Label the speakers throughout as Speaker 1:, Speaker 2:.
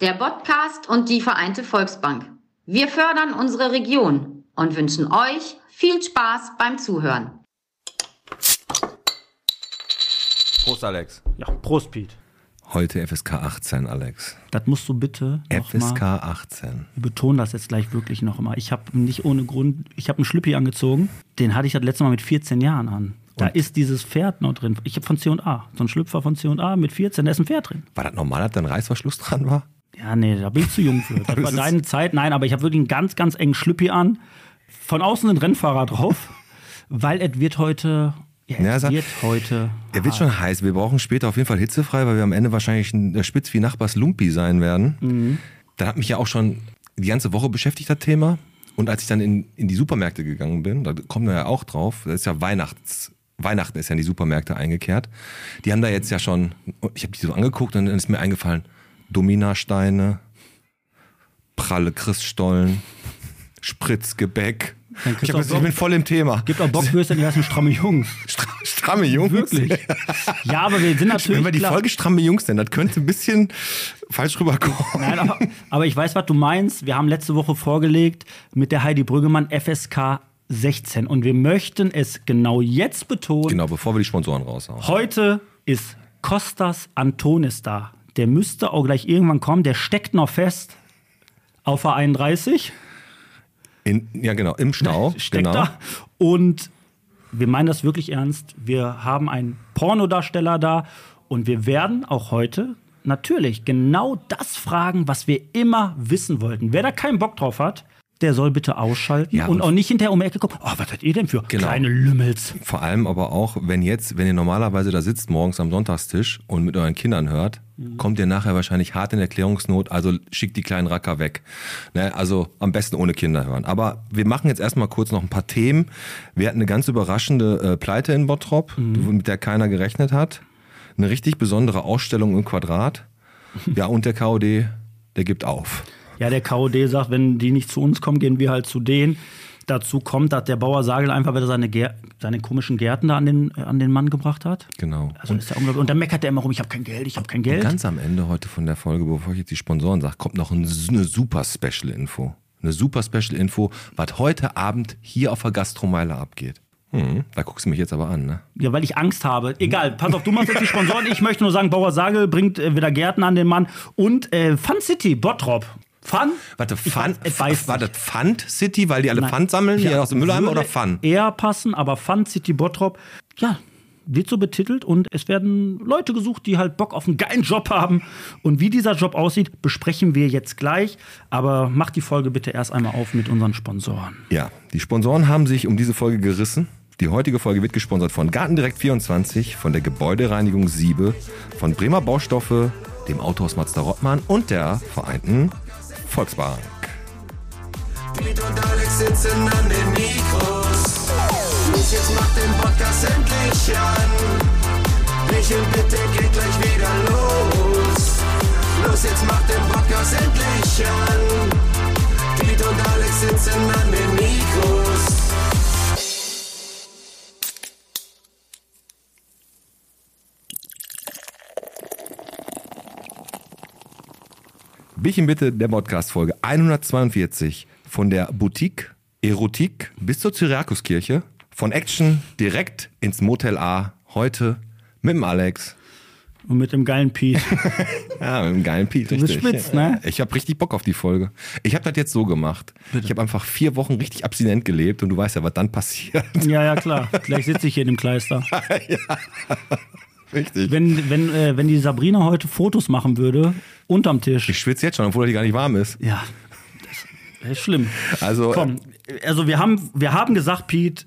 Speaker 1: der Podcast und die Vereinte Volksbank. Wir fördern unsere Region und wünschen euch viel Spaß beim Zuhören.
Speaker 2: Prost, Alex.
Speaker 3: Ja, Prost, Piet.
Speaker 2: Heute FSK 18, Alex.
Speaker 3: Das musst du bitte
Speaker 2: FSK
Speaker 3: nochmal
Speaker 2: 18.
Speaker 3: betonen, das jetzt gleich wirklich nochmal. Ich habe nicht ohne Grund, ich habe einen Schlüppi angezogen. Den hatte ich das letzte Mal mit 14 Jahren an. Da ist dieses Pferd noch drin. Ich habe von C&A, so einen Schlüpfer von C&A mit 14, da ist ein Pferd drin.
Speaker 2: War das normal, dass da ein Reißverschluss dran war?
Speaker 3: Ja, nee, da bin ich zu jung für. Das war
Speaker 2: ist-
Speaker 3: deine Zeit. Nein, aber ich habe wirklich einen ganz, ganz engen Schlüppi an. Von außen ein Rennfahrer drauf, weil es wird heute, ja,
Speaker 2: Ja,
Speaker 3: es
Speaker 2: sag-
Speaker 3: wird heute
Speaker 2: Der wird schon heiß. Wir brauchen später auf jeden Fall hitzefrei, weil wir am Ende wahrscheinlich ein äh, spitz wie Nachbars Lumpi sein werden.
Speaker 3: Mhm.
Speaker 2: Da hat mich ja auch schon die ganze Woche beschäftigt, das Thema. Und als ich dann in, in die Supermärkte gegangen bin, da kommen wir ja auch drauf, das ist ja Weihnachts. Weihnachten ist ja in die Supermärkte eingekehrt. Die haben da jetzt ja schon, ich habe die so angeguckt und dann ist mir eingefallen, Dominasteine, pralle Christstollen, Spritzgebäck.
Speaker 3: Dann kriegst
Speaker 2: Ich,
Speaker 3: du auch
Speaker 2: hab, jetzt- ich bin voll im Thema.
Speaker 3: Gibt auch Bockwürste, die heißen stramme Jungs.
Speaker 2: Stramme Jungs.
Speaker 3: Wirklich. Ja, aber wir sind natürlich.
Speaker 2: Wenn wir die
Speaker 3: klar-
Speaker 2: Folge stramme Jungs nennen, das könnte ein bisschen falsch rüberkommen.
Speaker 3: Nein, aber, aber ich weiß, was du meinst. Wir haben letzte Woche vorgelegt mit der Heidi Brüggemann FSK 16. Und wir möchten es genau jetzt betonen.
Speaker 2: Genau, bevor wir die Sponsoren raushauen.
Speaker 3: Heute ist Kostas Antonis da. Der müsste auch gleich irgendwann kommen. Der steckt noch fest auf der 31.
Speaker 2: In, ja, genau, im Stau.
Speaker 3: Steckt
Speaker 2: genau.
Speaker 3: da. Und wir meinen das wirklich ernst. Wir haben einen Pornodarsteller da. Und wir werden auch heute natürlich genau das fragen, was wir immer wissen wollten. Wer da keinen Bock drauf hat, der soll bitte ausschalten
Speaker 2: Ja,
Speaker 3: und,
Speaker 2: und-
Speaker 3: auch nicht hinterher um die Ecke kommen. Oh, was seid ihr denn für
Speaker 2: Genau.
Speaker 3: kleine Lümmels?
Speaker 2: Vor allem aber auch, wenn jetzt, wenn ihr normalerweise da sitzt morgens am Sonntagstisch und mit euren Kindern hört, kommt ihr nachher wahrscheinlich hart in Erklärungsnot, also schickt die kleinen Racker weg. Ne, also am besten ohne Kinder hören. Aber wir machen jetzt erstmal kurz noch ein paar Themen. Wir hatten eine ganz überraschende äh, Pleite in Bottrop, mit der keiner gerechnet hat. Eine richtig besondere Ausstellung im Quadrat. Ja, und der KOD, der gibt auf.
Speaker 3: Ja, der KOD sagt, wenn die nicht zu uns kommen, gehen wir halt zu denen. Dazu kommt, dass der Bauer Sagel einfach wieder seine, Gär seine komischen Gärten da an den, äh, an den Mann gebracht hat.
Speaker 2: Genau.
Speaker 3: Also ist ja unglaublich. Und dann meckert er immer rum, ich habe kein Geld, ich habe kein Geld.
Speaker 2: Ganz am Ende heute von der Folge, bevor ich jetzt die Sponsoren sage, kommt noch ein, eine super Special Info. Eine super Special Info, was heute Abend hier auf der Gastromeile abgeht. Hm, da guckst du mich jetzt aber an, ne?
Speaker 3: Ja, weil ich Angst habe.
Speaker 2: Mhm.
Speaker 3: Egal, pass auf, du machst jetzt die Sponsoren. Ich möchte nur sagen, Bauer Sagel bringt äh, wieder Gärten an den Mann. Und äh, Fun City, Bottrop. Fun?
Speaker 2: Warte,
Speaker 3: Ich
Speaker 2: Fun,
Speaker 3: weiß- weiß
Speaker 2: war
Speaker 3: nicht.
Speaker 2: das Pfand City, weil die alle
Speaker 3: Nein.
Speaker 2: Pfand sammeln, die aus dem Mülleimer
Speaker 3: würde
Speaker 2: oder Fun?
Speaker 3: Eher passen, aber Fun City Bottrop, ja, wird so betitelt und es werden Leute gesucht, die halt Bock auf einen geilen Job haben. Und wie dieser Job aussieht, besprechen wir jetzt gleich. Aber macht die Folge bitte erst einmal auf mit unseren Sponsoren.
Speaker 2: Ja, die Sponsoren haben sich um diese Folge gerissen. Die heutige Folge wird gesponsert von Gartendirekt24, von der Gebäudereinigung Siebe, von Bremer Baustoffe, dem Autohaus Mazda Rottmann und der Vereinten Volksbank.
Speaker 4: Piet und Alex sitzen an den Mikros. Los, jetzt macht den Podcast endlich an. Michel, bitte geht gleich wieder los. Los, jetzt macht den Podcast endlich an. Piet und Alex sitzen an den Mikros.
Speaker 2: Bichin bitte der Podcast-Folge 142 von der Boutique, Erotik bis zur Syriakuskirche, von Action direkt ins Motel A, heute mit dem Alex.
Speaker 3: Und mit dem geilen Piet.
Speaker 2: Ja, mit dem geilen Piet,
Speaker 3: bist
Speaker 2: richtig.
Speaker 3: spitz, ne?
Speaker 2: Ich habe richtig Bock auf die Folge. Ich habe das jetzt so gemacht. Ich habe einfach vier Wochen richtig abstinent gelebt und du weißt ja, was dann passiert.
Speaker 3: ja, ja, klar. Gleich sitze ich hier in dem Kleister.
Speaker 2: Richtig.
Speaker 3: Wenn, wenn, äh, wenn die Sabrina heute Fotos machen würde, unterm Tisch.
Speaker 2: Ich schwitze jetzt schon, obwohl die gar nicht warm ist.
Speaker 3: Ja, das ist schlimm.
Speaker 2: Also,
Speaker 3: Komm, also wir haben, wir haben gesagt, Pete,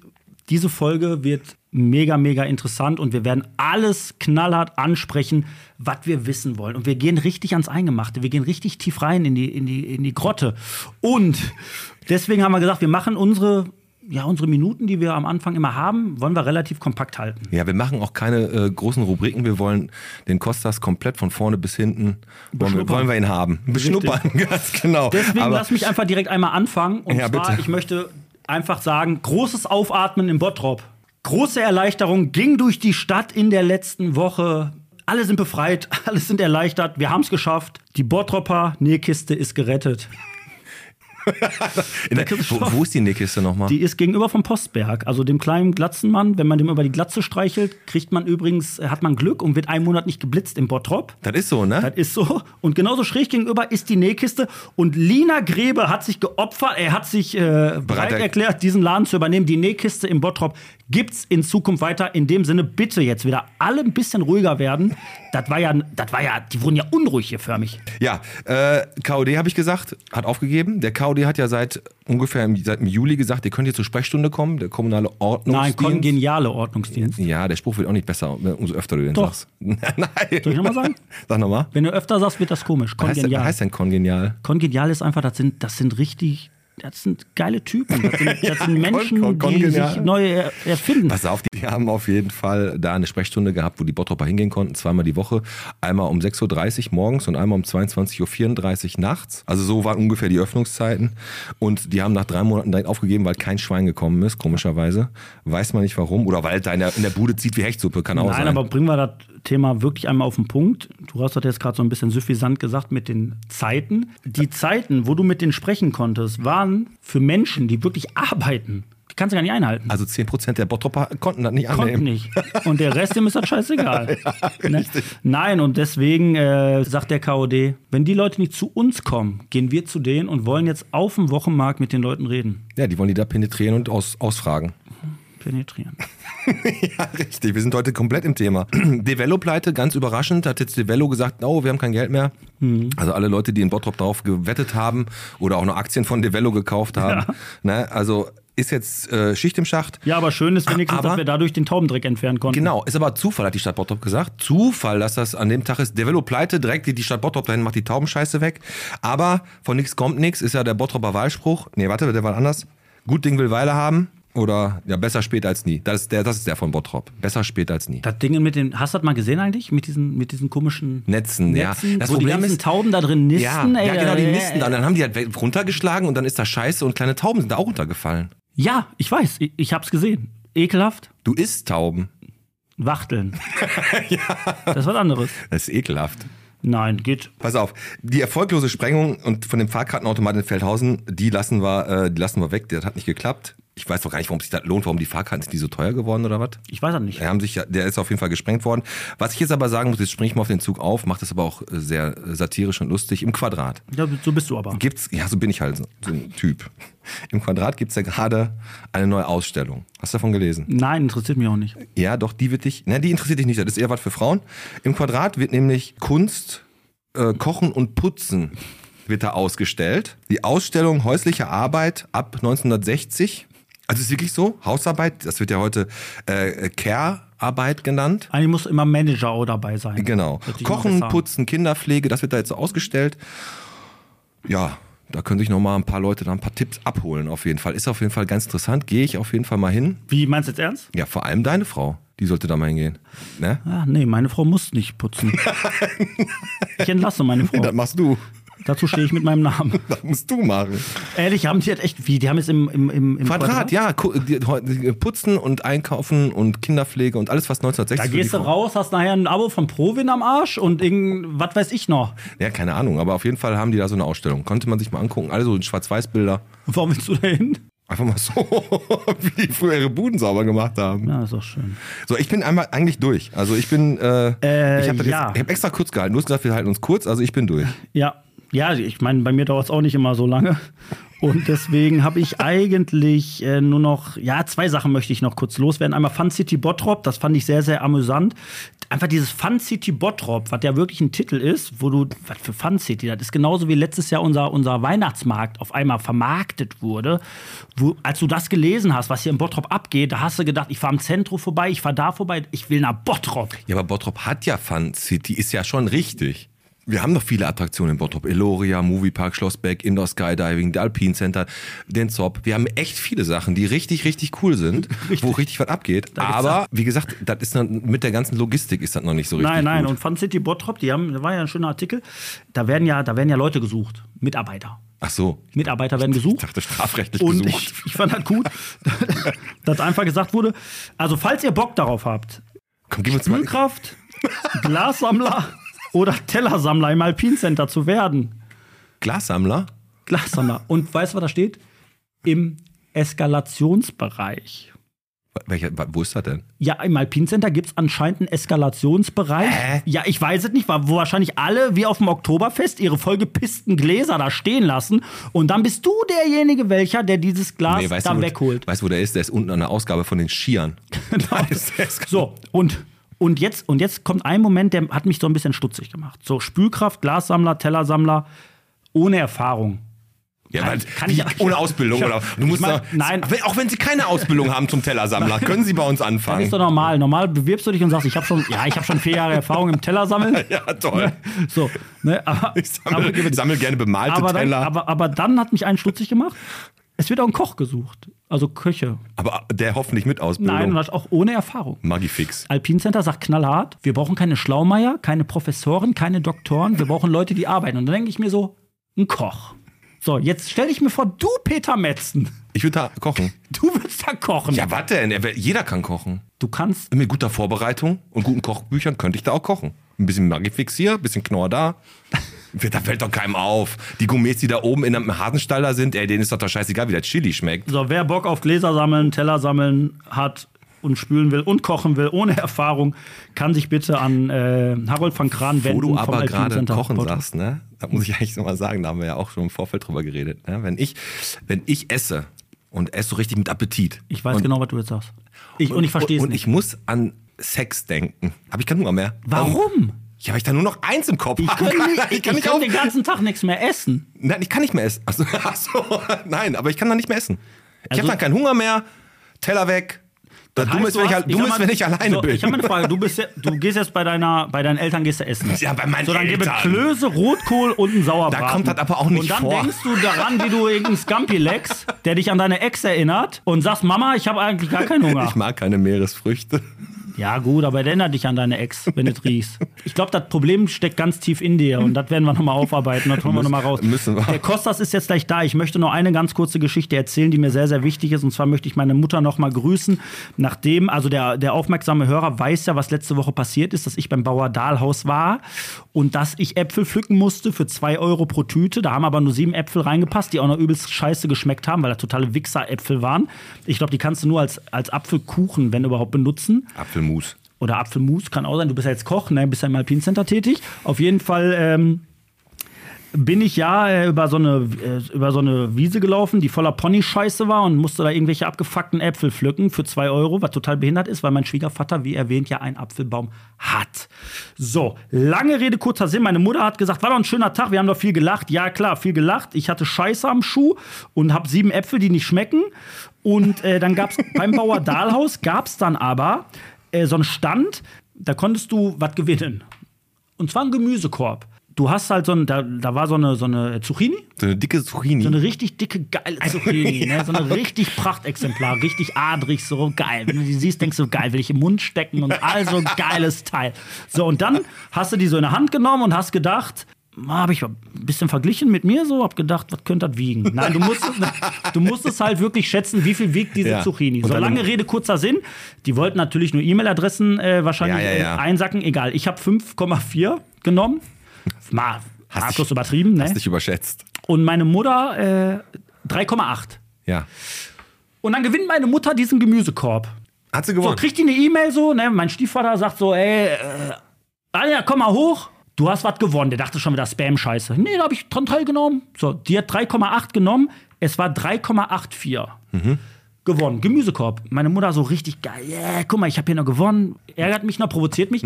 Speaker 3: diese Folge wird mega, mega interessant und wir werden alles knallhart ansprechen, was wir wissen wollen. Und wir gehen richtig ans Eingemachte, wir gehen richtig tief rein in die, in die, in die Grotte. Und deswegen haben wir gesagt, wir machen unsere, ja, unsere Minuten, die wir am Anfang immer haben, wollen wir relativ kompakt halten.
Speaker 2: Ja, wir machen auch keine äh, großen Rubriken. Wir wollen den Kostas komplett von vorne bis hinten, wollen wir,
Speaker 3: Beschnuppern.
Speaker 2: wollen wir ihn haben. Beschnuppern, ganz genau.
Speaker 3: Deswegen
Speaker 2: Aber
Speaker 3: lass mich einfach direkt einmal anfangen. Und
Speaker 2: Ja,
Speaker 3: zwar,
Speaker 2: bitte.
Speaker 3: ich möchte einfach sagen, großes Aufatmen im Bottrop. Große Erleichterung ging durch die Stadt in der letzten Woche. Alle sind befreit, alle sind erleichtert, wir haben es geschafft. Die Bottropper Nähkiste ist gerettet.
Speaker 2: In der, wo, wo ist die Nähkiste nochmal?
Speaker 3: Die ist gegenüber vom Postberg, also dem kleinen Glatzenmann. Wenn man dem über die Glatze streichelt, kriegt man übrigens, hat man Glück und wird einen Monat nicht geblitzt im Bottrop.
Speaker 2: Das ist so, ne?
Speaker 3: Das ist so. Und genauso schräg gegenüber ist die Nähkiste. Und Lina Grebe hat sich geopfert, er hat sich äh, bereit
Speaker 2: er-
Speaker 3: erklärt, diesen Laden zu übernehmen. Die Nähkiste im Bottrop gibt's in Zukunft weiter. In dem Sinne, bitte jetzt wieder alle ein bisschen ruhiger werden. Das war ja, das war ja, die wurden ja unruhig hier förmig.
Speaker 2: Ja, äh, KOD habe ich gesagt, hat aufgegeben. Der KOD hat ja seit ungefähr im, seit dem Juli gesagt, ihr könnt hier zur Sprechstunde kommen, der kommunale
Speaker 3: Nein,
Speaker 2: Ordnungsdienst.
Speaker 3: kongeniale Ordnungsdienst.
Speaker 2: ja, der Spruch wird auch nicht besser, umso öfter du den
Speaker 3: Doch.
Speaker 2: sagst. Nein.
Speaker 3: Soll ich nochmal sagen?
Speaker 2: Sag nochmal.
Speaker 3: Wenn du öfter sagst, wird das komisch.
Speaker 2: Was heißt, denn- was
Speaker 3: Kongenial.
Speaker 2: heißt denn kongenial?
Speaker 3: Kongenial ist einfach, das sind, das sind richtig, das sind geile Typen. Das sind, das sind
Speaker 2: Ja,
Speaker 3: Menschen,
Speaker 2: kon- kon-
Speaker 3: die
Speaker 2: kongenial.
Speaker 3: sich neu er- erfinden.
Speaker 2: Pass auf, die haben auf jeden Fall da eine Sprechstunde gehabt, wo die Bottropper hingehen konnten, zweimal die Woche. Einmal um 6.30 Uhr morgens und einmal um 22.34 Uhr nachts. Also so waren ungefähr die Öffnungszeiten. Und die haben nach drei Monaten direkt aufgegeben, weil kein Schwein gekommen ist, komischerweise. Weiß man nicht warum. Oder weil da in der, in der Bude zieht wie Hechtsuppe, kann auch
Speaker 3: Nein,
Speaker 2: sein.
Speaker 3: aber bringen wir das Thema wirklich einmal auf den Punkt. Du hast das jetzt gerade so ein bisschen süffisant gesagt mit den Zeiten. Die Zeiten, wo du mit denen sprechen konntest, waren für Menschen, die wirklich arbeiten. Die kannst du gar nicht einhalten.
Speaker 2: also 10% der Bottropper konnten das nicht
Speaker 3: Kommt
Speaker 2: annehmen.
Speaker 3: nicht. Und der Rest, dem ist das scheißegal. ne? Nein, und deswegen äh, sagt der KOD, wenn die Leute nicht zu uns kommen, gehen wir zu denen und wollen jetzt auf dem Wochenmarkt mit den Leuten reden.
Speaker 2: Ja, die wollen die da penetrieren und aus, ausfragen.
Speaker 3: penetrieren.
Speaker 2: Ja, richtig. Wir sind heute komplett im Thema. Develo-Pleite, ganz überraschend, hat jetzt Develo gesagt, oh, wir haben kein Geld mehr. Also alle Leute, die in Bottrop drauf gewettet haben oder auch noch Aktien von Develo gekauft haben. Ne? Also ist jetzt äh, Schicht im Schacht.
Speaker 3: Ja, aber schön ist wenigstens,
Speaker 2: Aber-
Speaker 3: dass wir dadurch den Taubendreck entfernen konnten.
Speaker 2: Genau, ist aber Zufall, hat die Stadt Bottrop gesagt. Zufall, dass das an dem Tag ist. Develo pleite, direkt geht die Stadt Bottrop dahin, macht die Taubenscheiße weg. Aber von nichts kommt nichts, ist ja der Bottroper Wahlspruch. Nee, warte, der war anders. Gut Ding will Weile haben oder ja, besser spät als nie. Das ist der, das ist der von Bottrop. Besser spät als nie.
Speaker 3: Das Ding mit den, hast du das mal gesehen eigentlich? Mit diesen, mit diesen komischen
Speaker 2: Netzen, ja.
Speaker 3: Das wo Problem die ganzen ist, Tauben da drin
Speaker 2: ja,
Speaker 3: nisten. ey,
Speaker 2: ja, genau, die
Speaker 3: äh,
Speaker 2: nisten dann. Dann haben die halt weg- runtergeschlagen und dann ist da Scheiße und kleine Tauben sind da auch runtergefallen.
Speaker 3: Ja, ich weiß, ich, ich hab's gesehen. Ekelhaft,
Speaker 2: Du isst Tauben.
Speaker 3: Wachteln. Das ist was anderes.
Speaker 2: Das ist ekelhaft.
Speaker 3: Nein, geht.
Speaker 2: Pass auf, die erfolglose Sprengung und von dem Fahrkartenautomaten in Feldhausen, die lassen wir, äh, die lassen wir weg. Das hat nicht geklappt. Ich weiß doch gar nicht, warum sich das lohnt, warum die Fahrkarten sind die so teuer geworden oder was?
Speaker 3: Ich weiß das nicht.
Speaker 2: Die haben sich, ja- der ist auf jeden Fall gesprengt worden. Was ich jetzt aber sagen muss, jetzt springe ich mal auf den Zug auf, macht das aber auch äh, sehr äh, satirisch und lustig. Im Quadrat.
Speaker 3: Ja, so bist du aber.
Speaker 2: gibt's, ja, so bin ich halt so, so ein Typ. Im Quadrat gibt's ja gerade eine neue Ausstellung. Hast du davon gelesen?
Speaker 3: Nein, interessiert mich auch nicht.
Speaker 2: Ja, doch, die wird dich, na, die interessiert dich nicht, das ist eher was für Frauen. Im Quadrat wird nämlich Kunst, äh, Kochen und Putzen wird da ausgestellt. Die Ausstellung häusliche Arbeit ab 1960. Also ist wirklich so, Hausarbeit, das wird ja heute äh, Care-Arbeit genannt.
Speaker 3: Eigentlich muss immer Manager auch dabei sein.
Speaker 2: Genau.
Speaker 3: Hätte ich noch
Speaker 2: Kochen,
Speaker 3: besser.
Speaker 2: Putzen, Kinderpflege, das wird da jetzt so ausgestellt. Ja, da können sich noch mal ein paar Leute da ein paar Tipps abholen auf jeden Fall. Ist auf jeden Fall ganz interessant. Gehe ich auf jeden Fall mal hin.
Speaker 3: Wie, meinst du jetzt ernst?
Speaker 2: Ja, vor allem deine Frau, die sollte da mal hingehen. Ne?
Speaker 3: Ah, nee, meine Frau muss nicht putzen. ich entlasse meine Frau.
Speaker 2: machst du.
Speaker 3: Dazu stehe ich mit meinem Namen.
Speaker 2: Das musst du machen.
Speaker 3: Ehrlich, haben die jetzt echt, wie, die haben jetzt im, im, im, im
Speaker 2: Quadrat, ja. Ku- die- die- äh, Putzen und Einkaufen und Kinderpflege und alles, was 1960
Speaker 3: Da
Speaker 2: für die
Speaker 3: gehst du
Speaker 2: Frau-
Speaker 3: raus, hast nachher ein Abo von Provin am Arsch und irgend, was weiß ich noch.
Speaker 2: Ja, keine Ahnung, aber auf jeden Fall haben die da so eine Ausstellung. Konnte man sich mal angucken. Alle so in Schwarz-Weiß-Bilder.
Speaker 3: Warum willst du da hin?
Speaker 2: Einfach mal so, wie die früher ihre Buden sauber gemacht haben.
Speaker 3: Ja, ist doch schön.
Speaker 2: So, ich bin einmal eigentlich durch. Also ich bin, äh,
Speaker 3: Äh,
Speaker 2: ich habe
Speaker 3: ja.
Speaker 2: hab extra kurz gehalten. Du hast gesagt, wir halten uns kurz, also ich bin durch.
Speaker 3: Ja, ja ich meine, bei mir dauert es auch nicht immer so lange. Und deswegen habe ich eigentlich äh, nur noch, ja, zwei Sachen möchte ich noch kurz loswerden. Einmal Fun City Bottrop, das fand ich sehr, sehr amüsant. Einfach dieses Fun City Bottrop, was ja wirklich ein Titel ist, wo du, was für Fun City, das ist genauso wie letztes Jahr unser, unser Weihnachtsmarkt auf einmal vermarktet wurde. Wo, als du das gelesen hast, was hier in Bottrop abgeht, da hast du gedacht, ich fahre am Zentrum vorbei, ich fahre da vorbei, ich will nach Bottrop.
Speaker 2: Ja, aber Bottrop hat ja Fun City, ist ja schon richtig. Wir haben noch viele Attraktionen in Bottrop. Eloria, Moviepark, Schlossbeck, Indoor Skydiving, der Alpine Center, den Zop. Wir haben echt viele Sachen, die richtig, richtig cool sind, wo richtig was abgeht. Aber wie gesagt, das ist dann, mit der ganzen Logistik ist das noch nicht so richtig
Speaker 3: Nein, nein,
Speaker 2: gut.
Speaker 3: und Fun City Bottrop, die haben, da war ja ein schöner Artikel, da werden ja, da werden ja Leute gesucht, Mitarbeiter.
Speaker 2: Ach so,
Speaker 3: Mitarbeiter werden
Speaker 2: ich
Speaker 3: gesucht.
Speaker 2: dachte strafrechtlich
Speaker 3: Und
Speaker 2: gesucht.
Speaker 3: ich, ich fand das gut, dass einfach gesagt wurde, also falls ihr Bock darauf habt,
Speaker 2: Komm, gib uns mal,
Speaker 3: Spülkraft, Glassammler oder Tellersammler im Alpine Center zu werden.
Speaker 2: Glassammler?
Speaker 3: Glassammler. Und weißt du, was da steht? Im Eskalationsbereich.
Speaker 2: Welcher, wo ist das denn?
Speaker 3: Ja, im Alpine Center gibt es anscheinend einen Eskalationsbereich.
Speaker 2: Hä?
Speaker 3: Ja, ich weiß es nicht, wa- wo wahrscheinlich alle, wie auf dem Oktoberfest, ihre vollgepissten Gläser da stehen lassen. Und dann bist du derjenige, welcher, der dieses Glas
Speaker 2: weißt,
Speaker 3: da
Speaker 2: du, wo-
Speaker 3: wegholt. Genau.
Speaker 2: weißt du, wo der ist? Der ist unten an der Ausgabe von den Skiern. Da ist der Eskal-
Speaker 3: So, und, und, jetzt, und jetzt kommt ein Moment, der hat mich so ein bisschen stutzig gemacht. So, Spülkraft, Glassammler, Tellersammler, ohne Erfahrung.
Speaker 2: ja,
Speaker 3: Kann-
Speaker 2: man,
Speaker 3: kann
Speaker 2: wie,
Speaker 3: ich-
Speaker 2: ohne Ausbildung.
Speaker 3: Ich-
Speaker 2: oder, du musst
Speaker 3: ich mein,
Speaker 2: doch-
Speaker 3: nein.
Speaker 2: Wenn- Auch wenn sie keine Ausbildung haben zum Tellersammler, können sie bei uns
Speaker 3: Das
Speaker 2: anfangen.
Speaker 3: ist doch normal. Normal bewirbst du dich und sagst, ich habe schon, ja, ich habe schon vier Jahre Erfahrung im Tellersammeln.
Speaker 2: ja, toll.
Speaker 3: So, ne, aber,
Speaker 2: Ich sammle,
Speaker 3: aber,
Speaker 2: sammle gerne bemalte
Speaker 3: aber, dann,
Speaker 2: Teller.
Speaker 3: aber, aber dann hat mich einen stutzig gemacht. Es wird auch ein Koch gesucht, also Köche.
Speaker 2: aber der hoffentlich mit
Speaker 3: Nein, und
Speaker 2: Ausbildung.
Speaker 3: das auch ohne Erfahrung.
Speaker 2: Magifix.
Speaker 3: Alpine Center sagt knallhart, wir brauchen keine Schlaumeier, keine Professoren, keine Doktoren, wir brauchen Leute, die arbeiten. Und dann denke ich mir so, ein Koch. So, jetzt stell dich mir vor, du Peter Metzen,
Speaker 2: Ich würde da kochen.
Speaker 3: du willst da kochen.
Speaker 2: Ja, warte denn? Er wär- Jeder kann kochen.
Speaker 3: Du kannst,
Speaker 2: Mit guter Vorbereitung und guten Kochbüchern könnte ich da auch kochen. Ein bisschen Magifix hier, ein bisschen Knorr da. Da fällt doch keinem auf. Die Gourmets, die da oben in einem Hasenstall da sind, ey, denen ist doch doch scheißegal, wie der Chili schmeckt.
Speaker 3: so wer Bock auf Gläser sammeln, Teller sammeln hat und spülen will und kochen will, ohne Erfahrung, kann sich bitte an äh, Harold van Kran wenden.
Speaker 2: Wo du
Speaker 3: vom
Speaker 2: aber
Speaker 3: Alpine
Speaker 2: gerade
Speaker 3: Center
Speaker 2: kochen
Speaker 3: Podcast.
Speaker 2: sagst, ne? Da muss ich eigentlich nochmal sagen, da haben wir ja auch schon im Vorfeld drüber geredet. Ne? Wenn, ich, wenn ich esse und esse so richtig mit Appetit.
Speaker 3: Ich weiß
Speaker 2: und,
Speaker 3: genau, was du jetzt sagst. Ich, und, ich verstehe es
Speaker 2: Und
Speaker 3: nicht.
Speaker 2: ich muss an Sex denken. Habe ich keinen Hunger mehr.
Speaker 3: Warum?
Speaker 2: Ja, weil ich da nur noch eins im Kopf
Speaker 3: Ich
Speaker 2: habe.
Speaker 3: kann, nicht, ich,
Speaker 2: ich kann
Speaker 3: ich
Speaker 2: nicht
Speaker 3: kann
Speaker 2: auf.
Speaker 3: den ganzen Tag nichts mehr essen.
Speaker 2: Nein, ich kann nicht mehr essen. Achso, achso, nein, aber ich kann da nicht mehr essen. Ich habe
Speaker 3: Also-
Speaker 2: dann keinen Hunger mehr. Teller weg. Das dumm
Speaker 3: Heißt,
Speaker 2: ist, wenn ich, al-
Speaker 3: hast-
Speaker 2: dumm
Speaker 3: hab
Speaker 2: ist,
Speaker 3: mal-
Speaker 2: wenn ich alleine
Speaker 3: so,
Speaker 2: bin.
Speaker 3: Ich habe eine Frage. Du, bist ja, du gehst jetzt bei, deiner, bei deinen Eltern gehst du essen.
Speaker 2: Ja, bei meinen
Speaker 3: So, dann gebe
Speaker 2: Eltern.
Speaker 3: Klöße, Rotkohl und einen Sauerbraten.
Speaker 2: Da kommt das aber auch nicht
Speaker 3: Und dann
Speaker 2: vor.
Speaker 3: denkst du daran, wie du irgendeinen Scampi leckst, der dich an deine Ex erinnert und sagst, Mama, ich habe eigentlich gar keinen Hunger.
Speaker 2: Ich mag keine Meeresfrüchte.
Speaker 3: Ja gut, aber der erinnert dich an deine Ex, wenn du es riechst. Ich glaube, das Problem steckt ganz tief in dir und das werden wir nochmal aufarbeiten, das holen wir nochmal raus.
Speaker 2: müssen wir.
Speaker 3: Der Kostas ist jetzt gleich da. Ich möchte noch eine ganz kurze Geschichte erzählen, die mir sehr, sehr wichtig ist. Und zwar möchte ich meine Mutter nochmal grüßen, nachdem, also der, der aufmerksame Hörer weiß ja, was letzte Woche passiert ist, dass ich beim Bauer Dahlhaus war und dass ich Äpfel pflücken musste für 2 Euro pro Tüte. Da haben aber nur sieben Äpfel reingepasst, die auch noch übelst scheiße geschmeckt haben, weil das totale Wichseräpfel waren. Ich glaube, die kannst du nur als, als Apfelkuchen, wenn überhaupt, benutzen
Speaker 2: Apfelmus.
Speaker 3: oder Apfelmus kann auch sein. Du bist ja jetzt Koch, ne? bist ja im Alpine Center tätig. Auf jeden Fall ähm, bin ich ja äh, über so, eine, äh, über so eine Wiese gelaufen, die voller Pony-Scheiße war und musste da irgendwelche abgefuckten Äpfel pflücken für 2 Euro, was total behindert ist, weil mein Schwiegervater, wie erwähnt, ja einen Apfelbaum hat. So, lange Rede, kurzer Sinn. Meine Mutter hat gesagt, war doch ein schöner Tag, wir haben doch viel gelacht. Ja, klar, viel gelacht. Ich hatte Scheiße am Schuh und habe sieben Äpfel, die nicht schmecken. Und äh, dann gab es beim Bauer Dahlhaus, gab es dann aber äh, so einen Stand, da konntest du was gewinnen. Und zwar einen Gemüsekorb. Du hast halt so ein, da, da war so eine, so eine Zucchini,
Speaker 2: So eine dicke Zucchini.
Speaker 3: so eine richtig dicke, geile Zucchini, ne? so eine richtig Prachtexemplar, richtig adrig, so geil. Wenn du die siehst, denkst du, geil, will ich im Mund stecken und all so ein geiles Teil. So, und dann hast du die so in der Hand genommen und hast gedacht, habe ich ein bisschen verglichen mit mir so, hab gedacht, was könnte das wiegen? Nein, du musst, du musst es halt wirklich schätzen, wie viel wiegt diese
Speaker 2: Ja.
Speaker 3: Zucchini.
Speaker 2: Und
Speaker 3: So
Speaker 2: dann-
Speaker 3: lange Rede, kurzer Sinn. Die wollten natürlich nur E-Mail-Adressen äh, wahrscheinlich
Speaker 2: Ja, ja, ja.
Speaker 3: äh, einsacken, egal. Ich habe 5,4 genommen. Mal,
Speaker 2: Hast
Speaker 3: hast
Speaker 2: dich-
Speaker 3: übertrieben, ne?
Speaker 2: Hast dich überschätzt.
Speaker 3: Und meine Mutter äh, 3,8.
Speaker 2: Ja.
Speaker 3: Und dann gewinnt meine Mutter diesen Gemüsekorb.
Speaker 2: Hat sie
Speaker 3: So,
Speaker 2: gewonnen.
Speaker 3: kriegt die eine E-Mail so, ne? Mein Stiefvater sagt so, ey, äh, Anja, komm mal hoch. Du hast was gewonnen. Der dachte schon wieder Spam-Scheiße. Nee, da habe ich dran teilgenommen. So, die hat 3,8 genommen. Es war 3,84. Gewonnen. Gemüsekorb. Meine Mutter so richtig geil. Yeah, guck mal, ich habe hier noch gewonnen. Ärgert mich noch, provoziert mich.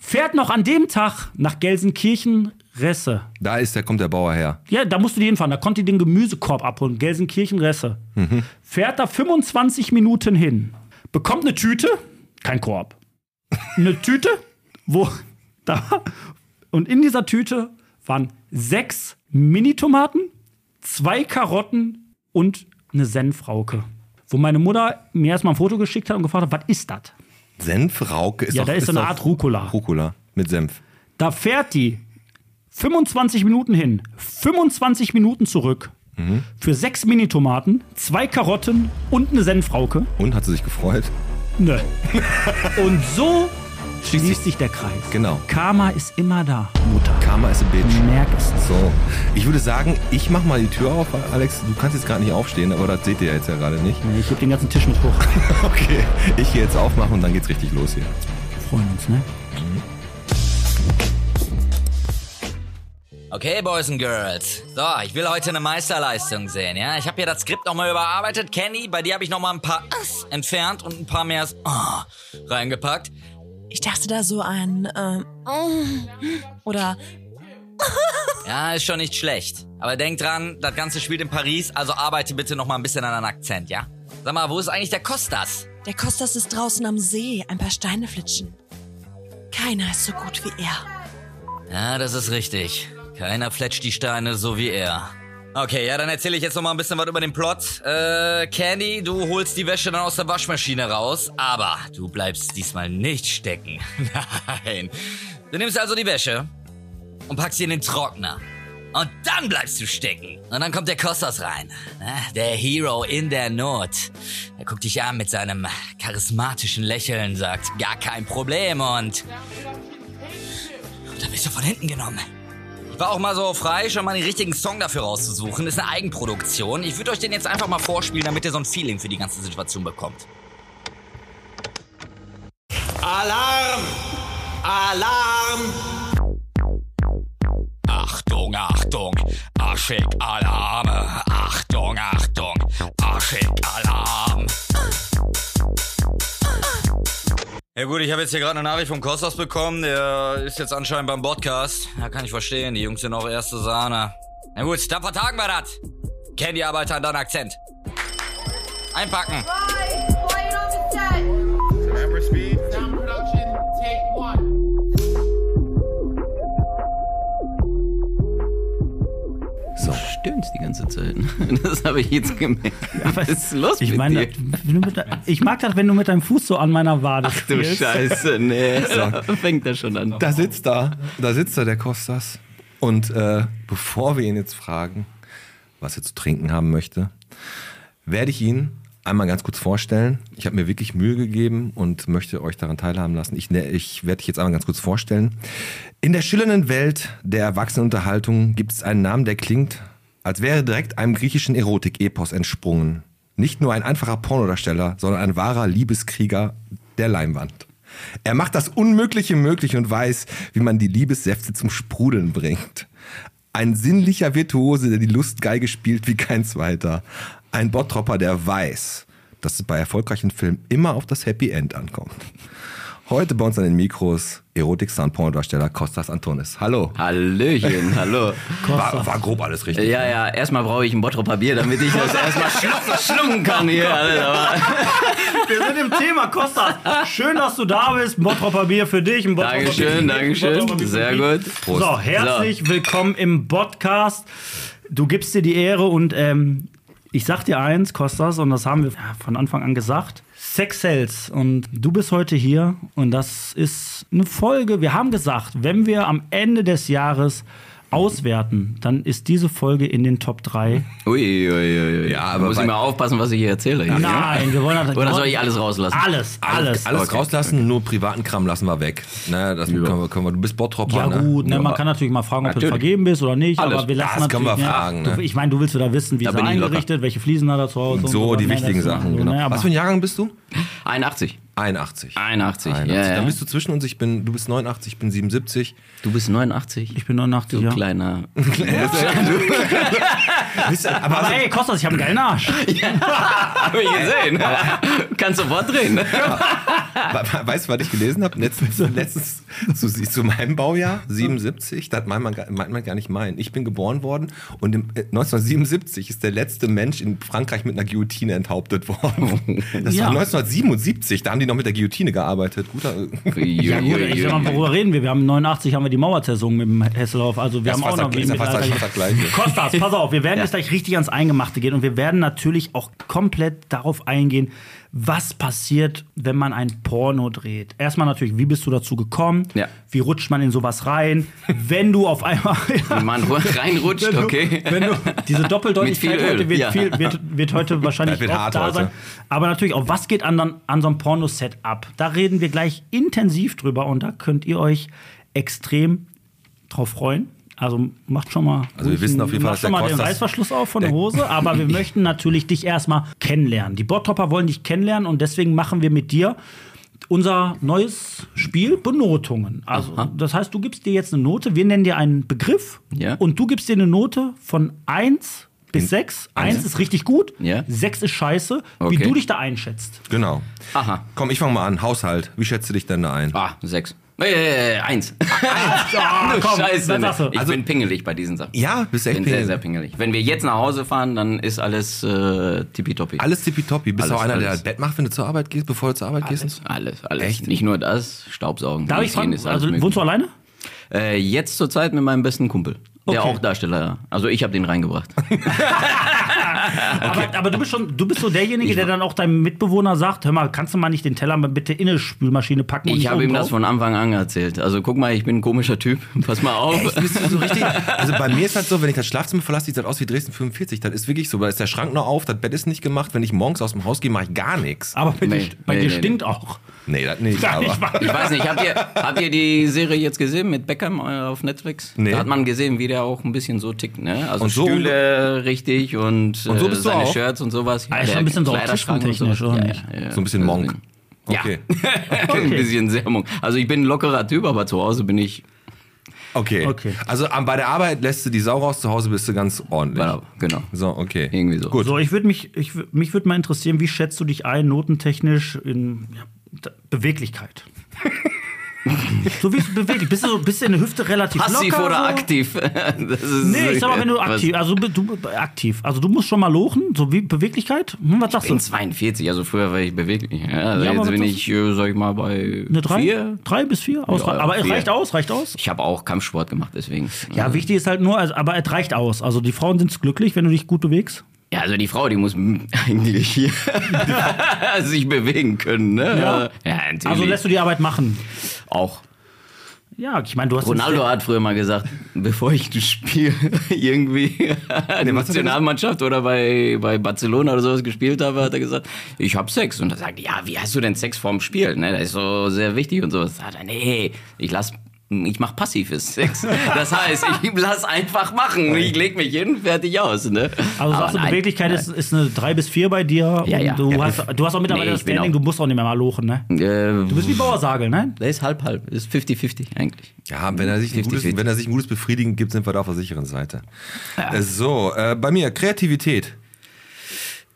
Speaker 3: Fährt noch an dem Tag nach Gelsenkirchen, Resse.
Speaker 2: da ist der, kommt der Bauer her.
Speaker 3: Ja, da musst du die hinfahren. Da konnte die den Gemüsekorb abholen. Gelsenkirchen-Resse. Fährt da 25 Minuten hin. Bekommt eine Tüte. Kein Korb. Eine Tüte, wo da war- Und in dieser Tüte waren sechs Mini-Tomaten, zwei Karotten und eine Senfrauke. Wo meine Mutter mir erstmal ein Foto geschickt hat und gefragt hat, was ist das?
Speaker 2: Senf, Rauke ist
Speaker 3: Ja,
Speaker 2: doch,
Speaker 3: da ist so eine
Speaker 2: doch
Speaker 3: Art Rucola.
Speaker 2: Rucola mit Senf.
Speaker 3: Da fährt die 25 Minuten hin, 25 Minuten zurück.
Speaker 5: Mhm.
Speaker 3: Für sechs Mini-Tomaten, zwei Karotten und eine Senfrauke.
Speaker 2: Und hat sie sich gefreut?
Speaker 3: Nö. und so
Speaker 2: Schließt
Speaker 3: schließt
Speaker 2: sich-
Speaker 3: sich der Kreis.
Speaker 2: Genau.
Speaker 3: Karma ist immer da, Mutter.
Speaker 2: Karma is a bitch.
Speaker 3: Merk es.
Speaker 2: So, ich würde sagen, ich mach mal die Tür auf. Alex, du kannst jetzt gerade nicht aufstehen, aber das seht ihr jetzt ja gerade nicht.
Speaker 3: Nee, Ich heb den ganzen Tisch mit hoch.
Speaker 2: Okay, ich gehe jetzt aufmachen und dann geht's richtig los hier.
Speaker 3: Wir freuen uns, ne?
Speaker 6: Okay, Boys and Girls. So, ich will heute eine Meisterleistung sehen, ja? Ich habe ja das Skript nochmal überarbeitet. Kenny, bei dir habe ich nochmal ein paar As entfernt und ein paar mehr As- ah, reingepackt.
Speaker 7: Ich dachte da so an ähm, oder
Speaker 6: Ja, ist schon nicht schlecht. Aber denk dran, das Ganze spielt in Paris, also arbeite bitte nochmal ein bisschen an deinem Akzent, ja? Sag mal, wo ist eigentlich der Kostas?
Speaker 7: der Kostas ist draußen am See, ein paar Steine flitschen. Keiner ist so gut wie er.
Speaker 6: Ja, das ist richtig. Keiner fletscht die Steine so wie er. Okay, ja, dann erzähle ich jetzt noch mal ein bisschen was über den Plot. Äh, Candy, du holst die Wäsche dann aus der Waschmaschine raus, aber du bleibst diesmal nicht stecken. Nein. Du nimmst also die Wäsche und packst sie in den Trockner. Und dann bleibst du stecken. Und dann kommt der Kostas rein. ne? Der Hero in der Not. Er guckt dich an mit seinem charismatischen Lächeln, sagt, gar kein Problem und da bist du von hinten genommen. Ich war auch mal so frei, schon mal den richtigen Song dafür rauszusuchen. Ist eine Eigenproduktion. Ich würde euch den jetzt einfach mal vorspielen, damit ihr so ein Feeling für die ganze Situation bekommt.
Speaker 4: Alarm! Alarm!
Speaker 6: Achtung, Achtung, Aschig Alarm. Achtung, Achtung, Aschig Alarm. Ja gut, ich habe jetzt hier gerade eine Nachricht vom Kostas bekommen. Der ist jetzt anscheinend beim Podcast. Ja, kann ich verstehen. Die Jungs sind auch erste Sahne. Na gut, dann vertagen wir das. Kenn die Arbeiter an deinen Akzent. Einpacken.
Speaker 4: Camera speed.
Speaker 2: So.
Speaker 5: Stimmt die ganze Zeit. Das habe ich jetzt gemerkt. Was ist los
Speaker 3: Ich
Speaker 5: mit
Speaker 3: meine,
Speaker 5: dir?
Speaker 3: wenn du mit de- ich mag das, wenn du mit deinem Fuß so an meiner Wade
Speaker 5: Ach du Scheiße, nee. Fängt er schon an.
Speaker 2: Da sitzt da, da sitzt da der Kostas. Und äh, bevor wir ihn jetzt fragen, was er zu trinken haben möchte, werde ich ihn einmal ganz kurz vorstellen. Ich habe mir wirklich Mühe gegeben und möchte euch daran teilhaben lassen. Ich, ne- ich werde dich jetzt einmal ganz kurz vorstellen. In der schillernden Welt der Erwachsenenunterhaltung gibt es einen Namen, der klingt, als wäre direkt einem griechischen Erotik-Epos entsprungen. Nicht nur ein einfacher Pornodarsteller, sondern ein wahrer Liebeskrieger der Leinwand. Er macht das Unmögliche möglich und weiß, wie man die Liebessäfte zum Sprudeln bringt. Ein sinnlicher Virtuose, der die Lustgeige spielt wie kein zweiter. Ein Bottropper, der weiß, dass es bei erfolgreichen Filmen immer auf das Happy End ankommt. Heute bei uns an den Mikros Erotik-Sound-Pornodarsteller Kostas Antonis. Hallo.
Speaker 5: Hallöchen, hallo.
Speaker 2: War, war grob alles richtig.
Speaker 5: Ja, ja, erstmal brauche ich ein Bottroper Bier, damit ich das erstmal schluck- verschlungen kann hier. Alter. Aber
Speaker 3: Wir sind im Thema, Kostas. Schön, dass du da bist. Ein Bottropper Bier für dich. Ein Bottropper Bier für
Speaker 5: Dankeschön,
Speaker 3: mich, ein Bottropper Bier
Speaker 5: Dankeschön.
Speaker 3: für
Speaker 5: Sehr
Speaker 3: mich.
Speaker 5: gut.
Speaker 3: So, herzlich willkommen im Podcast. Du gibst dir die Ehre und ähm, ich sag dir eins, Kostas, und das haben wir ja, von Anfang an gesagt. Sex sells und du bist heute hier und das ist eine Folge. Wir haben gesagt, wenn wir am Ende des Jahres auswerten, dann ist diese Folge in den Top 3.
Speaker 5: Ui, ui, ui, ui.
Speaker 2: Ja, aber
Speaker 5: muss ich
Speaker 2: weil-
Speaker 5: mal aufpassen, was ich hier erzähle. Hier,
Speaker 3: Nein, wir wollen das-
Speaker 5: Oder soll ich alles rauslassen?
Speaker 3: Alles, alles.
Speaker 2: Alles, alles
Speaker 5: Okay.
Speaker 2: rauslassen, nur privaten Kram lassen wir weg. Ne, das können wir, können wir. Du bist Bottropper,
Speaker 3: Ja,
Speaker 2: ne?
Speaker 3: gut, ne, man
Speaker 5: Ja.
Speaker 3: kann natürlich mal fragen, ob du
Speaker 5: Natürlich.
Speaker 3: vergeben bist oder nicht,
Speaker 5: Alles.
Speaker 3: aber wir lassen
Speaker 2: Das können
Speaker 3: natürlich.
Speaker 2: wir
Speaker 3: ne,
Speaker 2: fragen, ne?
Speaker 3: du, ich meine, du willst wieder wissen, wie ist er
Speaker 5: bin ich locker.
Speaker 3: eingerichtet, welche Fliesen hat er zu Hause. und
Speaker 2: So,
Speaker 3: was.
Speaker 2: die
Speaker 3: Ne,
Speaker 2: wichtigen
Speaker 3: das-
Speaker 2: Sachen, genau.
Speaker 3: Ne, aber
Speaker 2: Was für ein Jahrgang bist du?
Speaker 5: 81.
Speaker 2: 81.
Speaker 5: 81, ja,
Speaker 2: Dann
Speaker 5: ja.
Speaker 2: bist du zwischen uns, ich bin, du bist 89, ich bin 77.
Speaker 5: Du bist 89.
Speaker 3: ich bin 89,
Speaker 5: Du
Speaker 3: ja.
Speaker 5: kleiner.
Speaker 2: Wisst ihr, aber
Speaker 3: Aber ey, Kostas, ich habe einen geilen Arsch.
Speaker 5: Hab ich gesehen. Kannst sofort drehen. ne?
Speaker 2: We- Weißt du, was ich gelesen habe? Letztens, letztens zu, zu meinem Baujahr, 77, das meint man, gar- meint man gar nicht mein. Ich bin geboren worden und im, äh, 1977 ist der letzte Mensch in Frankreich mit einer Guillotine enthauptet worden. Das
Speaker 3: Ja.
Speaker 2: war 1977, da haben die noch mit der Guillotine gearbeitet. Guter,
Speaker 3: Ja gut, ich sag mal, worüber reden wir? Wir haben 89 haben wir die Mauer zersunken mit dem Hesselhoff, also wir
Speaker 2: Das
Speaker 3: haben auch
Speaker 2: fast-
Speaker 3: noch
Speaker 2: ist ja fast-
Speaker 3: Mittelalter-
Speaker 2: fast das Gleiche.
Speaker 3: Kostas, pass auf, wir werden jetzt gleich richtig ans Eingemachte gehen und wir werden natürlich auch komplett darauf eingehen, was passiert, wenn man ein Porno dreht. Erstmal natürlich, wie bist du dazu gekommen?
Speaker 5: Ja.
Speaker 3: Wie rutscht man in sowas rein? wenn du auf einmal.
Speaker 5: Wenn man ru- reinrutscht,
Speaker 3: Wenn du-
Speaker 5: okay.
Speaker 3: Wenn du, diese Doppeldeutigkeit
Speaker 5: Mit viel Öl,
Speaker 3: heute wird,
Speaker 5: ja.
Speaker 3: viel, wird, wird heute wahrscheinlich
Speaker 2: Das wird
Speaker 3: oft
Speaker 2: hart
Speaker 3: da
Speaker 2: heute.
Speaker 3: sein. Aber natürlich auch, was geht an, dann- an so einem Pornoset ab? Da reden wir gleich intensiv drüber und da könnt ihr euch extrem drauf freuen. Also macht schon mal.
Speaker 2: Also wir
Speaker 3: ruhig
Speaker 2: wissen
Speaker 3: einen-
Speaker 2: auf jeden Fall,
Speaker 3: macht
Speaker 2: dass
Speaker 3: schon
Speaker 2: der
Speaker 3: mal den
Speaker 2: Kostas-
Speaker 3: Reißverschluss auf von der
Speaker 2: der-
Speaker 3: Hose, aber wir möchten natürlich dich erstmal kennenlernen. Die Bottropper wollen dich kennenlernen und deswegen machen wir mit dir unser neues Spiel Benotungen. Also, das heißt, du gibst dir jetzt eine Note, wir nennen dir einen Begriff
Speaker 5: Ja.
Speaker 3: und du gibst dir eine Note von 1 bis 6. 1 ist richtig gut,
Speaker 5: Ja.
Speaker 3: 6 ist scheiße,
Speaker 5: Okay.
Speaker 3: wie du dich da einschätzt.
Speaker 2: Genau.
Speaker 5: Aha.
Speaker 2: Komm, ich fange mal an. Haushalt. Wie schätzt du dich denn da ein?
Speaker 5: Ah, sechs. Äh, eins.
Speaker 3: Ah,
Speaker 5: Du
Speaker 3: komm,
Speaker 5: Scheiße. ne.
Speaker 3: was sagst du? Also
Speaker 5: Ich bin pingelig bei diesen Sachen.
Speaker 2: Ja, bist echt
Speaker 5: bin sehr,
Speaker 2: pingelig.
Speaker 5: sehr pingelig. Wenn wir jetzt nach Hause fahren, dann ist alles äh, tippitoppi.
Speaker 2: Alles tippitoppi. Bist du
Speaker 5: Alles,
Speaker 2: auch einer, der
Speaker 5: alles.
Speaker 2: halt Bett macht, wenn du zur Arbeit gehst, bevor du zur Arbeit gehst?
Speaker 5: Alles, alles.
Speaker 2: Echt?
Speaker 5: Nicht nur das, Staubsaugen.
Speaker 3: Darf ich
Speaker 5: Hygiene
Speaker 3: fragen,
Speaker 5: ist alles
Speaker 3: also,
Speaker 5: möglich.
Speaker 3: wohnst du alleine?
Speaker 5: Äh, jetzt zurzeit mit meinem besten Kumpel. Der
Speaker 3: Okay.
Speaker 5: auch Darsteller. Also ich habe den reingebracht.
Speaker 3: Aber, aber du bist schon, du bist so derjenige, der dann auch deinem Mitbewohner sagt, hör mal, kannst du mal nicht den Teller mal bitte in eine Spülmaschine packen? und
Speaker 5: Ich
Speaker 3: nicht
Speaker 5: habe
Speaker 3: oben
Speaker 5: ihm das
Speaker 3: drauf?
Speaker 5: von Anfang an erzählt. Also guck mal, ich bin ein komischer Typ. Pass mal auf.
Speaker 2: Bist du so richtig? Also bei mir ist das so, wenn ich das Schlafzimmer verlasse, sieht das aus wie Dresden 45. Das ist wirklich so. Da ist der Schrank noch auf, das Bett ist nicht gemacht. Wenn ich morgens aus dem Haus gehe, mache ich gar nichts.
Speaker 3: Aber bei,
Speaker 5: Nee,
Speaker 3: dir, bei
Speaker 5: nee,
Speaker 3: dir
Speaker 5: nee,
Speaker 3: stinkt auch.
Speaker 2: Nee, das nicht.
Speaker 3: Sag
Speaker 2: Aber.
Speaker 3: ich mal.
Speaker 5: Ich weiß nicht, habt ihr, habt ihr die Serie jetzt gesehen mit Beckham äh, auf Netflix?
Speaker 2: Nee.
Speaker 5: Da hat man gesehen, wie der auch ein bisschen so tickt, ne? Also
Speaker 2: Und so-
Speaker 5: Stühle richtig und,
Speaker 2: Und so
Speaker 5: äh,
Speaker 2: bist du
Speaker 5: seine
Speaker 2: auch?
Speaker 5: Shirts und sowas. Ja,
Speaker 3: Ah, ist schon
Speaker 5: der
Speaker 3: ein bisschen so
Speaker 5: Kleiderschrank und sowas.
Speaker 3: autistisch-technisch,
Speaker 5: Ja, ja, ja.
Speaker 2: So ein bisschen Monk.
Speaker 5: Deswegen.
Speaker 2: Okay.
Speaker 5: ein bisschen sehr monk. Also ich bin ein lockerer Typ, aber zu Hause bin ich,
Speaker 2: okay.
Speaker 3: Okay.
Speaker 2: Also am- bei der Arbeit lässt du die Sau raus, zu Hause bist du ganz ordentlich.
Speaker 5: ja, genau.
Speaker 2: So, okay.
Speaker 5: Irgendwie so.
Speaker 2: Gut.
Speaker 3: So, ich würde mich, ich, wür- mich würde mal interessieren, wie schätzt du dich ein, notentechnisch in ja, d- Beweglichkeit? so wie bist du beweglich? Bist du, so- bist du in der Hüfte relativ
Speaker 5: Passiv
Speaker 3: locker?
Speaker 5: oder
Speaker 3: so?
Speaker 5: aktiv? Das ist,
Speaker 3: Nee, ich sag mal, wenn du aktiv, also du, du aktiv, also du musst schon mal lochen, so wie Beweglichkeit. Hm, was sagst
Speaker 5: Ich bin
Speaker 3: du?
Speaker 5: 42, also früher war ich beweglich. Ja, also
Speaker 3: Ja, aber
Speaker 5: jetzt bin
Speaker 3: was-
Speaker 5: ich, äh, sag ich mal, bei
Speaker 3: Eine drei,
Speaker 5: vier.
Speaker 3: drei bis vier, ausreichend.
Speaker 5: Ja,
Speaker 3: aber
Speaker 5: vier.
Speaker 3: es reicht aus, reicht aus.
Speaker 5: Ich habe auch Kampfsport gemacht, deswegen.
Speaker 3: Ja, wichtig ist halt nur, also, aber es reicht aus. Also die Frauen sind glücklich, wenn du dich gut bewegst.
Speaker 5: Ja, also die Frau, die muss m- eigentlich hier sich bewegen können, ne?
Speaker 3: Ja.
Speaker 5: natürlich.
Speaker 3: Also lässt du die Arbeit machen.
Speaker 5: auch.
Speaker 3: Ja, ich meine, du hast
Speaker 5: Ronaldo hat früher mal gesagt, bevor ich das Spiel irgendwie in der
Speaker 2: was hat er
Speaker 5: Nationalmannschaft oder bei, bei Barcelona oder sowas gespielt habe, hat er gesagt, ich hab Sex. Und er sagt, ja, wie hast du denn Sex vorm Spiel? Ne, das ist so sehr wichtig und sowas. Sagt er, nee, ich lass, ich mach passives Sex. Das heißt, ich lass einfach machen. Ich leg mich hin, fertig aus. Ne?
Speaker 3: Also
Speaker 5: Aber
Speaker 3: sagst du,
Speaker 5: nein,
Speaker 3: Beweglichkeit
Speaker 5: nein.
Speaker 3: ist, ist eine 3 bis 4 bei dir.
Speaker 5: Ja,
Speaker 3: und
Speaker 5: ja.
Speaker 3: Du,
Speaker 5: Ja,
Speaker 3: hast, du hast auch mittlerweile
Speaker 5: Nee,
Speaker 3: das
Speaker 5: ich bin
Speaker 3: Standing,
Speaker 5: auch-
Speaker 3: du musst auch nicht mehr mal lochen, ne?
Speaker 5: Äh,
Speaker 3: Du bist wie Bauersagel, ne?
Speaker 5: Der ist halb halb, ist 50-50 eigentlich.
Speaker 2: Ja, wenn er, sich ein
Speaker 5: 50-50.
Speaker 2: gutes, wenn er sich ein gutes Befriedigen gibt, sind wir da auf der sicheren Seite. Äh, So, äh, bei mir Kreativität.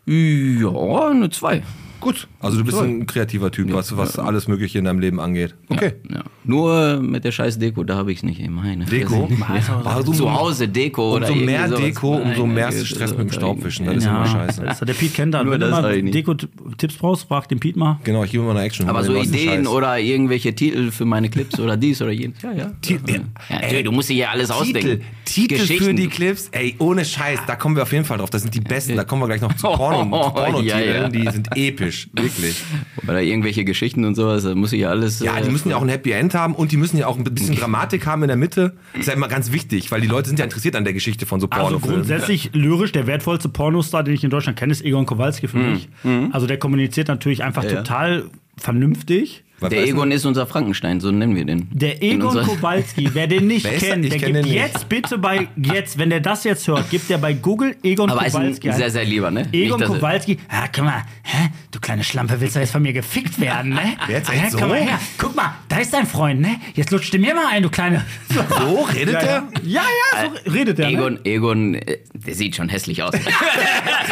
Speaker 5: Ja, eine 2.
Speaker 2: Gut. Also du bist ein kreativer Typ, was, was alles Mögliche in deinem Leben angeht. Okay.
Speaker 5: Ja. Nur mit der scheiß Deko, da habe ich es nicht. ey, Meine
Speaker 2: Deko?
Speaker 5: Fresse. Ja.
Speaker 2: Warum-
Speaker 5: Zu Hause Deko oder
Speaker 2: Umso
Speaker 5: irgendwie
Speaker 2: mehr
Speaker 5: sowas.
Speaker 2: Deko, umso
Speaker 5: Nein,
Speaker 2: mehr
Speaker 5: das
Speaker 2: hast du
Speaker 5: ist
Speaker 2: Stress
Speaker 5: so
Speaker 2: mit dem
Speaker 5: übertrieben.
Speaker 2: Staubwischen. Das ist immer scheiße.
Speaker 3: Also Der Pete kennt das.
Speaker 5: Nur
Speaker 3: Wenn du
Speaker 5: das
Speaker 3: mal
Speaker 5: sag ich nicht.
Speaker 3: Deko-Tipps brauchst, frag den Pete mal.
Speaker 2: Genau, ich gebe immer eine Action.
Speaker 5: Aber
Speaker 2: Hol mir
Speaker 5: so
Speaker 2: den neuesten
Speaker 5: Ideen
Speaker 2: Scheiß.
Speaker 5: oder irgendwelche Titel für meine Clips oder dies oder jenes. Ja, ja.
Speaker 2: Titel.
Speaker 5: ja natürlich, du musst dir ja alles
Speaker 2: Titel,
Speaker 5: ausdenken.
Speaker 2: Titel
Speaker 5: Geschichten.
Speaker 2: für die Clips, ey, ohne Scheiß, da kommen wir auf jeden Fall drauf. Das sind die besten, da kommen wir gleich noch zu Porno,
Speaker 5: Oh,
Speaker 2: Pornotiteln,
Speaker 5: ja, ja.
Speaker 2: die sind episch, wirklich.
Speaker 5: Oder irgendwelche Geschichten und sowas, da muss ich ja alles. äh,
Speaker 2: Ja, die müssen ja auch ein Happy End haben und die müssen ja auch ein bisschen Dramatik haben in der Mitte. Ist ja immer ganz wichtig, weil die Leute sind ja interessiert an der Geschichte von so
Speaker 3: Also
Speaker 2: Pornofilmen.
Speaker 3: grundsätzlich lyrisch, der wertvollste Pornostar, den ich in Deutschland kenne, ist Egon Kowalski
Speaker 5: Mhm.
Speaker 3: für mich. Also der kommuniziert natürlich einfach total vernünftig.
Speaker 2: Was
Speaker 5: Der
Speaker 2: weiß
Speaker 5: Egon ist unser Frankenstein, so nennen wir den.
Speaker 3: Der
Speaker 5: In
Speaker 3: Egon
Speaker 5: unserer-
Speaker 3: Kowalski, wer den nicht
Speaker 2: Wer ist das?
Speaker 3: kennt,
Speaker 2: Ich
Speaker 3: der
Speaker 2: kenn den
Speaker 3: gibt
Speaker 2: nicht.
Speaker 3: jetzt bitte bei, jetzt, wenn der das jetzt hört, gibt der bei Google Egon
Speaker 5: Aber ist ein
Speaker 3: Kowalski ein.
Speaker 5: sehr, sehr lieber, ne?
Speaker 3: Egon
Speaker 5: Nicht, dass-
Speaker 3: Kowalski, ah, guck mal, hä? du kleine Schlampe, willst du jetzt von mir gefickt werden, ne?
Speaker 2: Jetzt
Speaker 3: hä,
Speaker 2: echt so?
Speaker 3: Komm mal her, guck mal, da ist dein Freund, ne? Jetzt lutscht dir mir mal ein, du kleine...
Speaker 2: ich. So redet
Speaker 3: ja,
Speaker 2: der?
Speaker 3: ja, ja, ja, so redet der, ne?
Speaker 5: Äh, Egon, Egon, äh, der sieht schon hässlich aus.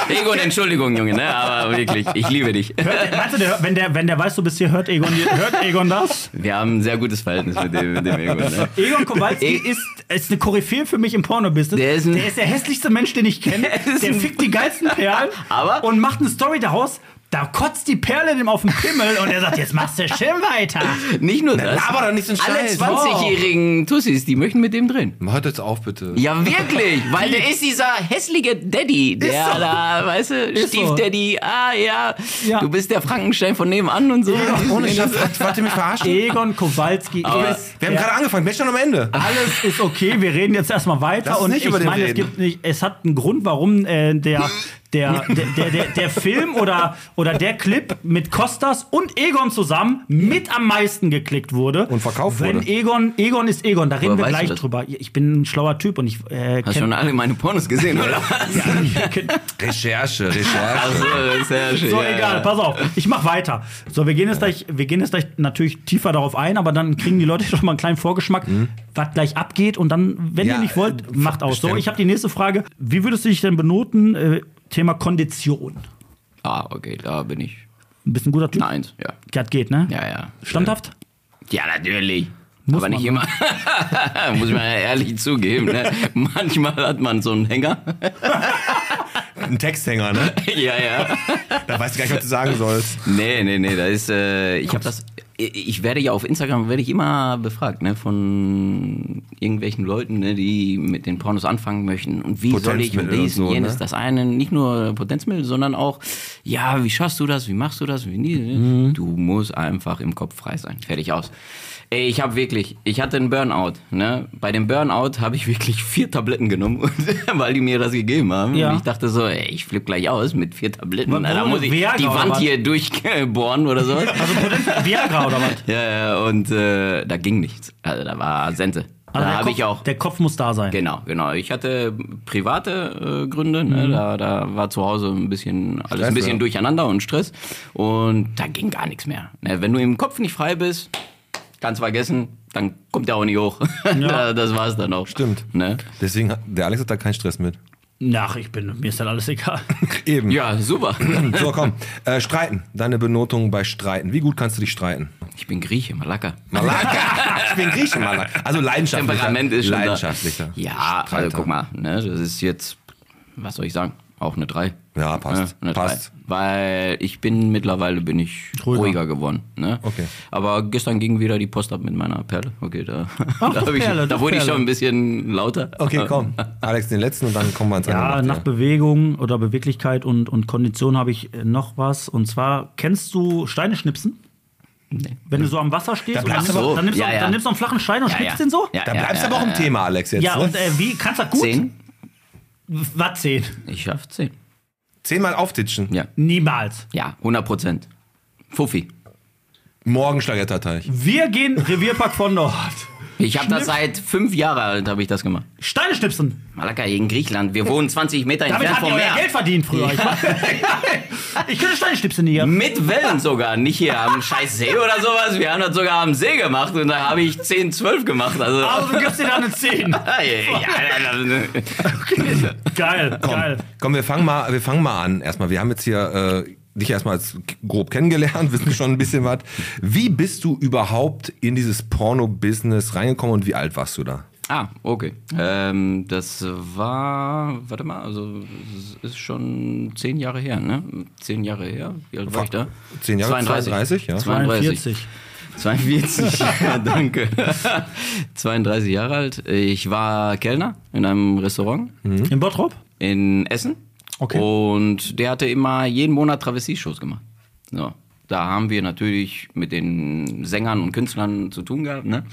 Speaker 5: Egon, Entschuldigung, Junge, ne? Aber wirklich, ich liebe dich.
Speaker 3: Hört, der- meinst du, der, hört- wenn, der, wenn der weiß, du bist hier, hört Egon, hört Egon das?
Speaker 5: Wir haben ein sehr gutes Verhältnis mit dem, mit dem Egon. Ne?
Speaker 3: Egon Kowalski
Speaker 5: E-
Speaker 3: ist, ist eine Koryphäe für mich im Porno-Business.
Speaker 5: Der ist ein-
Speaker 3: der hässlichste Mensch, den ich kenne.
Speaker 5: ist
Speaker 3: Der
Speaker 5: ein-
Speaker 3: fickt die geilsten Perlen
Speaker 5: Aber-
Speaker 3: und macht eine Story daraus. Da kotzt die Perle dem auf den Pimmel und er sagt, jetzt machst du schön weiter.
Speaker 5: Nicht nur das.
Speaker 2: laber doch nicht so einen
Speaker 5: Alle
Speaker 2: Scheiß.
Speaker 5: 20-jährigen Tussis, die möchten mit dem drehen.
Speaker 2: Hört jetzt auf, bitte.
Speaker 5: Ja, wirklich, weil der ist dieser hässliche Daddy, der
Speaker 3: so.
Speaker 5: da, weißt du,
Speaker 3: so.
Speaker 5: Stiefdaddy, ah ja,
Speaker 3: Ja.
Speaker 5: du bist der Frankenstein von nebenan und so.
Speaker 2: Ohne Scheiß. Wollt ihr mich verarschen?
Speaker 3: Egon Kowalski ist.
Speaker 2: Wir haben gerade angefangen. Wer ist schon am Ende?
Speaker 3: alles ist okay, wir reden jetzt erstmal weiter
Speaker 2: Lass uns
Speaker 3: und
Speaker 2: nicht
Speaker 3: ich
Speaker 2: über den
Speaker 3: meine, es
Speaker 2: reden.
Speaker 3: gibt nicht, es hat einen Grund, warum äh, der, der, der, der, der, der Film oder, oder der Clip mit Kostas und Egon zusammen mit am meisten geklickt wurde.
Speaker 2: Und verkauft
Speaker 3: Wenn
Speaker 2: wurde.
Speaker 3: Egon, Egon ist Egon, da reden
Speaker 5: Woher
Speaker 3: wir
Speaker 5: weißt du
Speaker 3: gleich
Speaker 5: das?
Speaker 3: drüber. Ich bin ein schlauer Typ und ich äh,
Speaker 5: Hast schon alle meine Pornos gesehen, oder?
Speaker 3: kenn-
Speaker 2: Recherche, Recherche.
Speaker 5: Also, sehr schön.
Speaker 3: So,
Speaker 5: ja,
Speaker 3: egal,
Speaker 5: ja.
Speaker 3: pass auf. Ich mach weiter. So, wir gehen jetzt gleich, wir gehen jetzt gleich natürlich tiefer darauf ein, aber dann kriegen die Leute schon mal einen kleinen Vorgeschmack, was gleich abgeht. Und dann, wenn
Speaker 2: Mhm. Ja,
Speaker 3: ihr nicht wollt,
Speaker 2: äh,
Speaker 3: macht aus. So,
Speaker 2: stimmt.
Speaker 3: ich habe die nächste Frage. Wie würdest du dich denn benoten? Äh, Thema Kondition.
Speaker 5: Ah, okay, da bin ich.
Speaker 3: Ein bisschen guter Typ.
Speaker 5: Nein, ja.
Speaker 3: Das geht, ne?
Speaker 5: Ja, ja.
Speaker 3: Standhaft?
Speaker 5: Ja, natürlich.
Speaker 3: Muss
Speaker 5: Aber nicht immer. Muss man ja ehrlich zugeben. Ne? Manchmal hat man so einen Hänger.
Speaker 2: Ein Texthänger, ne?
Speaker 5: ja, ja.
Speaker 2: Da weißt du gar nicht, was du sagen sollst.
Speaker 5: Nee, nee, nee, da ist, äh, ich habe das, ich werde ja auf Instagram, werde ich immer befragt, ne, von irgendwelchen Leuten, ne, die mit den Pornos anfangen möchten und wie soll ich
Speaker 2: Potenzmittel
Speaker 5: und
Speaker 2: und
Speaker 5: dies
Speaker 2: so,
Speaker 5: und jenes,
Speaker 2: ne?
Speaker 5: das eine, nicht nur Potenzmittel, sondern auch, ja, wie schaffst du das, wie machst du das, wie nie, ne?
Speaker 2: Mhm.
Speaker 5: du musst einfach im Kopf frei sein, fertig aus. Ey, ich habe wirklich, ich hatte einen Burnout, ne, bei dem Burnout habe ich wirklich vier Tabletten genommen, weil die mir das gegeben haben
Speaker 3: Ja.
Speaker 5: und ich dachte so, ey, ich flipp gleich aus mit vier Tabletten,
Speaker 3: Wa-
Speaker 5: Na, da
Speaker 3: warum?
Speaker 5: muss ich
Speaker 3: Viagra
Speaker 5: die
Speaker 3: oder
Speaker 5: Wand
Speaker 3: was?
Speaker 5: hier durchbohren oder sowas.
Speaker 3: Also Potenz- Viagra oder was?
Speaker 5: Ja, ja, und äh, da ging nichts. Also da war Sente.
Speaker 3: Also
Speaker 5: da
Speaker 3: der
Speaker 5: habe
Speaker 3: Kopf-
Speaker 5: ich auch.
Speaker 3: Der Kopf muss da sein.
Speaker 5: Genau, genau. Ich hatte private äh, Gründe.
Speaker 3: Mhm.
Speaker 5: Ne? Da, da war zu Hause ein bisschen alles
Speaker 2: Stress,
Speaker 5: ein bisschen
Speaker 2: ja.
Speaker 5: durcheinander und Stress. Und da ging gar nichts mehr. Ne? Wenn du im Kopf nicht frei bist, kannst vergessen, dann kommt der auch nicht hoch. da, das war's dann auch.
Speaker 2: Stimmt.
Speaker 5: Ne?
Speaker 2: Deswegen, hat- der Alex hat da keinen Stress mit.
Speaker 3: Nach, ich bin, mir ist das alles egal. Hm.
Speaker 2: Eben.
Speaker 5: Ja, super.
Speaker 2: So, komm. Äh, streiten. Deine Benotung bei Streiten. Wie gut kannst du dich streiten?
Speaker 5: Ich bin Grieche, Malaka.
Speaker 2: Malaka. Ich bin Griechen, Malaka. Also leidenschaftlicher.
Speaker 5: Temperament ist schon
Speaker 2: Leidenschaftlicher.
Speaker 5: Da. Ja, also
Speaker 2: Streiter.
Speaker 5: guck mal, ne, das ist jetzt, was soll ich sagen, auch eine 3.
Speaker 2: Ja, passt.
Speaker 5: eine
Speaker 2: Passt.
Speaker 5: 3. Weil ich bin mittlerweile bin ich ruhiger,
Speaker 3: Ruhiger.
Speaker 5: geworden. Ne?
Speaker 2: Okay.
Speaker 5: Aber gestern ging wieder die Post ab mit meiner Perle. Okay, da, da,
Speaker 3: doch
Speaker 5: hab ich,
Speaker 3: Perle,
Speaker 5: da
Speaker 3: doch
Speaker 5: wurde ich
Speaker 3: Perle.
Speaker 5: schon ein bisschen lauter.
Speaker 2: Okay, komm. Alex, den letzten und dann kommen wir ans
Speaker 3: Ja,
Speaker 2: andere.
Speaker 3: nach Bewegung oder Beweglichkeit und, und Kondition habe ich äh, noch was. Und zwar, kennst du Steine schnipsen?
Speaker 5: Nee.
Speaker 3: Wenn du so am Wasser stehst, und
Speaker 2: bleibst
Speaker 3: dann,
Speaker 2: du
Speaker 5: so.
Speaker 3: dann, nimmst
Speaker 5: Ja,
Speaker 3: du,
Speaker 5: ja.
Speaker 3: dann nimmst du einen flachen Stein und
Speaker 5: Ja,
Speaker 3: schnippst
Speaker 5: ja.
Speaker 3: den so?
Speaker 5: Ja,
Speaker 2: Dann bleibst du
Speaker 5: ja,
Speaker 2: aber auch im Thema, Alex, jetzt.
Speaker 3: Ja,
Speaker 2: ne?
Speaker 3: und äh, wie kannst du das gut?
Speaker 5: 10?
Speaker 3: Was zehn?
Speaker 5: Ich schaff 10.
Speaker 2: Zehnmal auftitschen.
Speaker 5: Ja,
Speaker 3: Niemals.
Speaker 5: ja 100 Prozent. Fuffi.
Speaker 2: Morgen Schlagetterteich.
Speaker 3: Wir gehen Revierpark von Nord.
Speaker 5: Ich habe das
Speaker 3: Schnipp-
Speaker 5: seit fünf Jahren alt, habe ich das gemacht.
Speaker 3: Steine schnipsen.
Speaker 5: Malaka in Griechenland. Wir wohnen 20 Meter
Speaker 3: Damit
Speaker 5: entfernt
Speaker 3: habt ihr
Speaker 5: vom
Speaker 3: euer
Speaker 5: Meer.
Speaker 3: Geld verdient früher. Ich, ich könnte Steine schnipsen hier.
Speaker 5: Mit Wellen sogar, nicht hier am scheiß See oder sowas. Wir haben das sogar am See gemacht und da habe ich 10, 12 gemacht. Also, Ah,
Speaker 3: Aber du gibst dir dann eine 10.
Speaker 5: ja, ja, ja,
Speaker 3: Geil, geil.
Speaker 2: Komm, wir fangen mal, wir fangen mal an. Erstmal, wir haben jetzt hier äh, dich erstmal als grob kennengelernt, wissen schon ein bisschen was. Wie bist du überhaupt in dieses Porno-Business reingekommen und wie alt warst du da?
Speaker 5: ah, okay. Ähm, das war, warte mal, also es ist schon 10 Jahre her, ne? 10 Jahre her. Wie alt war ich da?
Speaker 2: 10 Jahre, 32, ja.
Speaker 3: 42.
Speaker 5: 42, ja, danke. 32 Jahre alt. Ich war Kellner in einem Restaurant.
Speaker 3: In Bottrop?
Speaker 5: in Essen.
Speaker 3: Okay.
Speaker 5: Und der hatte immer jeden Monat Travestie-Shows gemacht. So. Da haben wir natürlich mit den Sängern und Künstlern zu tun gehabt. Ne?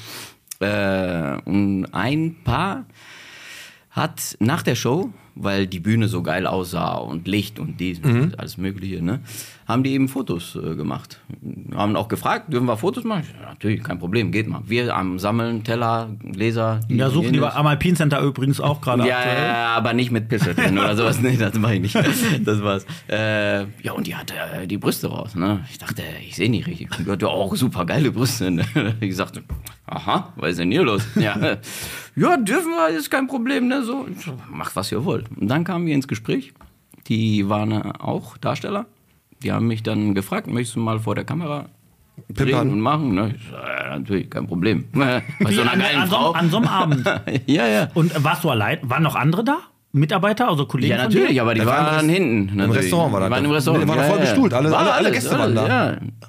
Speaker 5: Äh, und ein Paar hat nach der Show, weil die Bühne so geil aussah und Licht und dies
Speaker 3: Mhm.
Speaker 5: und alles Mögliche, ne, haben die eben Fotos äh, gemacht. Haben auch gefragt, dürfen wir Fotos machen? Ich so, Ja, natürlich, kein Problem, geht mal. Wir am Sammeln, Teller, Gläser. die-
Speaker 3: Ja, suchen die
Speaker 5: jenes.
Speaker 3: bei- am Alpine Center übrigens auch gerade
Speaker 5: Ja, ja, ja, aber nicht mit Pisse drin oder sowas. Nee, das mache ich nicht. Das war's. Äh, ja, und die hatte äh, die Brüste raus. Ne? Ich dachte, ich sehe nicht richtig. Die hatte auch super geile Brüste. Ne? Ich sagte, aha, was ist denn hier los? Ja, äh, ja dürfen wir, ist kein Problem. Ne? So, ich so, macht, was ihr wollt. Und dann kamen wir ins Gespräch. Die waren äh, auch Darsteller. Die haben mich dann gefragt, möchtest du mal vor der Kamera
Speaker 2: Pippern.
Speaker 5: reden und machen? Ne? Ich so, ja, natürlich, kein Problem. Bei
Speaker 3: Wie
Speaker 5: so einer
Speaker 3: an,
Speaker 5: geilen
Speaker 3: an, so,
Speaker 5: Frau.
Speaker 3: an so einem Abend.
Speaker 5: Ja, ja.
Speaker 3: Und warst du allein? Waren noch andere da? Mitarbeiter, also Kollegen
Speaker 5: Ja,
Speaker 3: von dir?
Speaker 5: natürlich, aber die
Speaker 2: Da
Speaker 5: waren
Speaker 2: war
Speaker 5: dann
Speaker 2: das-
Speaker 5: hinten.
Speaker 2: Im
Speaker 5: natürlich.
Speaker 2: Restaurant war das.
Speaker 5: Die waren im
Speaker 2: doch.
Speaker 5: Restaurant.
Speaker 2: Nee, war doch
Speaker 5: ja,
Speaker 2: voll
Speaker 5: ja, ja.
Speaker 2: bestuhlt. Alle,
Speaker 5: War
Speaker 2: alle, alle
Speaker 5: alles,
Speaker 2: Gäste waren
Speaker 5: alles,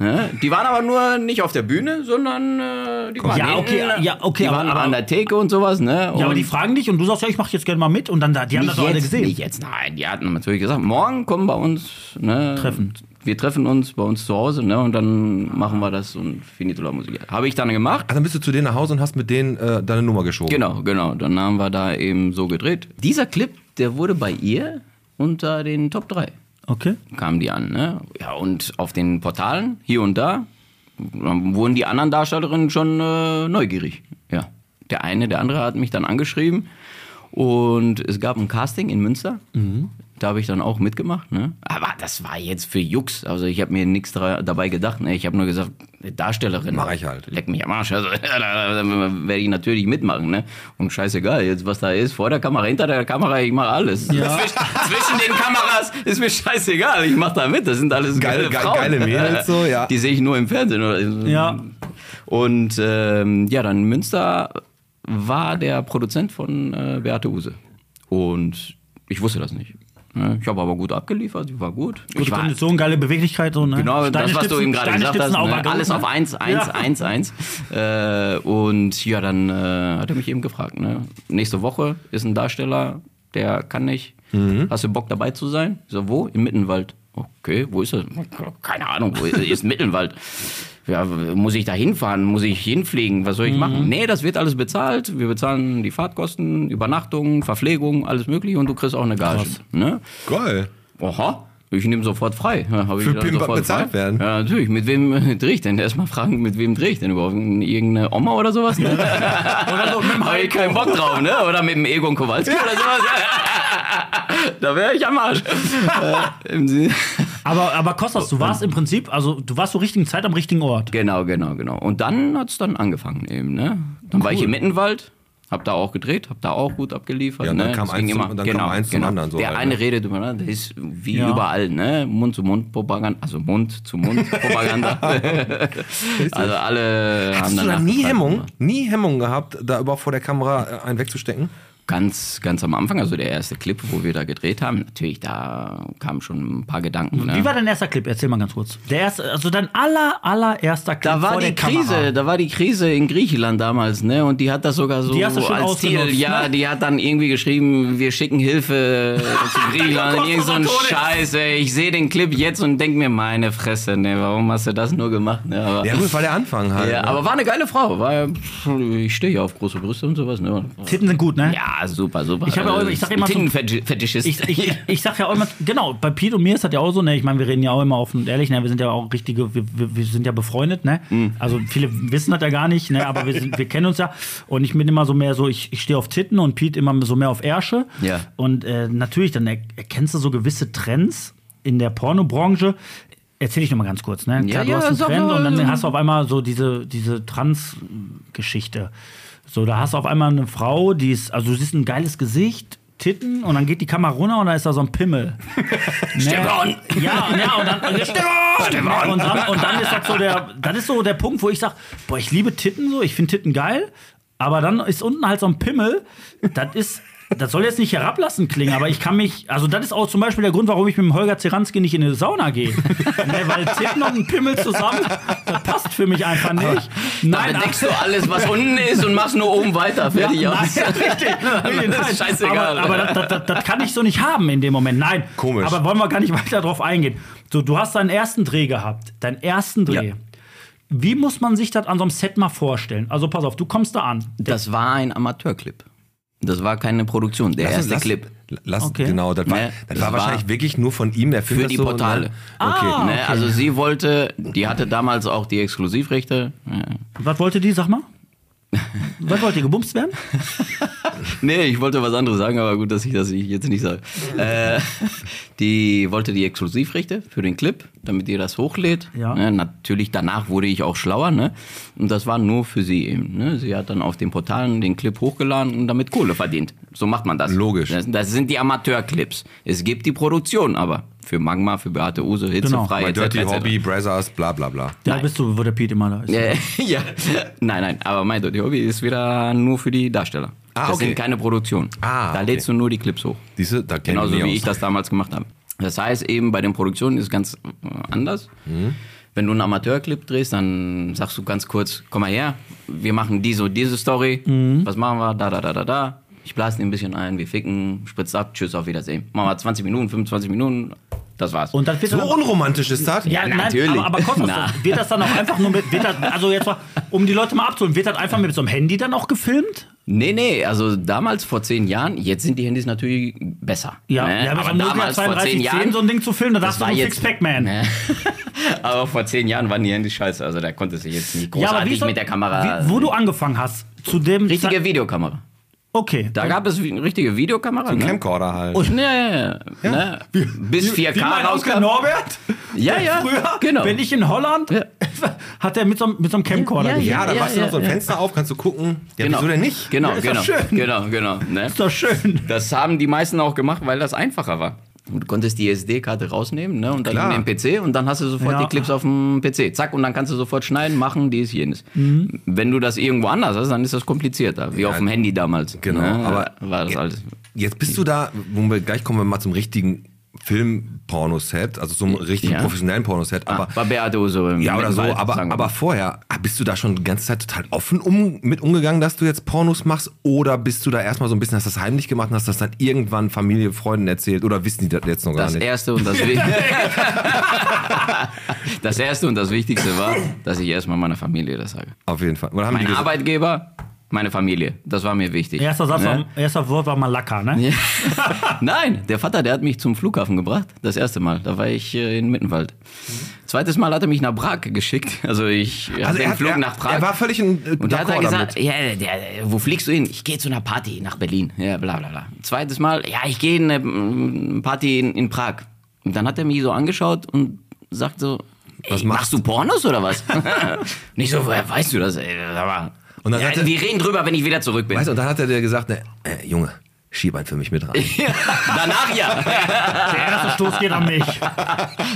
Speaker 2: da.
Speaker 5: Ja. Ja. Die waren aber nur nicht auf der Bühne, sondern äh, die waren
Speaker 3: Ja, okay,
Speaker 5: hinten.
Speaker 3: ja, okay,
Speaker 5: Die
Speaker 3: aber-
Speaker 5: waren aber
Speaker 3: aber-
Speaker 5: an der Theke und sowas, ne?
Speaker 3: Ja, aber
Speaker 5: Und-
Speaker 3: die fragen dich und du sagst, ja, ich mache jetzt gerne mal mit und dann da, die haben das doch alle
Speaker 5: jetzt,
Speaker 3: gesehen.
Speaker 5: Nicht jetzt, nein. Die hatten natürlich gesagt, morgen kommen bei uns. Ne,
Speaker 3: Treffen.
Speaker 5: Wir treffen uns bei uns zu Hause ne, und dann machen wir das und finito la musica. Habe ich dann gemacht.
Speaker 2: Ah, dann bist du zu denen nach Hause und hast mit denen äh, deine Nummer geschoben.
Speaker 5: Genau, genau. Dann haben wir da eben so gedreht. Dieser Clip, der wurde bei ihr unter den Top 3.
Speaker 3: Okay.
Speaker 5: kamen die an. Ne? Ja, und auf den Portalen, hier und da, dann wurden die anderen Darstellerinnen schon äh, neugierig. Ja. Der eine, der andere hat mich dann angeschrieben. Und es gab ein Casting in Münster.
Speaker 2: Mhm.
Speaker 5: Da habe ich dann auch mitgemacht. Ne? Aber das war jetzt für Jux. Also ich habe mir nichts dra- dabei gedacht. Ne? Ich habe nur gesagt, Darstellerin.
Speaker 2: Mach ich halt.
Speaker 5: Leck mich am Arsch. Also, da werde ich natürlich mitmachen. Ne? Und scheißegal, jetzt was da ist, vor der Kamera, hinter der Kamera, ich mache alles. Zwischen, zwischen den Kameras ist mir scheißegal. Ich mache da mit. Das sind alles
Speaker 2: Geile-
Speaker 5: geile,
Speaker 2: ge-
Speaker 5: Frauen.
Speaker 2: geile Mädels so, ja.
Speaker 5: Die sehe ich nur im Fernsehen. Oder?
Speaker 3: Ja.
Speaker 5: Und ähm, ja, dann in Münster war der Produzent von äh, Beate Use. Und ich wusste das nicht. Ne? Ich habe aber gut abgeliefert, die war gut.
Speaker 3: Gute
Speaker 5: ich war,
Speaker 3: Kondition, geile Beweglichkeit. So, ne?
Speaker 5: Genau, das, was du
Speaker 3: Stützen-
Speaker 5: eben gerade
Speaker 3: Steine
Speaker 5: gesagt hast.
Speaker 3: stützen,
Speaker 5: Ne?
Speaker 3: Aubergine,
Speaker 5: Alles
Speaker 3: ne?
Speaker 5: auf 1, 1,
Speaker 3: Ja.
Speaker 5: 1, 1. Äh, und ja, dann äh, hat er mich eben gefragt. Ne? Nächste Woche ist ein Darsteller, der kann nicht. Hast du Bock dabei zu sein? Ich So, wo? Im Mittenwald. Okay, wo ist das? Keine Ahnung, wo ist, ist Mittenwald? Ja, muss ich da hinfahren? Muss ich hinfliegen? Was soll
Speaker 3: Mhm.
Speaker 5: ich machen? Nee, das wird alles bezahlt. Wir bezahlen die Fahrtkosten, Übernachtung, Verpflegung, alles mögliche und du kriegst auch eine Gage. Ne?
Speaker 2: Geil.
Speaker 5: Aha. Ich nehme sofort frei. Ja, hab ich
Speaker 2: Für
Speaker 5: dann
Speaker 2: Pimp
Speaker 5: sofort
Speaker 2: bezahlt
Speaker 5: frei.
Speaker 2: werden.
Speaker 5: Ja, natürlich. Mit wem äh, drehe ich denn? Erstmal fragen, mit wem drehe ich denn überhaupt? Irgendeine Oma oder sowas? Ne? oder so mit dem Habe ich keinen Bock drauf, ne? Oder mit dem Egon Kowalski oder sowas? da wäre ich am Arsch. äh, im Sinne-
Speaker 3: Aber, aber Kostas, du warst im Prinzip, also du warst zur richtigen Zeit am richtigen Ort.
Speaker 5: Genau, genau, genau. Und dann hat's dann angefangen eben, ne? Dann war ich im Mittenwald, hab da auch gedreht, hab da auch gut abgeliefert.
Speaker 2: Ja, und
Speaker 5: ne?
Speaker 2: dann kam
Speaker 5: Das
Speaker 2: eins
Speaker 5: ging genau.
Speaker 2: zum- und dann kam eins zum anderen, so
Speaker 5: Der
Speaker 2: halt,
Speaker 5: eine
Speaker 2: ne?
Speaker 5: redet über den anderen, das ist wie
Speaker 3: Ja.
Speaker 5: überall, ne? Mund-zu-Mund-Propaganda, also Mund-zu-Mund-Propaganda. also alle haben
Speaker 2: Hast du
Speaker 5: danach
Speaker 2: da nie
Speaker 5: gefragt,
Speaker 2: Hemmung, nie Hemmung gehabt, da überhaupt vor der Kamera äh, einen wegzustecken?
Speaker 5: Ganz, ganz am Anfang, also der erste Clip, wo wir da gedreht haben, natürlich, da kamen schon ein paar Gedanken. Ne?
Speaker 3: Wie war dein erster Clip? Erzähl mal ganz kurz. Der erste, also dein aller, allererster Clip
Speaker 5: Da war
Speaker 3: vor
Speaker 5: die
Speaker 3: der Kamera.
Speaker 5: Krise, da war die Krise in Griechenland damals, ne? Und die hat das sogar so
Speaker 3: Die hast du schon
Speaker 5: als Titel,
Speaker 3: ausgenutzt,
Speaker 5: ja,
Speaker 3: ne?
Speaker 5: die hat dann irgendwie geschrieben, wir schicken Hilfe zu Griechenland,
Speaker 3: Kostas
Speaker 5: irgend so ein
Speaker 3: Antonis.
Speaker 5: Scheiße. Ich sehe den Clip jetzt und denk mir, meine Fresse, ne, warum hast du das nur gemacht? Ne, aber,
Speaker 2: Ja,
Speaker 5: ja.
Speaker 2: gut, war der Anfang halt. ne?
Speaker 5: aber war eine geile Frau. War, pff, ich stehe ja auf große Brüste und sowas. Ne?
Speaker 3: Titten sind gut, ne?
Speaker 5: Ja, super, super. Also,
Speaker 3: Ich hab ja auch- ich sag immer so-
Speaker 5: Tintenfetischist.
Speaker 3: Ich, ich, ich sag ja auch immer, genau, bei Piet und mir ist das ja auch so, ne, ich meine, wir reden ja auch immer offen und ehrlich, ne, wir sind ja auch richtige, wir, wir, wir sind ja befreundet, ne, also viele wissen das ja gar nicht, ne, aber wir, sind, wir kennen uns ja und ich bin immer so mehr so, ich, ich stehe auf Titten und Piet immer so mehr auf Ärsche
Speaker 5: Ja.
Speaker 3: und äh, natürlich, dann er, erkennst du so gewisse Trends in der Pornobranche, Erzähl ich nochmal ganz kurz, ne? Klar,
Speaker 5: Ja,
Speaker 3: du
Speaker 5: ja,
Speaker 3: hast einen
Speaker 5: sag
Speaker 3: Trend
Speaker 5: mal,
Speaker 3: und dann
Speaker 5: ähm,
Speaker 3: hast du auf einmal so diese, diese Trans-Geschichte. So, da hast du auf einmal eine Frau, die ist, also du siehst ein geiles Gesicht, Titten und dann geht die Kamera runter und da ist da so ein Pimmel. Stefan! Ja, ja, und dann, und, Stefan! Und dann, und dann ist das so der, das ist so der Punkt, wo ich sage, boah, ich liebe Titten so, ich finde Titten geil, aber dann ist unten halt so ein Pimmel, das ist, das soll jetzt nicht herablassen klingen, aber ich kann mich, also das ist auch zum Beispiel der Grund, warum ich mit dem Holger Zeranski nicht in eine Sauna gehe. ne, weil Titten und ein Pimmel zusammen, das passt für mich einfach nicht.
Speaker 5: Nein,
Speaker 3: ach-
Speaker 5: deckst du alles, was unten ist und machst nur oben weiter. Fertig
Speaker 3: ja,
Speaker 5: aus.
Speaker 3: Nein, richtig. Nee,
Speaker 5: Das ist
Speaker 3: nein.
Speaker 5: scheißegal.
Speaker 3: Aber, aber das, das, das kann ich so nicht haben in dem Moment. Nein.
Speaker 2: Komisch.
Speaker 3: Aber wollen wir gar nicht weiter drauf eingehen. So, du hast deinen ersten Dreh gehabt. Deinen ersten Dreh.
Speaker 5: Ja.
Speaker 3: Wie muss man sich das an so einem Set mal vorstellen? Also pass auf, du kommst da an.
Speaker 5: Das war ein Amateurclip. Das war keine Produktion, der
Speaker 2: Lass uns-
Speaker 5: erste
Speaker 2: lass-
Speaker 5: Clip.
Speaker 2: Lass,
Speaker 3: Okay.
Speaker 2: Genau, das war,
Speaker 5: Ne,
Speaker 2: das
Speaker 5: das
Speaker 2: war
Speaker 5: war
Speaker 2: wahrscheinlich wirklich nur von ihm. Er
Speaker 5: Für die Portale.
Speaker 2: ne? Ah, okay.
Speaker 5: Ne? Also sie wollte, die hatte damals auch die Exklusivrechte. Ja.
Speaker 3: Was wollte die, sag mal? Was wollte die gebumst werden?
Speaker 5: Nee, ich wollte was anderes sagen, aber gut, dass ich das jetzt nicht sage. Äh, die wollte die Exklusivrechte für den Clip, damit ihr das hochlädt.
Speaker 3: Ja.
Speaker 5: Ne, natürlich, danach wurde ich auch schlauer. Ne? Und das war nur für sie eben. Ne? Sie hat dann auf den Portalen den Clip hochgeladen und damit Kohle verdient. So macht man das.
Speaker 2: Logisch.
Speaker 5: Das, das sind die Amateurclips. Es gibt die Produktion aber. Für Magma, für Beate Use, Hitzefrei,
Speaker 2: Bei
Speaker 5: etc.
Speaker 2: Dirty
Speaker 5: etc.
Speaker 2: Hobby, Brothers, bla bla bla.
Speaker 3: Da bist du, wo der Piet immer da ist.
Speaker 5: Äh, ja, nein, nein, aber mein Dirty Hobby ist wieder nur für die Darsteller.
Speaker 2: Ah,
Speaker 5: das
Speaker 2: okay.
Speaker 5: sind keine Produktionen.
Speaker 2: Ah,
Speaker 5: da
Speaker 2: okay.
Speaker 5: lädst du nur die Clips hoch.
Speaker 2: Diese, da kenn
Speaker 5: Genauso
Speaker 2: mich
Speaker 5: wie ich
Speaker 2: aus.
Speaker 5: das damals gemacht habe. Das heißt eben, bei den Produktionen ist es ganz äh, anders.
Speaker 2: Mhm.
Speaker 5: Wenn du einen Amateurclip drehst, dann sagst du ganz kurz, komm mal her, wir machen diese und diese Story.
Speaker 2: Mhm.
Speaker 5: Was machen wir? Da, da, da, da, da. Ich blase den ein bisschen ein, wir ficken, spritzt ab, tschüss, auf Wiedersehen. Machen wir 20 Minuten, 25 Minuten, das war's.
Speaker 3: Und das wird dann
Speaker 2: So unromantisch ist das?
Speaker 3: Ja, nein,
Speaker 5: natürlich.
Speaker 3: Aber, aber Kostas,
Speaker 5: Na.
Speaker 3: wird das dann auch einfach nur mit, wird das, also jetzt mal, um die Leute mal abzuholen, wird das einfach mit so einem Handy dann auch gefilmt?
Speaker 5: Nee, nee, also damals vor zehn Jahren, jetzt sind die Handys natürlich besser.
Speaker 3: Ja,
Speaker 5: ne?
Speaker 3: ja aber, so ein Nokia 3210 so ein Ding zu filmen, da
Speaker 5: Das
Speaker 3: darfst du
Speaker 5: war
Speaker 3: so ein
Speaker 5: jetzt-
Speaker 3: Sixpack-Man.
Speaker 5: Ne? aber vor zehn Jahren waren die Handys scheiße, also da konnte sich jetzt nicht
Speaker 3: Ja,
Speaker 5: großartig
Speaker 3: soll-
Speaker 5: mit der Kamera.
Speaker 3: Wie, wo du angefangen hast, zu dem.
Speaker 5: richtige
Speaker 3: Ze-
Speaker 5: Videokamera.
Speaker 3: Okay.
Speaker 5: Da gab es wie- richtige Videokamera.
Speaker 2: Ein
Speaker 5: ne?
Speaker 2: Camcorder halt.
Speaker 5: Ja, ja, ja. Ne? Bis 4K
Speaker 3: Wie mein Onkel
Speaker 5: rauskam.
Speaker 3: Norbert?
Speaker 5: Ja, ja.
Speaker 3: Früher,
Speaker 5: genau.
Speaker 3: wenn ich in Holland,
Speaker 5: Ja.
Speaker 3: hat er mit so, einem- mit so einem Camcorder
Speaker 5: Ja, ja,
Speaker 3: gegangen.
Speaker 2: ja, da
Speaker 5: ja,
Speaker 2: machst du
Speaker 5: ja,
Speaker 2: noch so ein
Speaker 5: ja.
Speaker 2: Fenster auf, kannst du gucken. Ja,
Speaker 5: genau.
Speaker 2: wieso denn nicht?
Speaker 5: Genau,
Speaker 3: Ja, ist
Speaker 5: genau,
Speaker 3: doch schön.
Speaker 5: genau, genau. Ne?
Speaker 3: Ist doch schön.
Speaker 5: Das haben die meisten auch gemacht, weil das einfacher war. Du konntest die SD-Karte rausnehmen ne, und dann
Speaker 2: Klar.
Speaker 5: in den PC und dann hast du sofort
Speaker 3: Ja.
Speaker 5: die Clips auf dem PC. Zack, und dann kannst du sofort schneiden, machen, dies, jenes.
Speaker 2: Mhm.
Speaker 5: Wenn du das irgendwo anders hast, dann ist das komplizierter, wie auf dem Handy damals.
Speaker 2: genau,
Speaker 5: ne,
Speaker 2: aber-
Speaker 5: war das alles.
Speaker 2: Jetzt bist du da, wo wir gleich kommen wir mal zum richtigen Film-Pornoset, also zum richtigen
Speaker 5: Ja. Ah,
Speaker 2: professionellen Pornoset, aber.
Speaker 5: war Beate so im
Speaker 2: ja, oder so,
Speaker 5: Mittenwald,
Speaker 2: aber,
Speaker 5: sagen wir
Speaker 2: aber
Speaker 5: mal.
Speaker 2: vorher, ah, bist du da schon die ganze Zeit total offen um, mit umgegangen, dass du jetzt Pornos machst? Oder bist du da erstmal so ein bisschen, hast das heimlich gemacht und hast das dann irgendwann Familie, Freunden erzählt? Oder wissen die das jetzt noch gar
Speaker 5: Das
Speaker 2: nicht?
Speaker 5: erste und das Wichtigste. das erste und das Wichtigste war, dass ich erstmal meiner Familie das sage.
Speaker 2: Auf jeden Fall. Oder haben die
Speaker 5: Mein
Speaker 2: gesagt,
Speaker 5: Arbeitgeber, meine Familie. Das war mir wichtig.
Speaker 3: Erster, Satz
Speaker 5: Ne?
Speaker 3: war, erster Wort war mal Lacker, ne?
Speaker 5: Nein, der Vater, der hat mich zum Flughafen gebracht. Das erste Mal. Da war ich äh, in Mittenwald.
Speaker 2: Mhm.
Speaker 5: Zweites Mal hat er mich nach Prag geschickt. Also ich
Speaker 2: also
Speaker 5: hatte
Speaker 2: er,
Speaker 5: den
Speaker 2: hat,
Speaker 5: Flug
Speaker 2: er,
Speaker 5: nach Prag.
Speaker 2: er war völlig in äh,
Speaker 5: und da hat er
Speaker 2: d'accord
Speaker 5: gesagt,
Speaker 2: damit.
Speaker 5: ja, der, der, wo fliegst du hin? Ich gehe zu einer Party nach Berlin. Ja, bla bla bla. Zweites Mal, ja, ich gehe in eine ähm, Party in, in Prag. Und dann hat er mich so angeschaut und sagt so,
Speaker 2: Was machst
Speaker 5: "Ey, machst du Pornos oder was? Nicht so, woher weißt du das? Ey, sag mal.
Speaker 2: Und dann
Speaker 5: ja,
Speaker 2: hat er-
Speaker 5: wir reden drüber, wenn ich wieder zurück bin.
Speaker 2: Weißt du, und dann hat er dir gesagt, ne, äh, Junge, schieb einen für mich mit rein.
Speaker 5: Danach ja.
Speaker 3: Der erste Stoß geht an mich.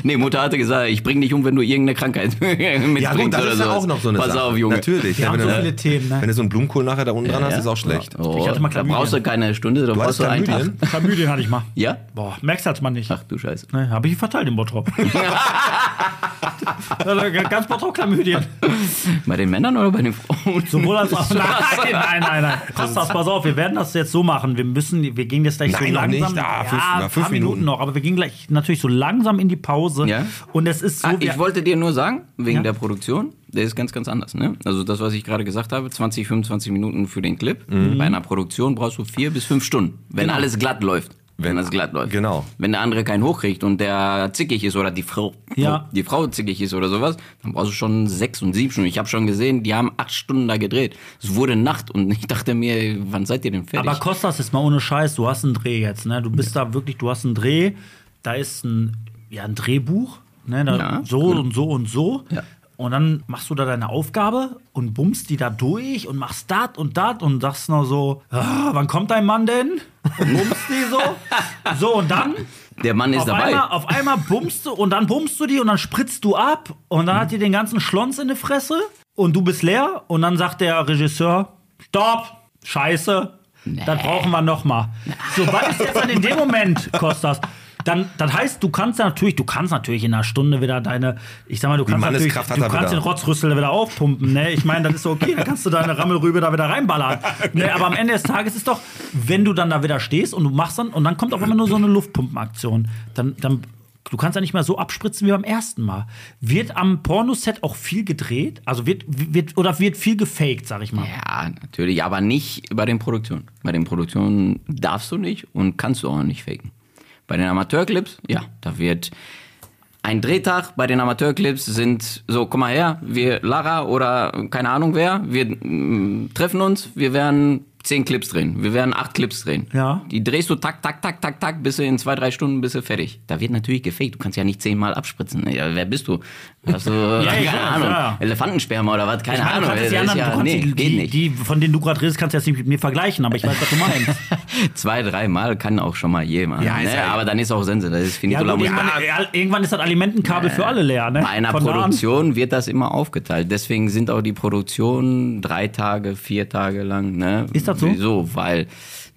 Speaker 5: Nee, Mutter hatte gesagt, ich bring dich um, wenn du irgendeine Krankheit mitbringst
Speaker 2: Ja, gut, das
Speaker 5: oder
Speaker 2: ist ja
Speaker 5: sowas.
Speaker 2: auch noch so eine
Speaker 5: Pass
Speaker 2: Sache.
Speaker 5: auf, Junge.
Speaker 2: Natürlich. Ja,
Speaker 3: haben
Speaker 2: wenn,
Speaker 3: so
Speaker 2: du,
Speaker 3: viele Themen, ne?
Speaker 2: wenn du so einen Blumenkohl nachher da unten dran hast,
Speaker 5: Ja.
Speaker 2: ist auch schlecht.
Speaker 5: Oh,
Speaker 3: Ich hatte mal
Speaker 5: da brauchst du keine Stunde, da
Speaker 2: Du hast
Speaker 5: brauchst du einen Tag.
Speaker 2: Chlamydien?
Speaker 3: Chlamydien hatte ich mal.
Speaker 5: Ja?
Speaker 3: Boah, merkst du halt mal nicht.
Speaker 5: Ach du Scheiße.
Speaker 3: Ne, Habe ich verteilt im Bottrop. Ja, Ganz Bottrop Chlamydien.
Speaker 5: Bei den Männern oder bei den Frauen?
Speaker 3: Sowohl als auch. Nein, nein, nein, nein. Pass, pass, pass auf, wir werden das jetzt so machen. Wir müssen, wir gehen jetzt gleich
Speaker 2: Nein,
Speaker 3: so
Speaker 2: noch
Speaker 3: langsam.
Speaker 2: nicht. Ah, fünf-
Speaker 3: ja,
Speaker 2: na, fünf
Speaker 3: paar Minuten.
Speaker 2: Minuten.
Speaker 3: noch, aber wir gehen gleich natürlich so langsam in die Pause.
Speaker 5: Ja.
Speaker 3: Und es ist so.
Speaker 5: Ah,
Speaker 3: wir-
Speaker 5: ich wollte dir nur sagen, wegen
Speaker 3: Ja?
Speaker 5: der Produktion, der ist ganz, ganz anders. Ne? Also das, was ich gerade gesagt habe, 20, 25 Minuten für den Clip.
Speaker 3: Mhm.
Speaker 5: Bei einer Produktion brauchst du vier bis fünf Stunden,
Speaker 3: Genau.
Speaker 5: wenn alles glatt läuft. Wenn,
Speaker 2: Wenn-
Speaker 5: alles glatt läuft.
Speaker 2: genau.
Speaker 5: Wenn der andere keinen hochkriegt und der zickig ist oder die Frau, oh,
Speaker 3: Ja.
Speaker 5: die Frau zickig ist oder sowas, dann brauchst du schon sechs und sieben Stunden. Ich habe schon gesehen, die haben acht Stunden da gedreht. Es wurde Nacht und ich dachte mir, wann seid ihr denn fertig?
Speaker 3: Aber Kostas ist mal ohne Scheiß, du hast einen Dreh jetzt, ne? Du bist da wirklich, du hast einen Dreh, da ist ein, ja, ein Drehbuch, ne? Da
Speaker 5: Ja,
Speaker 3: so und so und so.
Speaker 5: Ja.
Speaker 3: Und dann machst du da deine Aufgabe und bummst die da durch und machst dat und dat und sagst noch so, ah, wann kommt dein Mann denn? Und bummst die so. So und dann
Speaker 5: der Mann ist
Speaker 3: auf
Speaker 5: dabei.
Speaker 3: einmal, auf einmal bummst du und dann bummst du die und dann spritzt du ab und dann hat die den ganzen Schlons in die Fresse und du bist leer und dann sagt der Regisseur, stopp, scheiße, das brauchen wir nochmal. So, was ist jetzt dann in dem Moment, Kostas? Dann, das heißt, du kannst ja natürlich, du kannst natürlich in einer Stunde wieder deine, ich sag mal, du kannst natürlich,
Speaker 2: Manneskraft hat
Speaker 3: du
Speaker 2: er
Speaker 3: kannst
Speaker 2: wieder.
Speaker 3: den Rotzrüssel wieder aufpumpen, ne? Ich meine, das ist so okay, dann kannst du deine Rammelrübe da wieder reinballern. Ne? Aber am Ende des Tages ist doch, wenn du dann da wieder stehst und du machst dann, und dann kommt auch immer nur so eine Luftpumpenaktion, dann, dann, du kannst ja nicht mehr so abspritzen wie beim ersten Mal. Wird am Pornoset auch viel gedreht? Also wird, wird, oder wird viel gefaked, sag ich mal.
Speaker 5: Ja, natürlich, aber nicht bei den Produktionen. Bei den Produktionen darfst du nicht und kannst du auch nicht faken. Bei den Amateurclips, ja, da wird ein Drehtag. Bei den Amateurclips sind so, komm mal her, wir, Lara oder keine Ahnung wer, wir mm, treffen uns, wir werden zehn Clips drehen, wir werden acht Clips drehen.
Speaker 3: Ja.
Speaker 5: Die drehst du tak, tak, tak, tak, tak, bis du in zwei, drei Stunden bist du fertig. Da wird natürlich gefaked, du kannst ja nicht zehnmal abspritzen. Ja, wer bist du? Hast du, keine
Speaker 3: ich weiß,
Speaker 5: Ahnung,
Speaker 3: ja.
Speaker 5: Elefantensperma oder was? Keine
Speaker 3: Ich meine, du
Speaker 5: Ahnung.
Speaker 3: kannst jetzt die
Speaker 5: das ist
Speaker 3: anderen, du kannst
Speaker 5: nee,
Speaker 3: die,
Speaker 5: geht
Speaker 3: die,
Speaker 5: nicht.
Speaker 3: die, von denen du gerade redest, kannst du jetzt nicht mit mir vergleichen, aber ich weiß, was du meinst.
Speaker 5: Zwei, dreimal kann auch schon mal jemand.
Speaker 2: Ja, ist
Speaker 5: ne?
Speaker 2: ja-
Speaker 5: Aber dann ist auch Sense, das ist
Speaker 3: ja,
Speaker 5: finito la
Speaker 3: gut,
Speaker 5: musica.
Speaker 3: irgendwann, irgendwann ist das Alimentenkabel für alle leer, ne?
Speaker 5: Bei einer
Speaker 3: Von da an.
Speaker 5: Produktion wird das immer aufgeteilt. Deswegen sind auch die Produktionen drei Tage, vier Tage lang. Ne?
Speaker 3: Ist das dazu?
Speaker 5: Wieso? Weil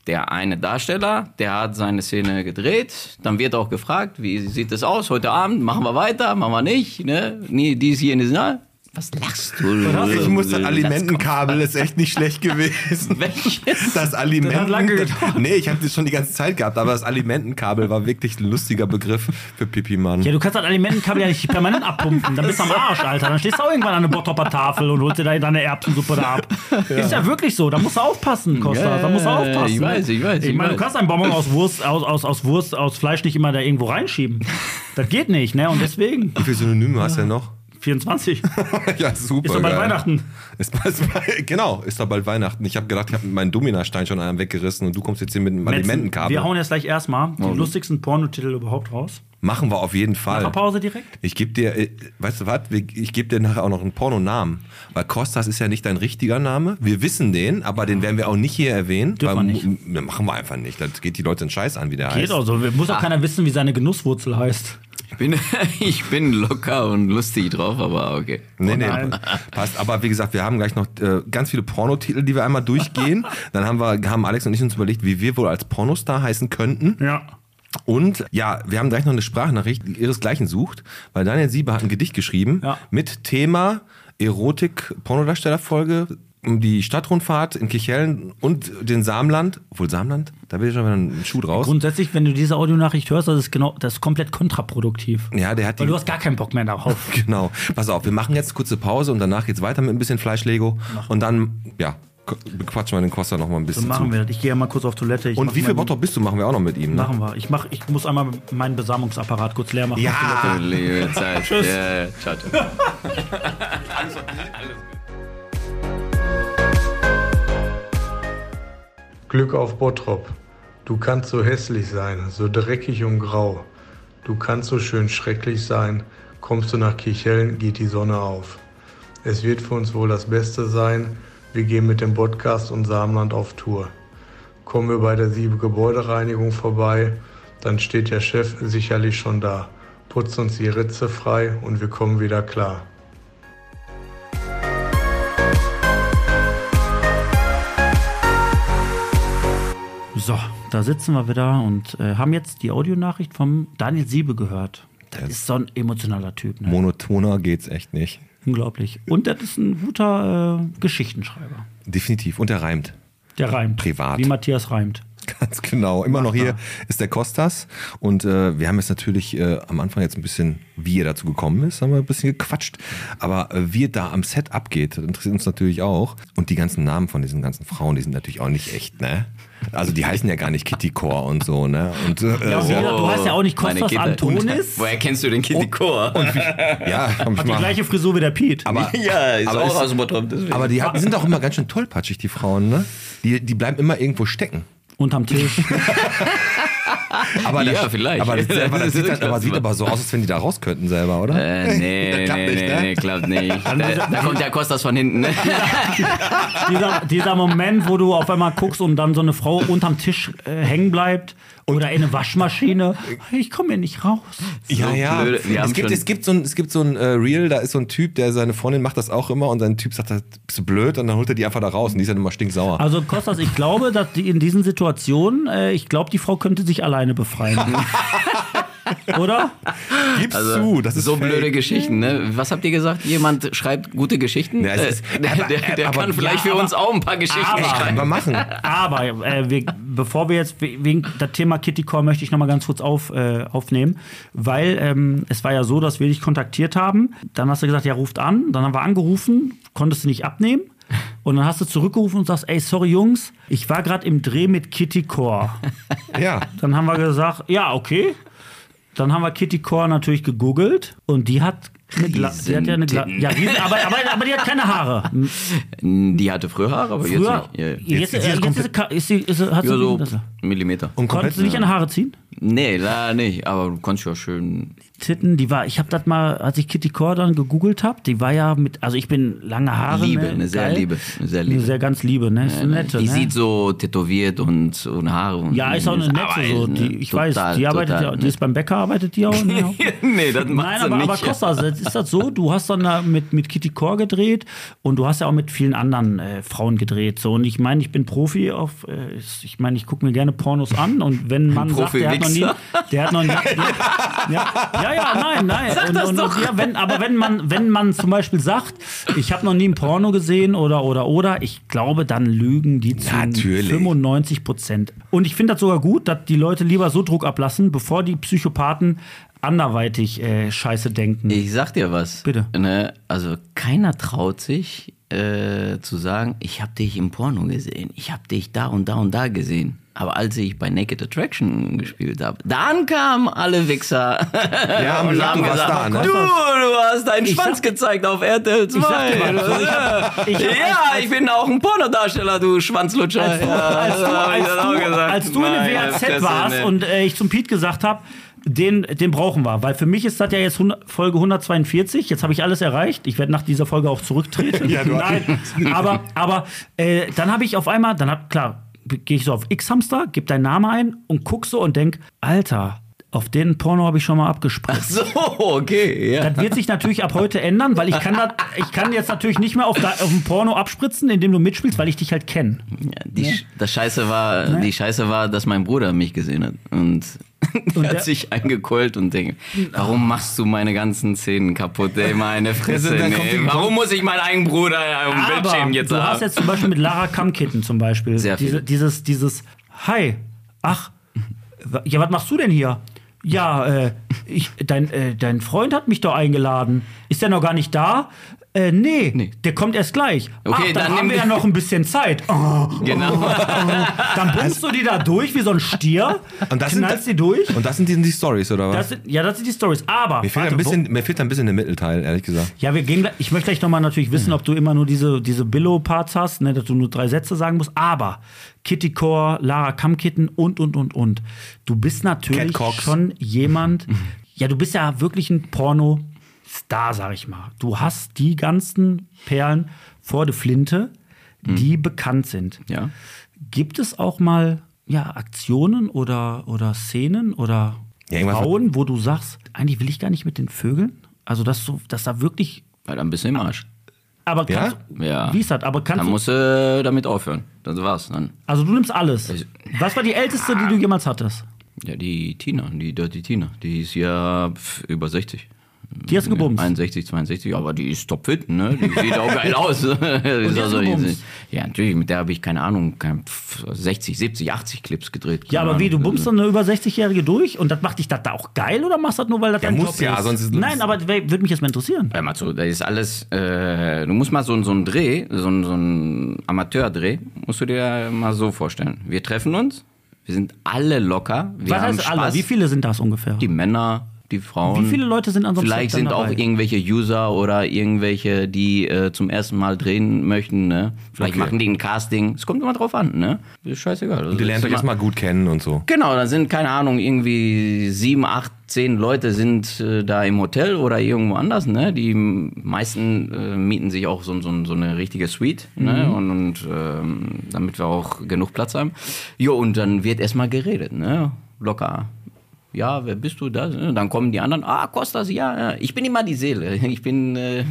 Speaker 5: der eine Darsteller, der hat seine Szene gedreht, dann wird auch gefragt, wie sieht es aus heute Abend, machen wir weiter, machen wir nicht, ne? Nee, dies hier, dies, na? Was lachst du?
Speaker 8: Ich muss das Alimentenkabel, ist echt nicht schlecht gewesen.
Speaker 5: Welches?
Speaker 8: Das Alimenten.
Speaker 3: Das hat lange gedauert.
Speaker 8: Nee, ich habe das schon die ganze Zeit gehabt, aber das Alimentenkabel war wirklich ein lustiger Begriff für Pipi-Mann.
Speaker 3: Ja, du kannst das Alimentenkabel ja nicht permanent abpumpen. Dann bist du am Arsch, Alter. Dann stehst du auch irgendwann an der Bottropper Tafel und holst dir da deine Erbsensuppe da ab. Ist ja wirklich so. Da musst du aufpassen, Costa. da musst du
Speaker 5: Ja,
Speaker 3: aufpassen. ne?
Speaker 5: ich weiß, ich weiß,
Speaker 3: Ich
Speaker 5: ich
Speaker 3: meine, du
Speaker 5: weiß.
Speaker 3: kannst einen Bonbon aus Wurst, aus, aus, aus Wurst, aus Fleisch nicht immer da irgendwo reinschieben. Das geht nicht, ne? Und deswegen.
Speaker 2: Wie viele Synonyme hast du denn noch?
Speaker 3: 24.
Speaker 2: ja, super.
Speaker 3: Ist doch bald
Speaker 2: geil.
Speaker 3: Weihnachten.
Speaker 2: Ist bald, genau, ist doch bald Weihnachten. Ich habe gedacht, ich habe meinen Dominastein schon einem weggerissen und du kommst jetzt hier mit einem
Speaker 3: Wir
Speaker 2: Alimentenkabel.
Speaker 3: hauen jetzt gleich erstmal
Speaker 5: Mhm.
Speaker 3: die lustigsten Pornotitel überhaupt raus.
Speaker 2: Machen wir auf jeden Fall.
Speaker 3: Nach Pause direkt.
Speaker 2: Ich gebe dir, äh, weißt du was, Wir- ich gebe dir nachher auch noch einen Pornonamen. Weil Kostas ist ja nicht dein richtiger Name. Wir wissen den, aber den werden wir auch nicht hier erwähnen.
Speaker 3: Dürfen
Speaker 2: weil
Speaker 3: wir nicht.
Speaker 2: mu- ne, machen wir einfach nicht. Das geht die Leute einen Scheiß an, wie der
Speaker 3: Geht
Speaker 2: heißt.
Speaker 3: auch so. Muss auch keiner wissen, wie seine Genusswurzel heißt.
Speaker 5: Ich bin, ich bin locker und lustig drauf, aber okay.
Speaker 2: Nee, nee,
Speaker 3: nein.
Speaker 2: passt. Aber wie gesagt, wir haben gleich noch äh, ganz viele Pornotitel, die wir einmal durchgehen. Dann haben wir, haben Alex und ich uns überlegt, wie wir wohl als Pornostar heißen könnten.
Speaker 3: Ja.
Speaker 2: Und ja, wir haben gleich noch eine Sprachnachricht, die ihresgleichen sucht, weil Daniel Sieber hat ein Gedicht geschrieben
Speaker 3: Ja.
Speaker 2: mit Thema Erotik, Pornodarstellerfolge, um die Stadtrundfahrt in Kichellen und den Samland. Obwohl Samland, da will ich schon wieder ein Schuh draus.
Speaker 3: Grundsätzlich, wenn du diese Audionachricht hörst, das ist genau, das ist komplett kontraproduktiv.
Speaker 2: Ja, der hat die.
Speaker 3: Weil du hast gar keinen Bock mehr darauf. Also
Speaker 2: Genau. Pass auf, wir machen jetzt eine kurze Pause und danach geht's weiter mit ein bisschen Fleischlego. Und dann, ja, k- bequatschen wir den Costa noch mal ein bisschen.
Speaker 3: Dann machen
Speaker 2: zu.
Speaker 3: wir das. Ich gehe ja mal kurz auf Toilette. Ich mach
Speaker 2: Und wie viel
Speaker 3: meinen-
Speaker 2: Bottrop bist du, machen wir auch noch mit ihm. Ne?
Speaker 3: Machen wir. Ich, mach, ich muss einmal meinen Besamungsapparat kurz leer machen.
Speaker 2: Ja,
Speaker 5: Liebe Zeit. Tschüss. Ja, ja, ciao, ciao.
Speaker 9: Glück auf Bottrop. Du kannst so hässlich sein, so dreckig und grau. Du kannst so schön schrecklich sein. Kommst du nach Kicheln, geht die Sonne auf. Es wird für uns wohl das Beste sein. Wir gehen mit dem Podcast und Samenland auf Tour. Kommen wir bei der Siebe Gebäudereinigung vorbei, dann steht der Chef sicherlich schon da. Putzt uns die Ritze frei und wir kommen wieder klar.
Speaker 3: So, da sitzen wir wieder und äh, haben jetzt die Audionachricht vom Daniel Siebe gehört. Das ist so ein emotionaler Typ. Ne?
Speaker 2: monotoner geht's echt nicht.
Speaker 3: Unglaublich. Und das ist ein guter äh, Geschichtenschreiber.
Speaker 2: Definitiv. Und er reimt.
Speaker 3: Der reimt.
Speaker 2: Privat.
Speaker 3: Wie Matthias reimt.
Speaker 2: Ganz genau. Immer noch hier ist der Kostas. Und äh, wir haben jetzt natürlich äh, am Anfang jetzt ein bisschen, wie er dazu gekommen ist, haben wir ein bisschen gequatscht. Aber äh, wie es da am Set abgeht, das interessiert uns natürlich auch. Und die ganzen Namen von diesen ganzen Frauen, die sind natürlich auch nicht echt, ne? Also die heißen ja gar nicht Kitty Core und so, ne? Und, äh,
Speaker 3: Ja,
Speaker 2: ja,
Speaker 3: wie gesagt, du heißt ja auch nicht
Speaker 5: Meine
Speaker 3: Kostas
Speaker 5: Kinder.
Speaker 3: Antonis.
Speaker 5: Woher kennst du den Kitty Chor?
Speaker 2: ja hab ich
Speaker 3: Hat die
Speaker 2: mal.
Speaker 3: gleiche Frisur wie der Pete.
Speaker 2: Aber,
Speaker 5: Ja, ist
Speaker 2: aber
Speaker 5: auch
Speaker 2: ist-
Speaker 5: aus dem Bottrop. deswegen.
Speaker 2: aber die, hat- die sind auch immer ganz schön tollpatschig, die Frauen, ne? Die, die bleiben immer irgendwo stecken.
Speaker 3: Unterm Tisch.
Speaker 2: Aber
Speaker 5: Ja,
Speaker 2: das-
Speaker 5: vielleicht.
Speaker 2: Aber das, aber das
Speaker 5: Das
Speaker 2: sieht,
Speaker 5: ist
Speaker 2: dann, aber
Speaker 5: krass,
Speaker 2: sieht
Speaker 5: Mann.
Speaker 2: aber so aus, als wenn die da raus könnten selber, oder?
Speaker 5: Äh, nee,
Speaker 2: klappt
Speaker 5: nee,
Speaker 2: nicht, ne?
Speaker 5: nee, nee, klappt nicht. Da, da kommt der Kostas von hinten. Ne?
Speaker 3: dieser, dieser Moment, wo du auf einmal guckst und dann so eine Frau unterm Tisch äh, hängen bleibt oder in eine Waschmaschine. Ich komme hier nicht raus.
Speaker 2: Ja,
Speaker 5: So
Speaker 2: ja.
Speaker 5: blöde- wir
Speaker 2: Es
Speaker 5: haben
Speaker 2: gibt,
Speaker 5: schon-
Speaker 2: es gibt so ein, es gibt so ein äh, Reel, da ist so ein Typ, der seine Freundin macht das auch immer und sein Typ sagt, bist du blöd und dann holt er die einfach da raus und die ist dann immer stinksauer.
Speaker 3: Also Kostas, ich glaube, dass die in diesen Situationen, äh, ich glaube, die Frau könnte sich alleine befreien. oder?
Speaker 2: Gib's zu, das ist
Speaker 5: Also, so
Speaker 2: fake.
Speaker 5: blöde Geschichten. Ne? Was habt ihr gesagt? Jemand schreibt gute Geschichten?
Speaker 2: Ja, es ist-
Speaker 5: Äh, der der, der
Speaker 2: aber-
Speaker 5: kann vielleicht für uns auch ein paar Geschichten
Speaker 3: aber-
Speaker 5: schreiben.
Speaker 2: Ah, Kann man machen.
Speaker 3: Aber äh, wir, bevor wir jetzt we- wegen das Thema Kitty Core möchte ich noch mal ganz kurz auf, äh, aufnehmen, weil ähm, es war ja so, dass wir dich kontaktiert haben. Dann hast du gesagt, ja ruft an. Dann haben wir angerufen, konntest du nicht abnehmen. Und dann hast du zurückgerufen und sagst, ey, sorry Jungs, ich war gerade im Dreh mit Kitty Core.
Speaker 2: Ja.
Speaker 3: Dann haben wir gesagt, ja, okay. Dann haben wir Kitty Core natürlich gegoogelt und die hat eine Gla die hat ja eine Gla
Speaker 5: Riesentitten.
Speaker 3: ja, riesen, aber, aber, aber die hat keine Haare.
Speaker 5: Die hatte früher Haare, aber
Speaker 3: Früher,
Speaker 5: jetzt nicht. Ja, ja.
Speaker 3: jetzt, äh, jetzt ist sie, ka- ist sie, ist sie, hat sie
Speaker 5: Ja, so
Speaker 3: Konntest
Speaker 5: Millimeter.
Speaker 2: Und
Speaker 3: du nicht an Haare ziehen?
Speaker 5: Nee, da nicht. Aber du konntest ja schön.
Speaker 3: Titten, die war, ich habe das mal, als ich Kitty Cordon gegoogelt habe, die war ja mit, also ich bin lange Haare.
Speaker 5: Liebe,
Speaker 3: ne,
Speaker 5: eine sehr
Speaker 3: geil.
Speaker 5: liebe, eine sehr liebe.
Speaker 3: Eine sehr ganz liebe, ne? Ist eine nette,
Speaker 5: äh, die
Speaker 3: ne?
Speaker 5: sieht so tätowiert und ohne Haare. Und
Speaker 3: ja, ist auch eine
Speaker 5: aber
Speaker 3: nette so.
Speaker 5: ist, ne,
Speaker 3: Die, ich weiß,
Speaker 5: total,
Speaker 3: die arbeitet
Speaker 5: total,
Speaker 3: ja, die
Speaker 5: ne.
Speaker 3: ist beim Bäcker, arbeitet die auch. Ne?
Speaker 5: nee, das macht
Speaker 3: Nein,
Speaker 5: sie
Speaker 3: aber,
Speaker 5: nicht.
Speaker 3: aber Costa, ist das so? Du hast dann da mit, mit Kitty Core gedreht und du hast ja auch mit vielen anderen äh, Frauen gedreht. So. Und ich meine, ich bin Profi auf, äh, ich meine, ich gucke mir gerne Pornos an und wenn man sagt, der hat noch nie, der hat noch nie. Ja, ja, ja, nein, nein. und, und, und, ja, wenn, aber wenn man, wenn man zum Beispiel sagt, ich habe noch nie ein Porno gesehen oder oder oder, ich glaube, dann lügen die zu
Speaker 2: Natürlich.
Speaker 3: 95 Prozent. Und ich finde das sogar gut, dass die Leute lieber so Druck ablassen, bevor die Psychopathen anderweitig äh, Scheiße denken.
Speaker 5: Ich sag dir was.
Speaker 3: Bitte.
Speaker 5: Ne, also keiner traut sich äh, zu sagen, ich habe dich im Porno gesehen, ich habe dich da und da und da gesehen. Aber als ich bei Naked Attraction gespielt habe, dann kamen alle Wichser
Speaker 2: Ja, haben
Speaker 5: und
Speaker 2: gesagt,
Speaker 5: haben
Speaker 2: du warst
Speaker 5: gesagt, oh
Speaker 2: da, ne?
Speaker 5: du, du hast deinen
Speaker 3: Ich
Speaker 5: Schwanz
Speaker 3: sag-
Speaker 5: gezeigt auf RTL 2.
Speaker 3: sag dir was, also ich hab- ich hab-
Speaker 5: ja,
Speaker 3: als-
Speaker 5: ich bin auch ein Pornodarsteller, du Schwanzlutscher.
Speaker 3: Als du,
Speaker 5: ja,
Speaker 3: als du,
Speaker 5: das hab ich
Speaker 3: als
Speaker 5: dann auch
Speaker 3: du,
Speaker 5: gesagt.
Speaker 3: als du in der
Speaker 5: Meine
Speaker 3: WAZ
Speaker 5: Fresse,
Speaker 3: warst
Speaker 5: ne.
Speaker 3: und äh, ich zum Pete gesagt habe, den, den brauchen wir, weil für mich ist das ja jetzt 100, Folge 142. Jetzt habe ich alles erreicht. Ich werde nach dieser Folge auch zurücktreten. ja, du Nein, aber aber äh, dann habe ich auf einmal, dann hab, klar, gehe ich so auf X-Hamster, gib deinen Namen ein und guck so und denk, Alter, auf den Porno habe ich schon mal abgespritzt.
Speaker 5: so, okay, ja.
Speaker 3: Das wird sich natürlich ab heute ändern, weil ich kann, das, ich kann jetzt natürlich nicht mehr auf, da, auf ein Porno abspritzen, indem du mitspielst, weil ich dich halt kenne.
Speaker 5: Ja, die, Sch- das Scheiße war, die Scheiße war, dass mein Bruder mich gesehen hat und der
Speaker 3: der-
Speaker 5: hat sich eingekeult und denkt, warum machst du meine ganzen Szenen kaputt, ey, meine Fresse,
Speaker 2: dann kommt
Speaker 5: nee.
Speaker 2: die-
Speaker 5: warum muss ich meinen eigenen Bruder am Bildschirm jetzt
Speaker 3: du hast
Speaker 5: haben?
Speaker 3: jetzt zum Beispiel mit Lara Kammkitten zum Beispiel
Speaker 5: Sehr viel.
Speaker 3: Diese, dieses dieses Hi, ach, wa- ja, was machst du denn hier? Ja, äh, ich, dein, äh, dein Freund hat mich doch eingeladen. Ist der noch gar nicht da? Äh, nee, der kommt erst gleich.
Speaker 5: Okay,
Speaker 3: Ach, dann,
Speaker 5: dann
Speaker 3: haben
Speaker 5: nimm
Speaker 3: wir ja
Speaker 5: dich-
Speaker 3: noch ein bisschen Zeit. Oh,
Speaker 5: genau.
Speaker 3: dann bummst du die da durch wie so ein Stier,
Speaker 2: Und das sind-
Speaker 3: knallst die durch.
Speaker 2: Und das sind die, die Stories, oder was?
Speaker 3: Das sind, ja, das sind die Stories. Aber
Speaker 2: mir, fehlt
Speaker 3: warte,
Speaker 2: ein
Speaker 3: wo-
Speaker 2: bisschen, mir fehlt ein bisschen der Mittelteil, ehrlich gesagt.
Speaker 3: Ja, wir gehen gleich. Ich möchte gleich nochmal natürlich wissen, ob du immer nur diese, diese Billow-Parts hast, ne, dass du nur drei Sätze sagen musst. Aber Kitty Core, Lara Kammkitten und, und, und, und. Du bist natürlich
Speaker 2: Cat Cox. Mhm.
Speaker 3: schon jemand. ja, du bist ja wirklich ein Porno-Star, sag ich mal. Du hast die ganzen Perlen vor der Flinte,
Speaker 2: Mhm.
Speaker 3: die bekannt sind.
Speaker 5: Ja.
Speaker 3: Gibt es auch mal ja, Aktionen oder, oder Szenen oder
Speaker 2: Ja, irgendwas-
Speaker 3: Frauen, wo du sagst, eigentlich will ich gar nicht mit den Vögeln? Also, dass, du, dass da wirklich.
Speaker 5: Weil dann bist du im Arsch.
Speaker 3: Aber
Speaker 2: Ja?
Speaker 3: kannst,
Speaker 5: Ja.
Speaker 3: Wie ist das? Aber kannst
Speaker 5: Dann
Speaker 3: du,
Speaker 5: musst du damit aufhören. Das war's dann.
Speaker 3: Also, du nimmst alles. Was war die älteste, die du jemals hattest?
Speaker 5: Ja, die Tina, die Dirty Tina, die ist ja pf, über 60.
Speaker 3: Die hast du gebumst.
Speaker 5: 61, 62, Ne, aber die ist topfit, ne? Die sieht auch geil aus. Die ist also
Speaker 3: die hast du gebumst?
Speaker 5: ja, natürlich, mit der habe ich keine Ahnung, kein, pf, 60, 70, 80 Clips gedreht.
Speaker 3: Ja,
Speaker 5: keine
Speaker 3: aber wie, du
Speaker 5: Ahnung.
Speaker 3: bummst dann eine über 60-Jährige durch und das macht dich das da auch geil oder machst das nur, weil das dein
Speaker 2: muss
Speaker 3: Job
Speaker 2: ja,
Speaker 3: ist?
Speaker 2: sonst ist-
Speaker 3: Nein, aber würde mich jetzt mal interessieren.
Speaker 5: Hör mal zu, das ist alles, äh, du musst mal so, so einen Dreh, so, einen- so einen Amateurdreh, musst du dir mal so vorstellen. Wir treffen uns, wir sind alle locker, wir
Speaker 3: Was
Speaker 5: haben
Speaker 3: heißt
Speaker 5: Spaß.
Speaker 3: alle? Wie viele sind das ungefähr?
Speaker 5: Die Männer, die Frauen.
Speaker 3: Wie viele Leute sind an so einem
Speaker 5: Vielleicht
Speaker 3: Set dann
Speaker 5: sind auch
Speaker 3: dabei?
Speaker 5: irgendwelche User oder irgendwelche, die äh, zum ersten Mal drehen möchten. Ne? Vielleicht machen die ein Casting. Es kommt immer drauf an. Ne? Ist scheißegal. Also,
Speaker 2: Und ihr lernt euch erstmal gut kennen und so.
Speaker 5: Genau, da sind, keine Ahnung, irgendwie sieben, acht, zehn Leute sind äh, da im Hotel oder irgendwo anders, ne? Die meisten äh, mieten sich auch so, so, so eine richtige Suite, ne? Und, und ähm, damit wir auch genug Platz haben. Jo, und dann wird erstmal geredet, ne? Locker. Ja, wer bist du das? ne? Dann kommen die anderen. Ah, Kostas, ja, ja. Ich bin immer die Seele. Ich bin äh,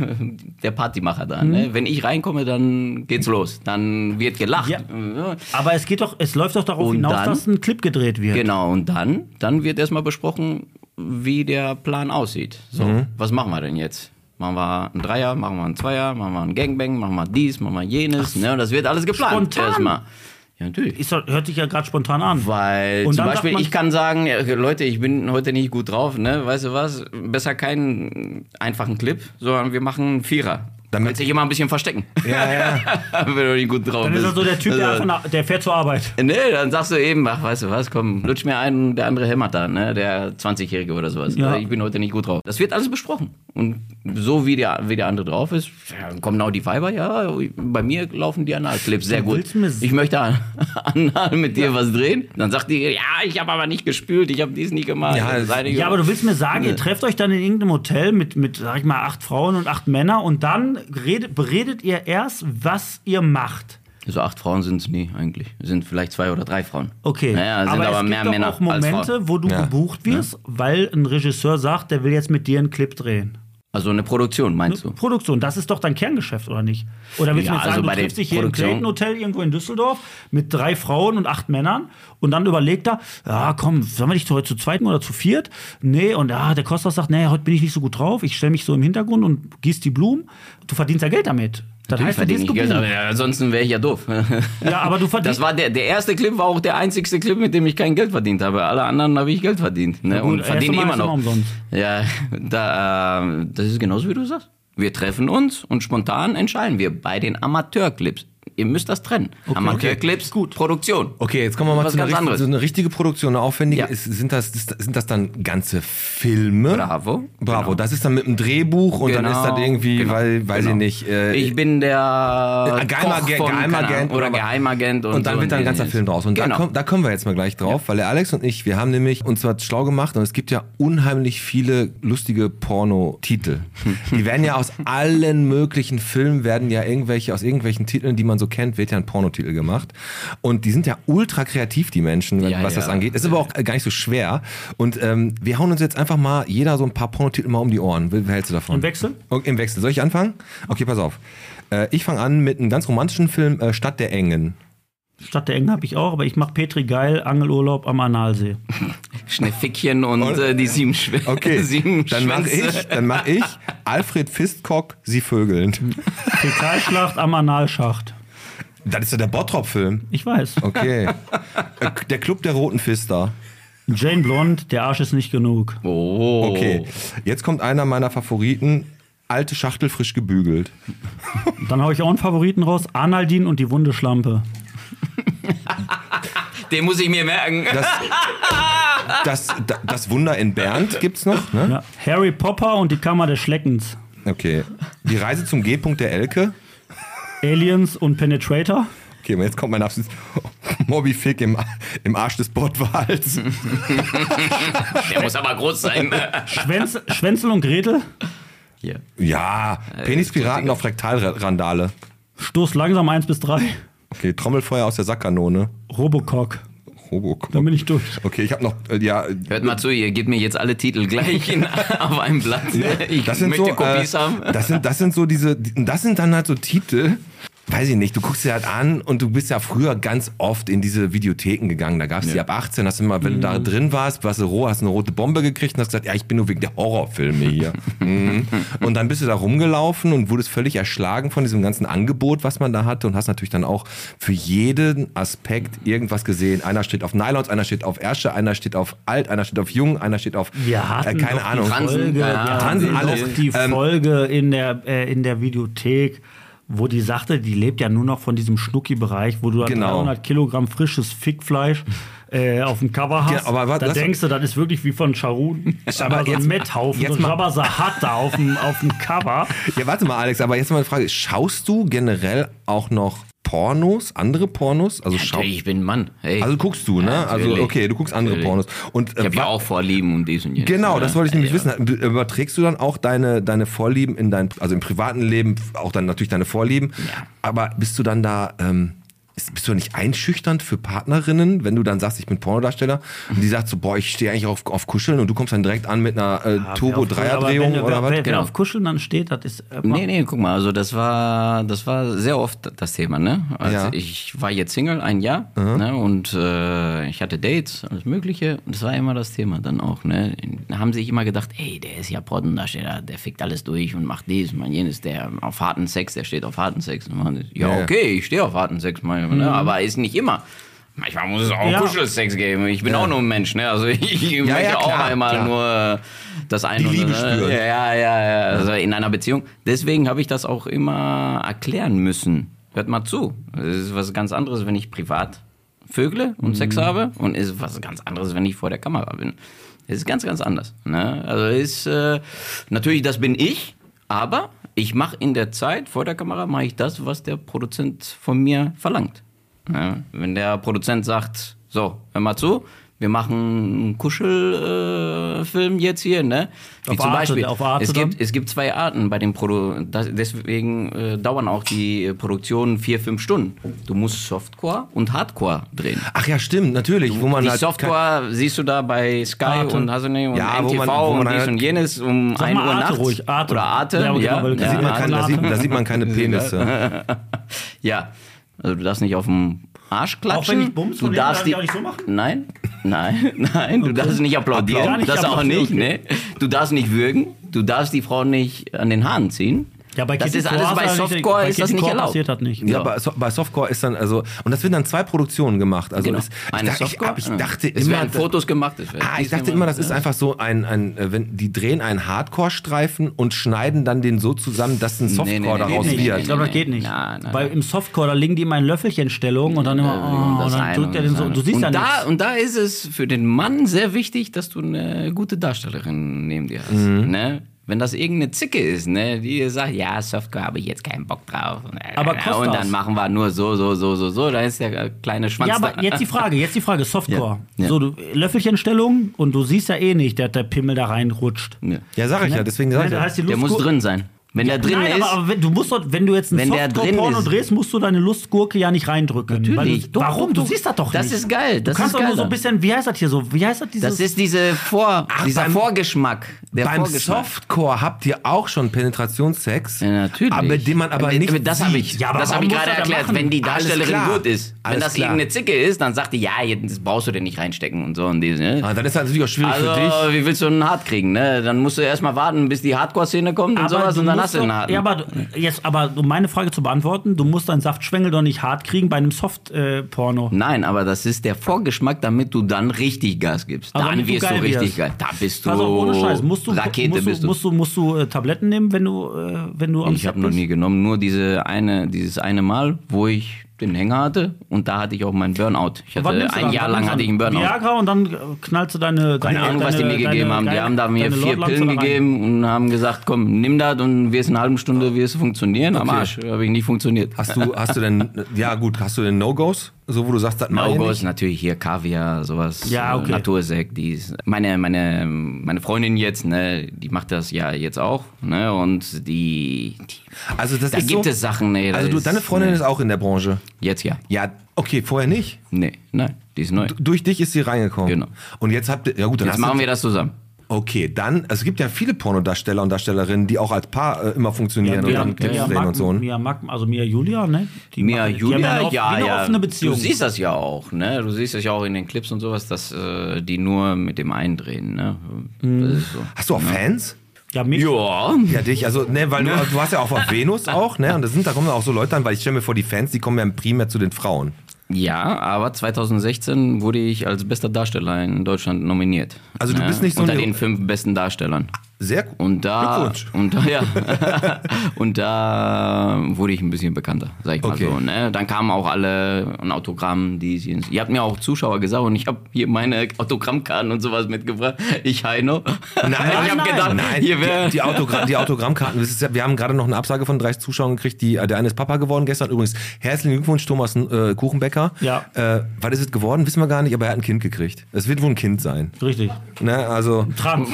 Speaker 5: der Partymacher da. Ne? Wenn ich reinkomme, dann geht's los. Dann wird gelacht.
Speaker 3: Ja.
Speaker 5: Ja.
Speaker 3: Aber es geht doch, es läuft doch darauf
Speaker 5: Und
Speaker 3: hinaus,
Speaker 5: dann?
Speaker 3: dass ein Clip gedreht wird.
Speaker 5: Genau, und dann, dann wird erstmal besprochen, wie der Plan aussieht. So,
Speaker 3: Mhm.
Speaker 5: was machen wir denn jetzt? Machen wir einen Dreier, machen wir einen Zweier, machen wir einen Gangbang, machen wir dies, machen wir jenes. Ne, und das wird alles geplant.
Speaker 3: Spontan?
Speaker 5: Erstmal. Ja, natürlich.
Speaker 3: Ist, doch- hört sich ja gerade spontan an.
Speaker 5: Weil
Speaker 3: Und
Speaker 5: zum
Speaker 3: dann sagt
Speaker 5: Beispiel,
Speaker 3: man-
Speaker 5: ich kann sagen, ja, Leute, ich bin heute nicht gut drauf, ne? Weißt du was? Besser keinen einfachen Clip, sondern wir machen einen Vierer. Damit
Speaker 2: Damit,
Speaker 5: sich immer ein bisschen verstecken.
Speaker 2: ja, ja.
Speaker 5: Wenn du nicht gut drauf
Speaker 3: Dann ist
Speaker 5: bist.
Speaker 3: er so der Typ, der,
Speaker 5: Also-
Speaker 3: einfach nach, der fährt zur Arbeit.
Speaker 5: Nee, dann sagst du eben, ach, weißt du was, komm, lutsch mir einen, der andere hämmert da, ne, der 20-Jährige oder sowas. Also
Speaker 3: Ja.
Speaker 5: Ich bin heute nicht gut drauf. Das wird alles besprochen. Und so wie der, wie der andere drauf ist, ja, dann kommen auch die Weiber, ja, bei mir laufen die Analclips sehr gut.
Speaker 3: willst du mir-
Speaker 5: Ich möchte an- anal mit dir was drehen. Dann sagt die, ja, ich habe aber nicht gespült, ich habe dies nie gemacht.
Speaker 2: Ja, das-
Speaker 5: das sei nicht
Speaker 3: Ja,
Speaker 5: gemacht.
Speaker 3: aber du willst mir sagen, ihr trefft euch dann in irgendeinem Hotel mit, mit, sag ich mal, acht Frauen und acht Männern und dann redet, beredet ihr erst, was ihr macht.
Speaker 5: So acht Frauen sind es nie eigentlich. Sind vielleicht zwei oder drei Frauen.
Speaker 3: Okay,
Speaker 5: Naja, sind aber,
Speaker 3: es gibt
Speaker 5: mehr
Speaker 3: doch
Speaker 5: Männer
Speaker 3: auch
Speaker 5: als Frauen.
Speaker 3: Momente, wo du
Speaker 2: Ja.
Speaker 3: gebucht wirst, weil ein Regisseur sagt, der will jetzt mit dir einen Clip drehen.
Speaker 5: Also eine Produktion, meinst du?
Speaker 3: Produktion, das ist doch dein Kerngeschäft, oder nicht? Oder willst du
Speaker 5: Ja,
Speaker 3: mir jetzt sagen,
Speaker 5: also
Speaker 3: du
Speaker 5: bei der
Speaker 3: triffst dich hier im
Speaker 5: Produktion-
Speaker 3: Clayton Hotel irgendwo in Düsseldorf mit drei Frauen und acht Männern und dann überlegt er, ja komm, sollen wir dich heute zu zweiten oder zu viert? Nee, und ah, der Kostas sagt, nee, heute bin ich nicht so gut drauf, ich stelle mich so im Hintergrund und gieß die Blumen. Du verdienst ja Geld damit. Das
Speaker 5: Natürlich
Speaker 3: heißt, du
Speaker 5: verdiene
Speaker 3: wirst
Speaker 5: ich Geld,
Speaker 3: gebucht.
Speaker 5: aber ja, ansonsten wäre ich ja doof.
Speaker 3: Ja, aber du verdienst-
Speaker 5: Das war der, der erste Clip war auch der einzigste Clip, mit dem ich kein Geld verdient habe. Alle anderen habe ich Geld verdient. Ne?
Speaker 3: Na gut,
Speaker 5: und verdiene
Speaker 3: erste Mal
Speaker 5: immer
Speaker 3: ist immer
Speaker 5: noch.
Speaker 3: umsonst.
Speaker 5: ja, da, äh, das ist genauso wie du sagst. Wir treffen uns und spontan entscheiden wir bei den Amateurclips. Ihr müsst das trennen. Amateurclips,
Speaker 3: Gut.
Speaker 5: Produktion.
Speaker 2: Okay, jetzt kommen wir mal
Speaker 5: Was
Speaker 2: zu einer,
Speaker 5: ganz
Speaker 2: richtigen-
Speaker 5: anderes.
Speaker 2: zu einer richtigen Produktion, eine aufwendige.
Speaker 5: Ja.
Speaker 2: Ist, sind, das, ist, sind das dann ganze Filme?
Speaker 5: Bravo.
Speaker 2: Bravo, das ist dann mit einem Drehbuch und dann
Speaker 5: Genau.
Speaker 2: ist das irgendwie,
Speaker 5: Genau.
Speaker 2: weil, weiß
Speaker 5: Genau.
Speaker 2: ich nicht. äh,
Speaker 5: Ich bin der
Speaker 2: Äh,
Speaker 5: Koch
Speaker 2: Geheimagen-
Speaker 5: von, keine Ahnung,
Speaker 2: Geheimagent
Speaker 5: oder
Speaker 2: oder-
Speaker 5: Geheimagent und,
Speaker 2: und dann
Speaker 5: so
Speaker 2: wird dann ein ganzer
Speaker 5: dieses-
Speaker 2: Film draus. Und da,
Speaker 5: genau.
Speaker 2: kommen, da kommen wir jetzt mal gleich drauf, weil der Alex und ich, wir haben nämlich uns zwar schlau gemacht und es gibt ja unheimlich viele lustige Porno-Titel.
Speaker 5: Hm.
Speaker 2: Die werden ja aus allen möglichen Filmen, werden ja irgendwelche, aus irgendwelchen Titeln, die man so kennt, wird ja ein Pornotitel gemacht. Und die sind ja ultra kreativ, die Menschen, wenn,
Speaker 5: Ja,
Speaker 2: was
Speaker 5: ja.
Speaker 2: das angeht. Ist aber auch äh, gar nicht so schwer. Und ähm, wir hauen uns jetzt einfach mal jeder so ein paar Pornotitel mal um die Ohren. Wie, wie hältst du davon?
Speaker 3: Im Wechsel?
Speaker 2: Okay, Im Wechsel. Soll ich anfangen? Okay, pass auf. Äh, Ich fange an mit einem ganz romantischen Film, äh, Stadt der Engen.
Speaker 3: Stadt der Engen habe ich auch, aber ich mache Petri geil Angelurlaub am Analsee.
Speaker 5: Schneefickchen und, äh, die sieben Schw
Speaker 2: Okay,
Speaker 5: sieben
Speaker 2: dann mache
Speaker 5: Schwänze.
Speaker 2: ich, dann mach ich Alfred Fistcock, Sie vögeln.
Speaker 3: Fäkalschlacht am Analschacht.
Speaker 2: Das ist ja der Bottrop-Film.
Speaker 3: Ich weiß.
Speaker 2: Okay. Äh, der Club der Roten Fister.
Speaker 3: Jane Blond, der Arsch ist nicht genug.
Speaker 5: Oh.
Speaker 2: Okay. Jetzt kommt einer meiner Favoriten. Alte Schachtel frisch gebügelt.
Speaker 3: Dann hau ich auch einen Favoriten raus: Arnaldin und die Wundeschlampe.
Speaker 5: Den muss ich mir merken.
Speaker 2: Das, das, da- das Wunder in Bernd gibt's noch, ne?
Speaker 3: Ja. Harry Popper und die Kammer des Schleckens.
Speaker 2: Okay. Die Reise zum G-Punkt der Elke.
Speaker 3: Aliens und Penetrator.
Speaker 2: Okay, und jetzt kommt mein absolutes Moby Fick im, im Arsch des Bordwals.
Speaker 5: Der muss aber groß sein.
Speaker 3: Schwänz, Schwänzel und Gretel.
Speaker 5: Hier.
Speaker 2: Ja, Penispiraten auf Rektalrandale.
Speaker 3: Stoß langsam 1 bis 3.
Speaker 2: Okay, Trommelfeuer aus der Sackkanone.
Speaker 3: Robocock.
Speaker 2: Robocop.
Speaker 3: Dann bin ich durch.
Speaker 2: Okay, ich habe noch, äh, ja, äh,
Speaker 5: Hört mal zu, ihr gebt mir jetzt alle Titel gleich in, auf einem Blatt. Ich
Speaker 2: ne, das sind
Speaker 5: möchte
Speaker 2: so,
Speaker 5: Kopies
Speaker 2: äh,
Speaker 5: haben.
Speaker 2: das sind, das sind so diese, die- das sind dann halt so Titel, weiß ich nicht, du guckst dir halt an und du bist ja früher ganz oft in diese Videotheken gegangen, da gab's die ab 18, hast du immer, wenn du
Speaker 5: Mhm.
Speaker 2: da drin warst, warst du roh, hast eine rote Bombe gekriegt und hast gesagt, ja, ich bin nur wegen der Horrorfilme hier. Mhm. und dann bist du da rumgelaufen und wurdest völlig erschlagen von diesem ganzen Angebot, was man da hatte und hast natürlich dann auch für jeden Aspekt irgendwas gesehen. Einer steht auf Nylons, einer steht auf Ärsche, einer steht auf alt, einer steht auf jung, einer steht auf,
Speaker 3: Wir hatten
Speaker 2: äh, keine
Speaker 3: doch
Speaker 2: Ahnung.
Speaker 3: die Folge,
Speaker 5: Ah,
Speaker 3: wir
Speaker 2: Transen,
Speaker 3: hatten
Speaker 2: alles.
Speaker 3: doch die
Speaker 2: Ähm,
Speaker 3: Folge in der, äh, in der Videothek, wo die sagte, die lebt ja nur noch von diesem Schnucki-Bereich, wo du dann
Speaker 2: Genau.
Speaker 3: 300 Kilogramm frisches Fickfleisch äh, auf dem Cover hast.
Speaker 2: Ja, aber wa-
Speaker 3: da
Speaker 2: lass-
Speaker 3: denkst du, das ist wirklich wie von Charun. Aber so ein
Speaker 2: jetzt-
Speaker 3: Metthaufen,
Speaker 2: jetzt
Speaker 3: so ein
Speaker 2: mal-
Speaker 3: Jabba Sahat da auf dem, auf dem Cover.
Speaker 2: Ja, warte mal, Alex, aber jetzt mal eine Frage. Schaust du generell auch noch Pornos, andere Pornos? Also, schau,
Speaker 5: Natürlich, ich bin ein Mann. Hey.
Speaker 2: also guckst du, ne? also,
Speaker 5: natürlich.
Speaker 2: okay, du guckst andere
Speaker 5: Natürlich.
Speaker 2: Pornos. Und, äh,
Speaker 5: ich habe ja
Speaker 2: wa-
Speaker 5: auch Vorlieben und dies und jenes. ne?
Speaker 2: Genau, das
Speaker 5: Ja.
Speaker 2: wollte ich nämlich wissen. B- Überträgst du dann auch deine, deine Vorlieben in dein, also im privaten Leben, auch dann natürlich deine Vorlieben. Aber bist du dann da, ähm, ist- bist du nicht einschüchternd für Partnerinnen, wenn du dann sagst, ich bin Pornodarsteller und die sagt so, boah, ich stehe eigentlich auf, auf Kuscheln und du kommst dann direkt an mit einer
Speaker 3: Ah,
Speaker 2: äh,
Speaker 3: Aber wenn
Speaker 2: Turbo-Dreierdrehung
Speaker 3: du-
Speaker 2: oder
Speaker 3: wer,
Speaker 2: was?
Speaker 3: Wer, wer
Speaker 5: Genau.
Speaker 3: auf Kuscheln dann steht, das ist. äh,
Speaker 5: Nee, nee, guck mal, also das war, das war sehr oft das Thema, ne? Also
Speaker 2: Ja.
Speaker 5: ich war jetzt Single ein Jahr, ne? Und äh, ich hatte Dates, alles Mögliche. Und das war immer das Thema dann auch, ne? Da haben sich immer gedacht, ey, der ist ja Podden, da steht er, der fickt alles durch und macht dies, und jenes, der auf harten Sex, der steht auf harten Sex. Und man,
Speaker 2: Ja.
Speaker 5: ja,
Speaker 2: Mhm.
Speaker 5: okay, ich stehe auf harten Sex, meine, ne? aber ist nicht immer. Manchmal muss es auch
Speaker 3: Ja.
Speaker 5: Kuschelsex geben. Ich bin auch nur ein Mensch, ne? Also ich möchte
Speaker 2: ja,
Speaker 5: auch
Speaker 2: klar,
Speaker 5: einmal
Speaker 2: klar.
Speaker 5: nur das eine
Speaker 2: Die
Speaker 5: oder
Speaker 2: Liebe
Speaker 5: andere- ne?
Speaker 2: spüren.
Speaker 5: Ja, ja, ja. Also in einer Beziehung. Deswegen habe ich das auch immer erklären müssen. Hört mal zu. Es ist was ganz anderes, wenn ich privat vögle und Sex habe. Und es ist was ganz anderes, wenn ich vor der Kamera bin. Es ist ganz, ganz anders. Ne? Also ist äh, natürlich, das bin ich, aber ich mache in der Zeit vor der Kamera mache ich das, was der Produzent von mir verlangt. Ne? Wenn der Produzent sagt, so, hör mal zu, wir machen einen Kuschelfilm äh, Film jetzt hier, ne? Wie
Speaker 3: Auf Arte, auf Arte
Speaker 5: es gibt,
Speaker 3: dann?
Speaker 5: es gibt zwei Arten bei dem Produ das, deswegen äh, dauern auch die äh, Produktionen vier, fünf Stunden. Du musst Softcore und Hardcore drehen.
Speaker 2: Ach ja, stimmt, natürlich. Wo man
Speaker 5: die
Speaker 2: halt
Speaker 5: Softcore siehst du da bei Sky
Speaker 3: Arte.
Speaker 5: und hast du nicht und
Speaker 2: Ja, wo
Speaker 5: NTV
Speaker 2: man- wo man
Speaker 5: und dies
Speaker 2: halt-
Speaker 5: und jenes um
Speaker 3: Sag
Speaker 5: 1
Speaker 3: mal
Speaker 5: Uhr
Speaker 3: Arte
Speaker 5: nachts
Speaker 3: ruhig, Arte.
Speaker 5: oder Arte.
Speaker 3: Ja,
Speaker 5: Ja,
Speaker 3: genau,
Speaker 5: ja,
Speaker 3: weil da
Speaker 2: Kann,
Speaker 3: sieht
Speaker 2: man kann, da, sieht, da sieht man keine Penisse.
Speaker 5: ja. Also du darfst nicht auf dem Arsch klatschen.
Speaker 3: Auch wenn ich bumse
Speaker 5: du
Speaker 3: von hinten, darf ich
Speaker 5: darfst die-
Speaker 3: auch nicht so machen?
Speaker 5: Nein, nein, nein. Du darfst nicht
Speaker 3: Gar
Speaker 5: applaudieren.
Speaker 3: nicht
Speaker 5: das auch
Speaker 3: applaudieren,
Speaker 5: nicht, ne? Du darfst nicht würgen. Du darfst die Frau nicht an den Haaren ziehen.
Speaker 3: Ja, bei
Speaker 5: das
Speaker 3: Kitty
Speaker 5: ist alles
Speaker 3: Core
Speaker 5: bei
Speaker 3: hat er nicht-
Speaker 5: Softcore
Speaker 3: bei
Speaker 5: ist das
Speaker 3: Kitty
Speaker 5: nicht
Speaker 3: Core
Speaker 5: erlaubt.
Speaker 3: passiert das nicht.
Speaker 2: Ja, bei, so bei Softcore ist dann, also, und das werden dann zwei Produktionen gemacht. Also
Speaker 5: Genau.
Speaker 2: ist, ich,
Speaker 5: Eine
Speaker 2: dachte, ich,
Speaker 5: Softcore.
Speaker 2: hab- ich dachte
Speaker 5: es
Speaker 2: immer,
Speaker 5: werden Fotos gemacht. Es werden
Speaker 2: Ah, ich
Speaker 5: dies
Speaker 2: dachte
Speaker 5: gemacht,
Speaker 2: immer, das ist
Speaker 5: ja.
Speaker 2: einfach so ein, ein äh, wenn die drehen einen Hardcore-Streifen und schneiden dann den so zusammen, dass ein Softcore
Speaker 5: nee, nee,
Speaker 2: daraus
Speaker 5: geht
Speaker 3: Nicht.
Speaker 5: Nee,
Speaker 2: wird.
Speaker 5: nee,
Speaker 3: Ich glaube, das
Speaker 5: nee.
Speaker 3: geht nicht.
Speaker 5: Nein, nein,
Speaker 3: Weil
Speaker 5: nein.
Speaker 3: im Softcore, da liegen die immer in Löffelchenstellung und dann immer, oh, und dann drückt er den so. Und du siehst
Speaker 5: und
Speaker 3: ja
Speaker 5: da,
Speaker 3: nichts.
Speaker 5: Und da ist es für den Mann sehr wichtig, dass du eine gute Darstellerin neben dir hast.
Speaker 2: Mhm.
Speaker 5: Ne? Wenn das irgendeine Zicke ist, ne, die sagt, ja, Softcore habe ich jetzt keinen Bock drauf.
Speaker 3: Aber
Speaker 5: und
Speaker 3: Kostas-
Speaker 5: dann machen wir nur so, so, so, so, so. Da ist der äh, kleine Schwanz.
Speaker 3: Ja,
Speaker 5: da.
Speaker 3: aber jetzt die Frage, jetzt die Frage, Softcore.
Speaker 5: Ja. Ja.
Speaker 3: So, du, Löffelchenstellung und du siehst ja eh nicht, dass der Pimmel da reinrutscht.
Speaker 5: Ne.
Speaker 2: Ja, sag ich ja, deswegen sag
Speaker 3: Nein,
Speaker 2: ich
Speaker 3: da
Speaker 2: ja.
Speaker 3: heißt die
Speaker 5: Der muss
Speaker 3: Lustgurke-
Speaker 5: drin sein. Wenn der drin
Speaker 3: Nein,
Speaker 5: ist.
Speaker 3: aber, aber wenn, du musst doch, wenn du jetzt einen
Speaker 5: Wenn der
Speaker 3: Softcore-Porno
Speaker 5: drin ist.
Speaker 3: drehst, musst du deine Lustgurke ja nicht reindrücken.
Speaker 5: Natürlich.
Speaker 3: Weil du,
Speaker 5: Doch,
Speaker 3: warum?
Speaker 5: doch,
Speaker 3: Du
Speaker 5: doch.
Speaker 3: siehst das doch
Speaker 5: Das
Speaker 3: nicht.
Speaker 5: ist geil, das
Speaker 3: du kannst
Speaker 5: ist
Speaker 3: doch nur
Speaker 5: geil
Speaker 3: so ein
Speaker 5: dann.
Speaker 3: bisschen, wie heißt das hier so? Wie heißt das dieses?
Speaker 5: das ist diese Vor, dieser
Speaker 2: beim-
Speaker 5: Vorgeschmack. Der
Speaker 2: Beim
Speaker 5: Vorgeschmack.
Speaker 2: Softcore habt ihr auch schon Penetrationssex,
Speaker 5: Ja, natürlich.
Speaker 2: aber den man aber
Speaker 5: Mit-
Speaker 2: nicht
Speaker 5: mit Das
Speaker 2: sieht.
Speaker 5: habe ich,
Speaker 3: Ja, aber
Speaker 5: das hab
Speaker 3: warum
Speaker 5: ich
Speaker 3: muss
Speaker 5: gerade
Speaker 3: er da
Speaker 5: erklärt.
Speaker 3: machen?
Speaker 5: Wenn die
Speaker 2: Alles
Speaker 5: Darstellerin
Speaker 2: klar.
Speaker 5: gut ist,
Speaker 2: Alles
Speaker 5: wenn das
Speaker 2: klar.
Speaker 5: irgendeine Zicke ist, dann sagt die, ja, jetzt das brauchst du den nicht reinstecken und so. Und die, ne?
Speaker 2: Ah, dann ist das natürlich auch schwierig
Speaker 5: Also,
Speaker 2: für dich.
Speaker 5: wie willst du einen Hart kriegen? Ne? Dann musst du erstmal warten, bis die Hardcore-Szene kommt und sowas
Speaker 3: du
Speaker 5: und dann
Speaker 3: musst
Speaker 5: hast du
Speaker 3: doch-
Speaker 5: einen Harten.
Speaker 3: Ja, aber, du- jetzt, aber um meine Frage zu beantworten, du musst deinen Saftschwengel doch nicht hart kriegen bei einem Soft-Porno.
Speaker 5: Nein, aber das ist der Vorgeschmack, damit du dann richtig Gas gibst.
Speaker 3: Aber wenn
Speaker 5: dann
Speaker 3: du
Speaker 5: wirst du
Speaker 3: geil
Speaker 5: richtig
Speaker 3: wirst.
Speaker 5: geil. Da bist du
Speaker 3: Pass auf, ohne Scheiß, musst du,
Speaker 5: Rakete
Speaker 3: musst, du,
Speaker 5: bist du.
Speaker 3: musst du musst du äh, Tabletten nehmen, wenn du äh, wenn du am
Speaker 5: ich
Speaker 3: Set
Speaker 5: habe noch
Speaker 3: bist?
Speaker 5: nie genommen, nur diese eine, dieses eine Mal, wo ich den Hänger hatte und da hatte ich auch meinen Burnout. Ich
Speaker 3: Was
Speaker 5: hatte
Speaker 3: nimmst du
Speaker 5: ein
Speaker 3: dann?
Speaker 5: Jahr
Speaker 3: Was
Speaker 5: lang
Speaker 3: nimmst du
Speaker 5: hatte ich einen
Speaker 3: dann?
Speaker 5: Burnout.
Speaker 3: Viagra und dann äh, knallst du deine
Speaker 5: Keine Ahnung, was die mir gegeben haben. Die haben da mir vier Pillen gegeben und haben gesagt, komm, nimm das und wirst in einer halben Stunde wirst du funktionieren. Am Arsch habe ich nicht funktioniert.
Speaker 2: Hast du, hast du denn, ja gut, hast du denn No-Gos? So, wo du sagst, das mach ich
Speaker 5: August
Speaker 2: nicht.
Speaker 5: natürlich hier Kaviar, sowas.
Speaker 3: Ja,
Speaker 5: äh,
Speaker 3: okay.
Speaker 5: Natursekt, die ist, meine, meine, meine Freundin jetzt, ne, die macht das ja jetzt auch, ne, und die, die
Speaker 2: Also das
Speaker 5: da
Speaker 2: ist
Speaker 5: gibt
Speaker 2: so,
Speaker 5: es Sachen, ne. das
Speaker 2: Also du,
Speaker 5: ist-
Speaker 2: deine Freundin
Speaker 5: ne,
Speaker 2: ist auch in der Branche.
Speaker 5: Jetzt ja.
Speaker 2: Ja, okay, vorher nicht.
Speaker 5: Nee, nein, die ist neu.
Speaker 2: D- Durch dich ist sie reingekommen.
Speaker 5: Genau.
Speaker 2: Und jetzt habt ihr, ja gut, dann
Speaker 5: Jetzt
Speaker 2: hast
Speaker 5: machen
Speaker 2: du,
Speaker 5: wir das zusammen.
Speaker 2: Okay, dann, also es gibt ja viele Pornodarsteller und Darstellerinnen, die auch als Paar äh, immer funktionieren und
Speaker 3: Mia,
Speaker 2: dann Clips
Speaker 3: Mia,
Speaker 2: drehen
Speaker 3: Mag,
Speaker 2: und so.
Speaker 3: Mia Mag, also Mia Julia, ne? Die
Speaker 5: Mia
Speaker 3: machen- die haben
Speaker 5: Julia,
Speaker 3: eine off- wie
Speaker 5: ja,
Speaker 3: eine
Speaker 5: ja.
Speaker 3: offene Beziehung.
Speaker 5: Du siehst das ja auch, ne? Du siehst das ja auch in den Clips und sowas, dass äh, die nur mit dem eindrehen, ne? Das ist so.
Speaker 2: Hast du auch Fans?
Speaker 3: ja, mich,
Speaker 5: Ja.
Speaker 2: Ja, dich, also, ne, weil du, du hast ja auch auf Venus auch, ne, und das sind, da kommen auch so Leute an, weil ich stelle mir vor, die Fans, die kommen ja primär zu den Frauen.
Speaker 5: Ja, aber 2016 wurde ich als bester Darsteller in Deutschland nominiert.
Speaker 2: Also du
Speaker 5: Ne?
Speaker 2: bist nicht so
Speaker 5: unter
Speaker 2: eine-
Speaker 5: den fünf besten Darstellern.
Speaker 2: Sehr gut.
Speaker 5: Und da,
Speaker 2: Glückwunsch.
Speaker 5: und da, ja, und da wurde ich ein bisschen bekannter, sag ich mal
Speaker 2: Okay.
Speaker 5: so. Ne? Dann kamen auch alle ein Autogramm, die sie, ihr habt mir auch Zuschauer gesagt und ich habe hier meine Autogrammkarten und sowas mitgebracht. Ich Heino. ich
Speaker 2: nein,
Speaker 5: habe gedacht,
Speaker 2: nein.
Speaker 5: hier wäre
Speaker 2: die, die, Autogra die Autogrammkarten. Das ist ja, wir haben gerade noch eine Absage von 30 Zuschauern gekriegt. Die, äh, der eine ist Papa geworden gestern. Übrigens, herzlichen Glückwunsch, Thomas äh, Kuchenbecker.
Speaker 3: Ja.
Speaker 2: Äh, was ist es geworden? Wissen wir gar nicht, aber er hat ein Kind gekriegt. Es wird wohl ein Kind sein.
Speaker 3: richtig.
Speaker 2: Ne? Also,
Speaker 3: Trans.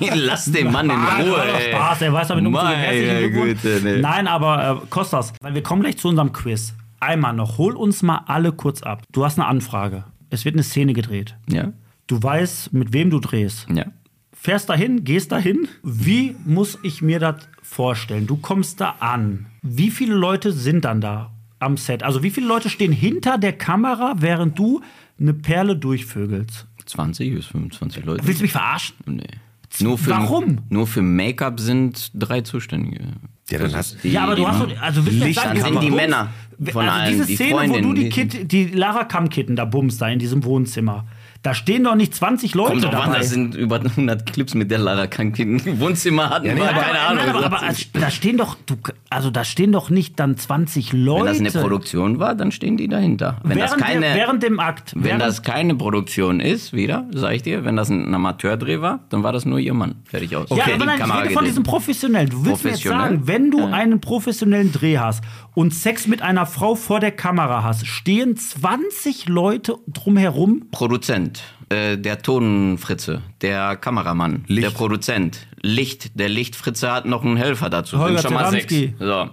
Speaker 5: Ey, lass den Mann in
Speaker 3: Ah, das
Speaker 5: Ruhe.
Speaker 3: war doch
Speaker 5: ey.
Speaker 3: Spaß, er weiß damit umzugehen.
Speaker 5: Meine
Speaker 3: Herzlichen Glückwunsch.
Speaker 5: Güte, nee.
Speaker 3: Nein, aber äh, Kostas, weil wir kommen gleich zu unserem Quiz. Einmal noch, hol uns mal alle kurz ab. Du hast eine Anfrage. Es wird eine Szene gedreht.
Speaker 5: Ja,
Speaker 3: Du weißt, mit wem du drehst.
Speaker 5: ja.
Speaker 3: Fährst dahin, gehst dahin. Wie muss ich mir das vorstellen? Du kommst da an. Wie viele Leute sind dann da am Set? Also wie viele Leute stehen hinter der Kamera, während du eine Perle durchvögelst?
Speaker 5: 20 bis 25 Leute.
Speaker 3: Willst du mich verarschen?
Speaker 5: Nee. Nur für,
Speaker 3: Warum?
Speaker 5: Nur für Make-up sind drei Zuständige.
Speaker 2: Ja, dann hast
Speaker 5: Die-
Speaker 3: ja, aber du
Speaker 5: die-
Speaker 3: hast so, also willst du jetzt
Speaker 5: Lichtern
Speaker 3: sagen,
Speaker 5: sind die
Speaker 3: Bums-
Speaker 5: Männer von
Speaker 3: also
Speaker 5: allen,
Speaker 3: diese
Speaker 5: die
Speaker 3: Szene,
Speaker 5: Freundinnen,
Speaker 3: wo du die,
Speaker 5: die-
Speaker 3: Kid, die Lara Kammkitten da bummst da in diesem Wohnzimmer. Da stehen doch nicht 20 Leute
Speaker 5: Kommt doch
Speaker 3: dabei.
Speaker 5: an, das sind über 100 Clips mit der Lara Kankin im Wohnzimmer hatten.
Speaker 2: nee,
Speaker 5: wir,
Speaker 3: Nein,
Speaker 5: keine
Speaker 3: aber,
Speaker 5: Ahnung.
Speaker 3: Nein, aber, aber als- da stehen doch, du, also da stehen doch nicht dann 20 Leute.
Speaker 5: wenn das eine Produktion war, dann stehen die dahinter. Wenn
Speaker 3: während,
Speaker 5: das keine,
Speaker 3: der, während dem Akt.
Speaker 5: wenn
Speaker 3: während,
Speaker 5: das keine Produktion ist, wieder, sag ich dir, wenn das ein Amateurdreh war, dann war das nur ihr Mann. Fertig aus.
Speaker 3: ja, aber nein, ich rede von
Speaker 5: gedreht.
Speaker 3: diesem professionellen. Du willst mir jetzt
Speaker 5: Professionell?
Speaker 3: sagen, wenn du einen professionellen Dreh hast und Sex mit einer Frau vor der Kamera hast, stehen 20 Leute drumherum.
Speaker 5: Produzent, äh, der Tonfritze, der Kameramann, der Produzent, Licht, der Lichtfritze hat noch einen Helfer dazu.
Speaker 3: Holger
Speaker 5: sind schon mal
Speaker 3: Zeranski.
Speaker 5: sechs. So.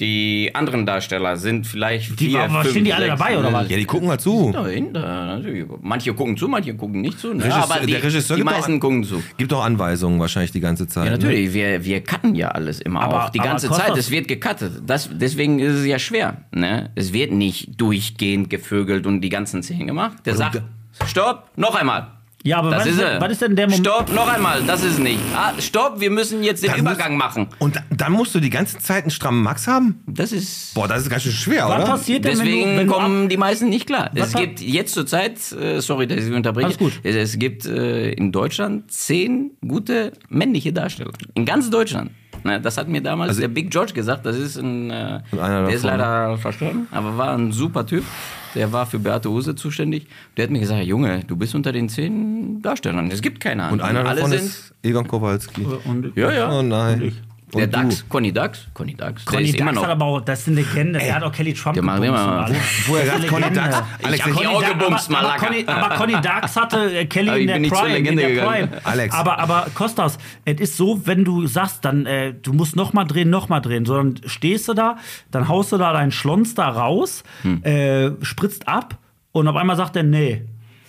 Speaker 5: Die anderen Darsteller sind vielleicht
Speaker 3: Die,
Speaker 5: vier,
Speaker 3: aber
Speaker 5: fünf,
Speaker 3: stehen die alle
Speaker 5: sechs,
Speaker 3: dabei oder
Speaker 5: ne?
Speaker 3: was?
Speaker 2: Ja, die gucken mal zu.
Speaker 5: Dahinter, natürlich. Manche gucken zu, manche gucken nicht zu. Ne?
Speaker 2: Regisseur-
Speaker 5: aber die,
Speaker 2: der Regisseur
Speaker 5: die
Speaker 2: gibt doch
Speaker 5: meisten
Speaker 2: an-
Speaker 5: gucken zu.
Speaker 2: Gibt auch Anweisungen wahrscheinlich die ganze Zeit.
Speaker 5: Ja,
Speaker 2: ne?
Speaker 5: natürlich, wir, wir cutten ja alles immer
Speaker 3: Aber-
Speaker 5: auch. Die
Speaker 3: aber
Speaker 5: ganze
Speaker 3: Kostas-
Speaker 5: Zeit, es wird gecuttet. Das, deswegen ist es ja schwer. Ne? Es wird nicht durchgehend gevögelt und die ganzen Szenen gemacht. Der sagt, stopp, noch einmal.
Speaker 3: Also Ja, aber
Speaker 5: das
Speaker 3: was
Speaker 5: ist
Speaker 3: ist-
Speaker 5: er.
Speaker 3: was ist denn der Moment-
Speaker 5: Stopp, noch einmal, das ist nicht. Ah, stopp, wir müssen jetzt den
Speaker 2: Dann
Speaker 5: Übergang
Speaker 2: musst-
Speaker 5: machen.
Speaker 2: Und da- dann musst du die ganze Zeit einen strammen Max haben?
Speaker 5: Das ist...
Speaker 2: Boah, das ist ganz schön schwer,
Speaker 3: Was
Speaker 2: oder?
Speaker 3: passiert denn,
Speaker 5: Deswegen
Speaker 3: wenn du, wenn du ab-
Speaker 5: kommen die meisten nicht klar.
Speaker 3: Was
Speaker 5: Es
Speaker 3: war-
Speaker 5: gibt jetzt zurzeit, äh, sorry, dass ich Sie unterbreche,
Speaker 3: Alles gut.
Speaker 5: Es, es gibt äh, in Deutschland zehn gute männliche Darsteller. In ganz Deutschland. Na, das hat mir damals der Big George gesagt. Das ist ein, äh,
Speaker 2: Also einer
Speaker 5: der ist
Speaker 2: davon. ne?
Speaker 5: leider verstorben, aber war ein super Typ. Der war für Beate Hose zuständig. Der hat mir gesagt, Junge, du bist unter den zehn Darstellern. Es gibt keine anderen.
Speaker 2: Und einer
Speaker 5: Alle
Speaker 2: davon
Speaker 5: sind
Speaker 2: ist Egon Kowalski.
Speaker 3: Und,
Speaker 5: ja, ja.
Speaker 2: Oh nein.
Speaker 5: der
Speaker 2: Und du.
Speaker 5: Dax, Conny Dax, Conny Dax. der
Speaker 3: Conny
Speaker 5: ist immer
Speaker 3: Dax
Speaker 5: noch.
Speaker 3: hat aber auch, das ist eine Legende. Der hat auch Kelly Trump
Speaker 5: Der macht
Speaker 3: gebumst
Speaker 5: immer-
Speaker 3: und alles.
Speaker 2: Woher
Speaker 3: Das
Speaker 2: sagt
Speaker 3: ist
Speaker 2: Conny
Speaker 3: eine Legende.
Speaker 2: Dax? Alex,
Speaker 5: Ich hab
Speaker 2: wenn
Speaker 5: die
Speaker 2: ich-
Speaker 5: auch
Speaker 3: Da-
Speaker 5: gebumst,
Speaker 3: aber, aber,
Speaker 5: Malaka.
Speaker 3: Conny, aber Conny Dax hatte äh, Kelly
Speaker 5: Aber
Speaker 3: in
Speaker 5: ich
Speaker 3: der
Speaker 5: bin nicht zur
Speaker 3: Prime. In
Speaker 5: Legende
Speaker 3: der
Speaker 5: gegangen.
Speaker 3: Prime.
Speaker 2: Alex.
Speaker 3: Aber, aber Kostas, es ist so, wenn du sagst, dann äh, du musst noch mal drehen, noch mal drehen, sondern stehst du da, dann haust du da deinen Schlons da raus,
Speaker 5: Hm.
Speaker 3: äh, spritzt ab und auf einmal sagt er, nee.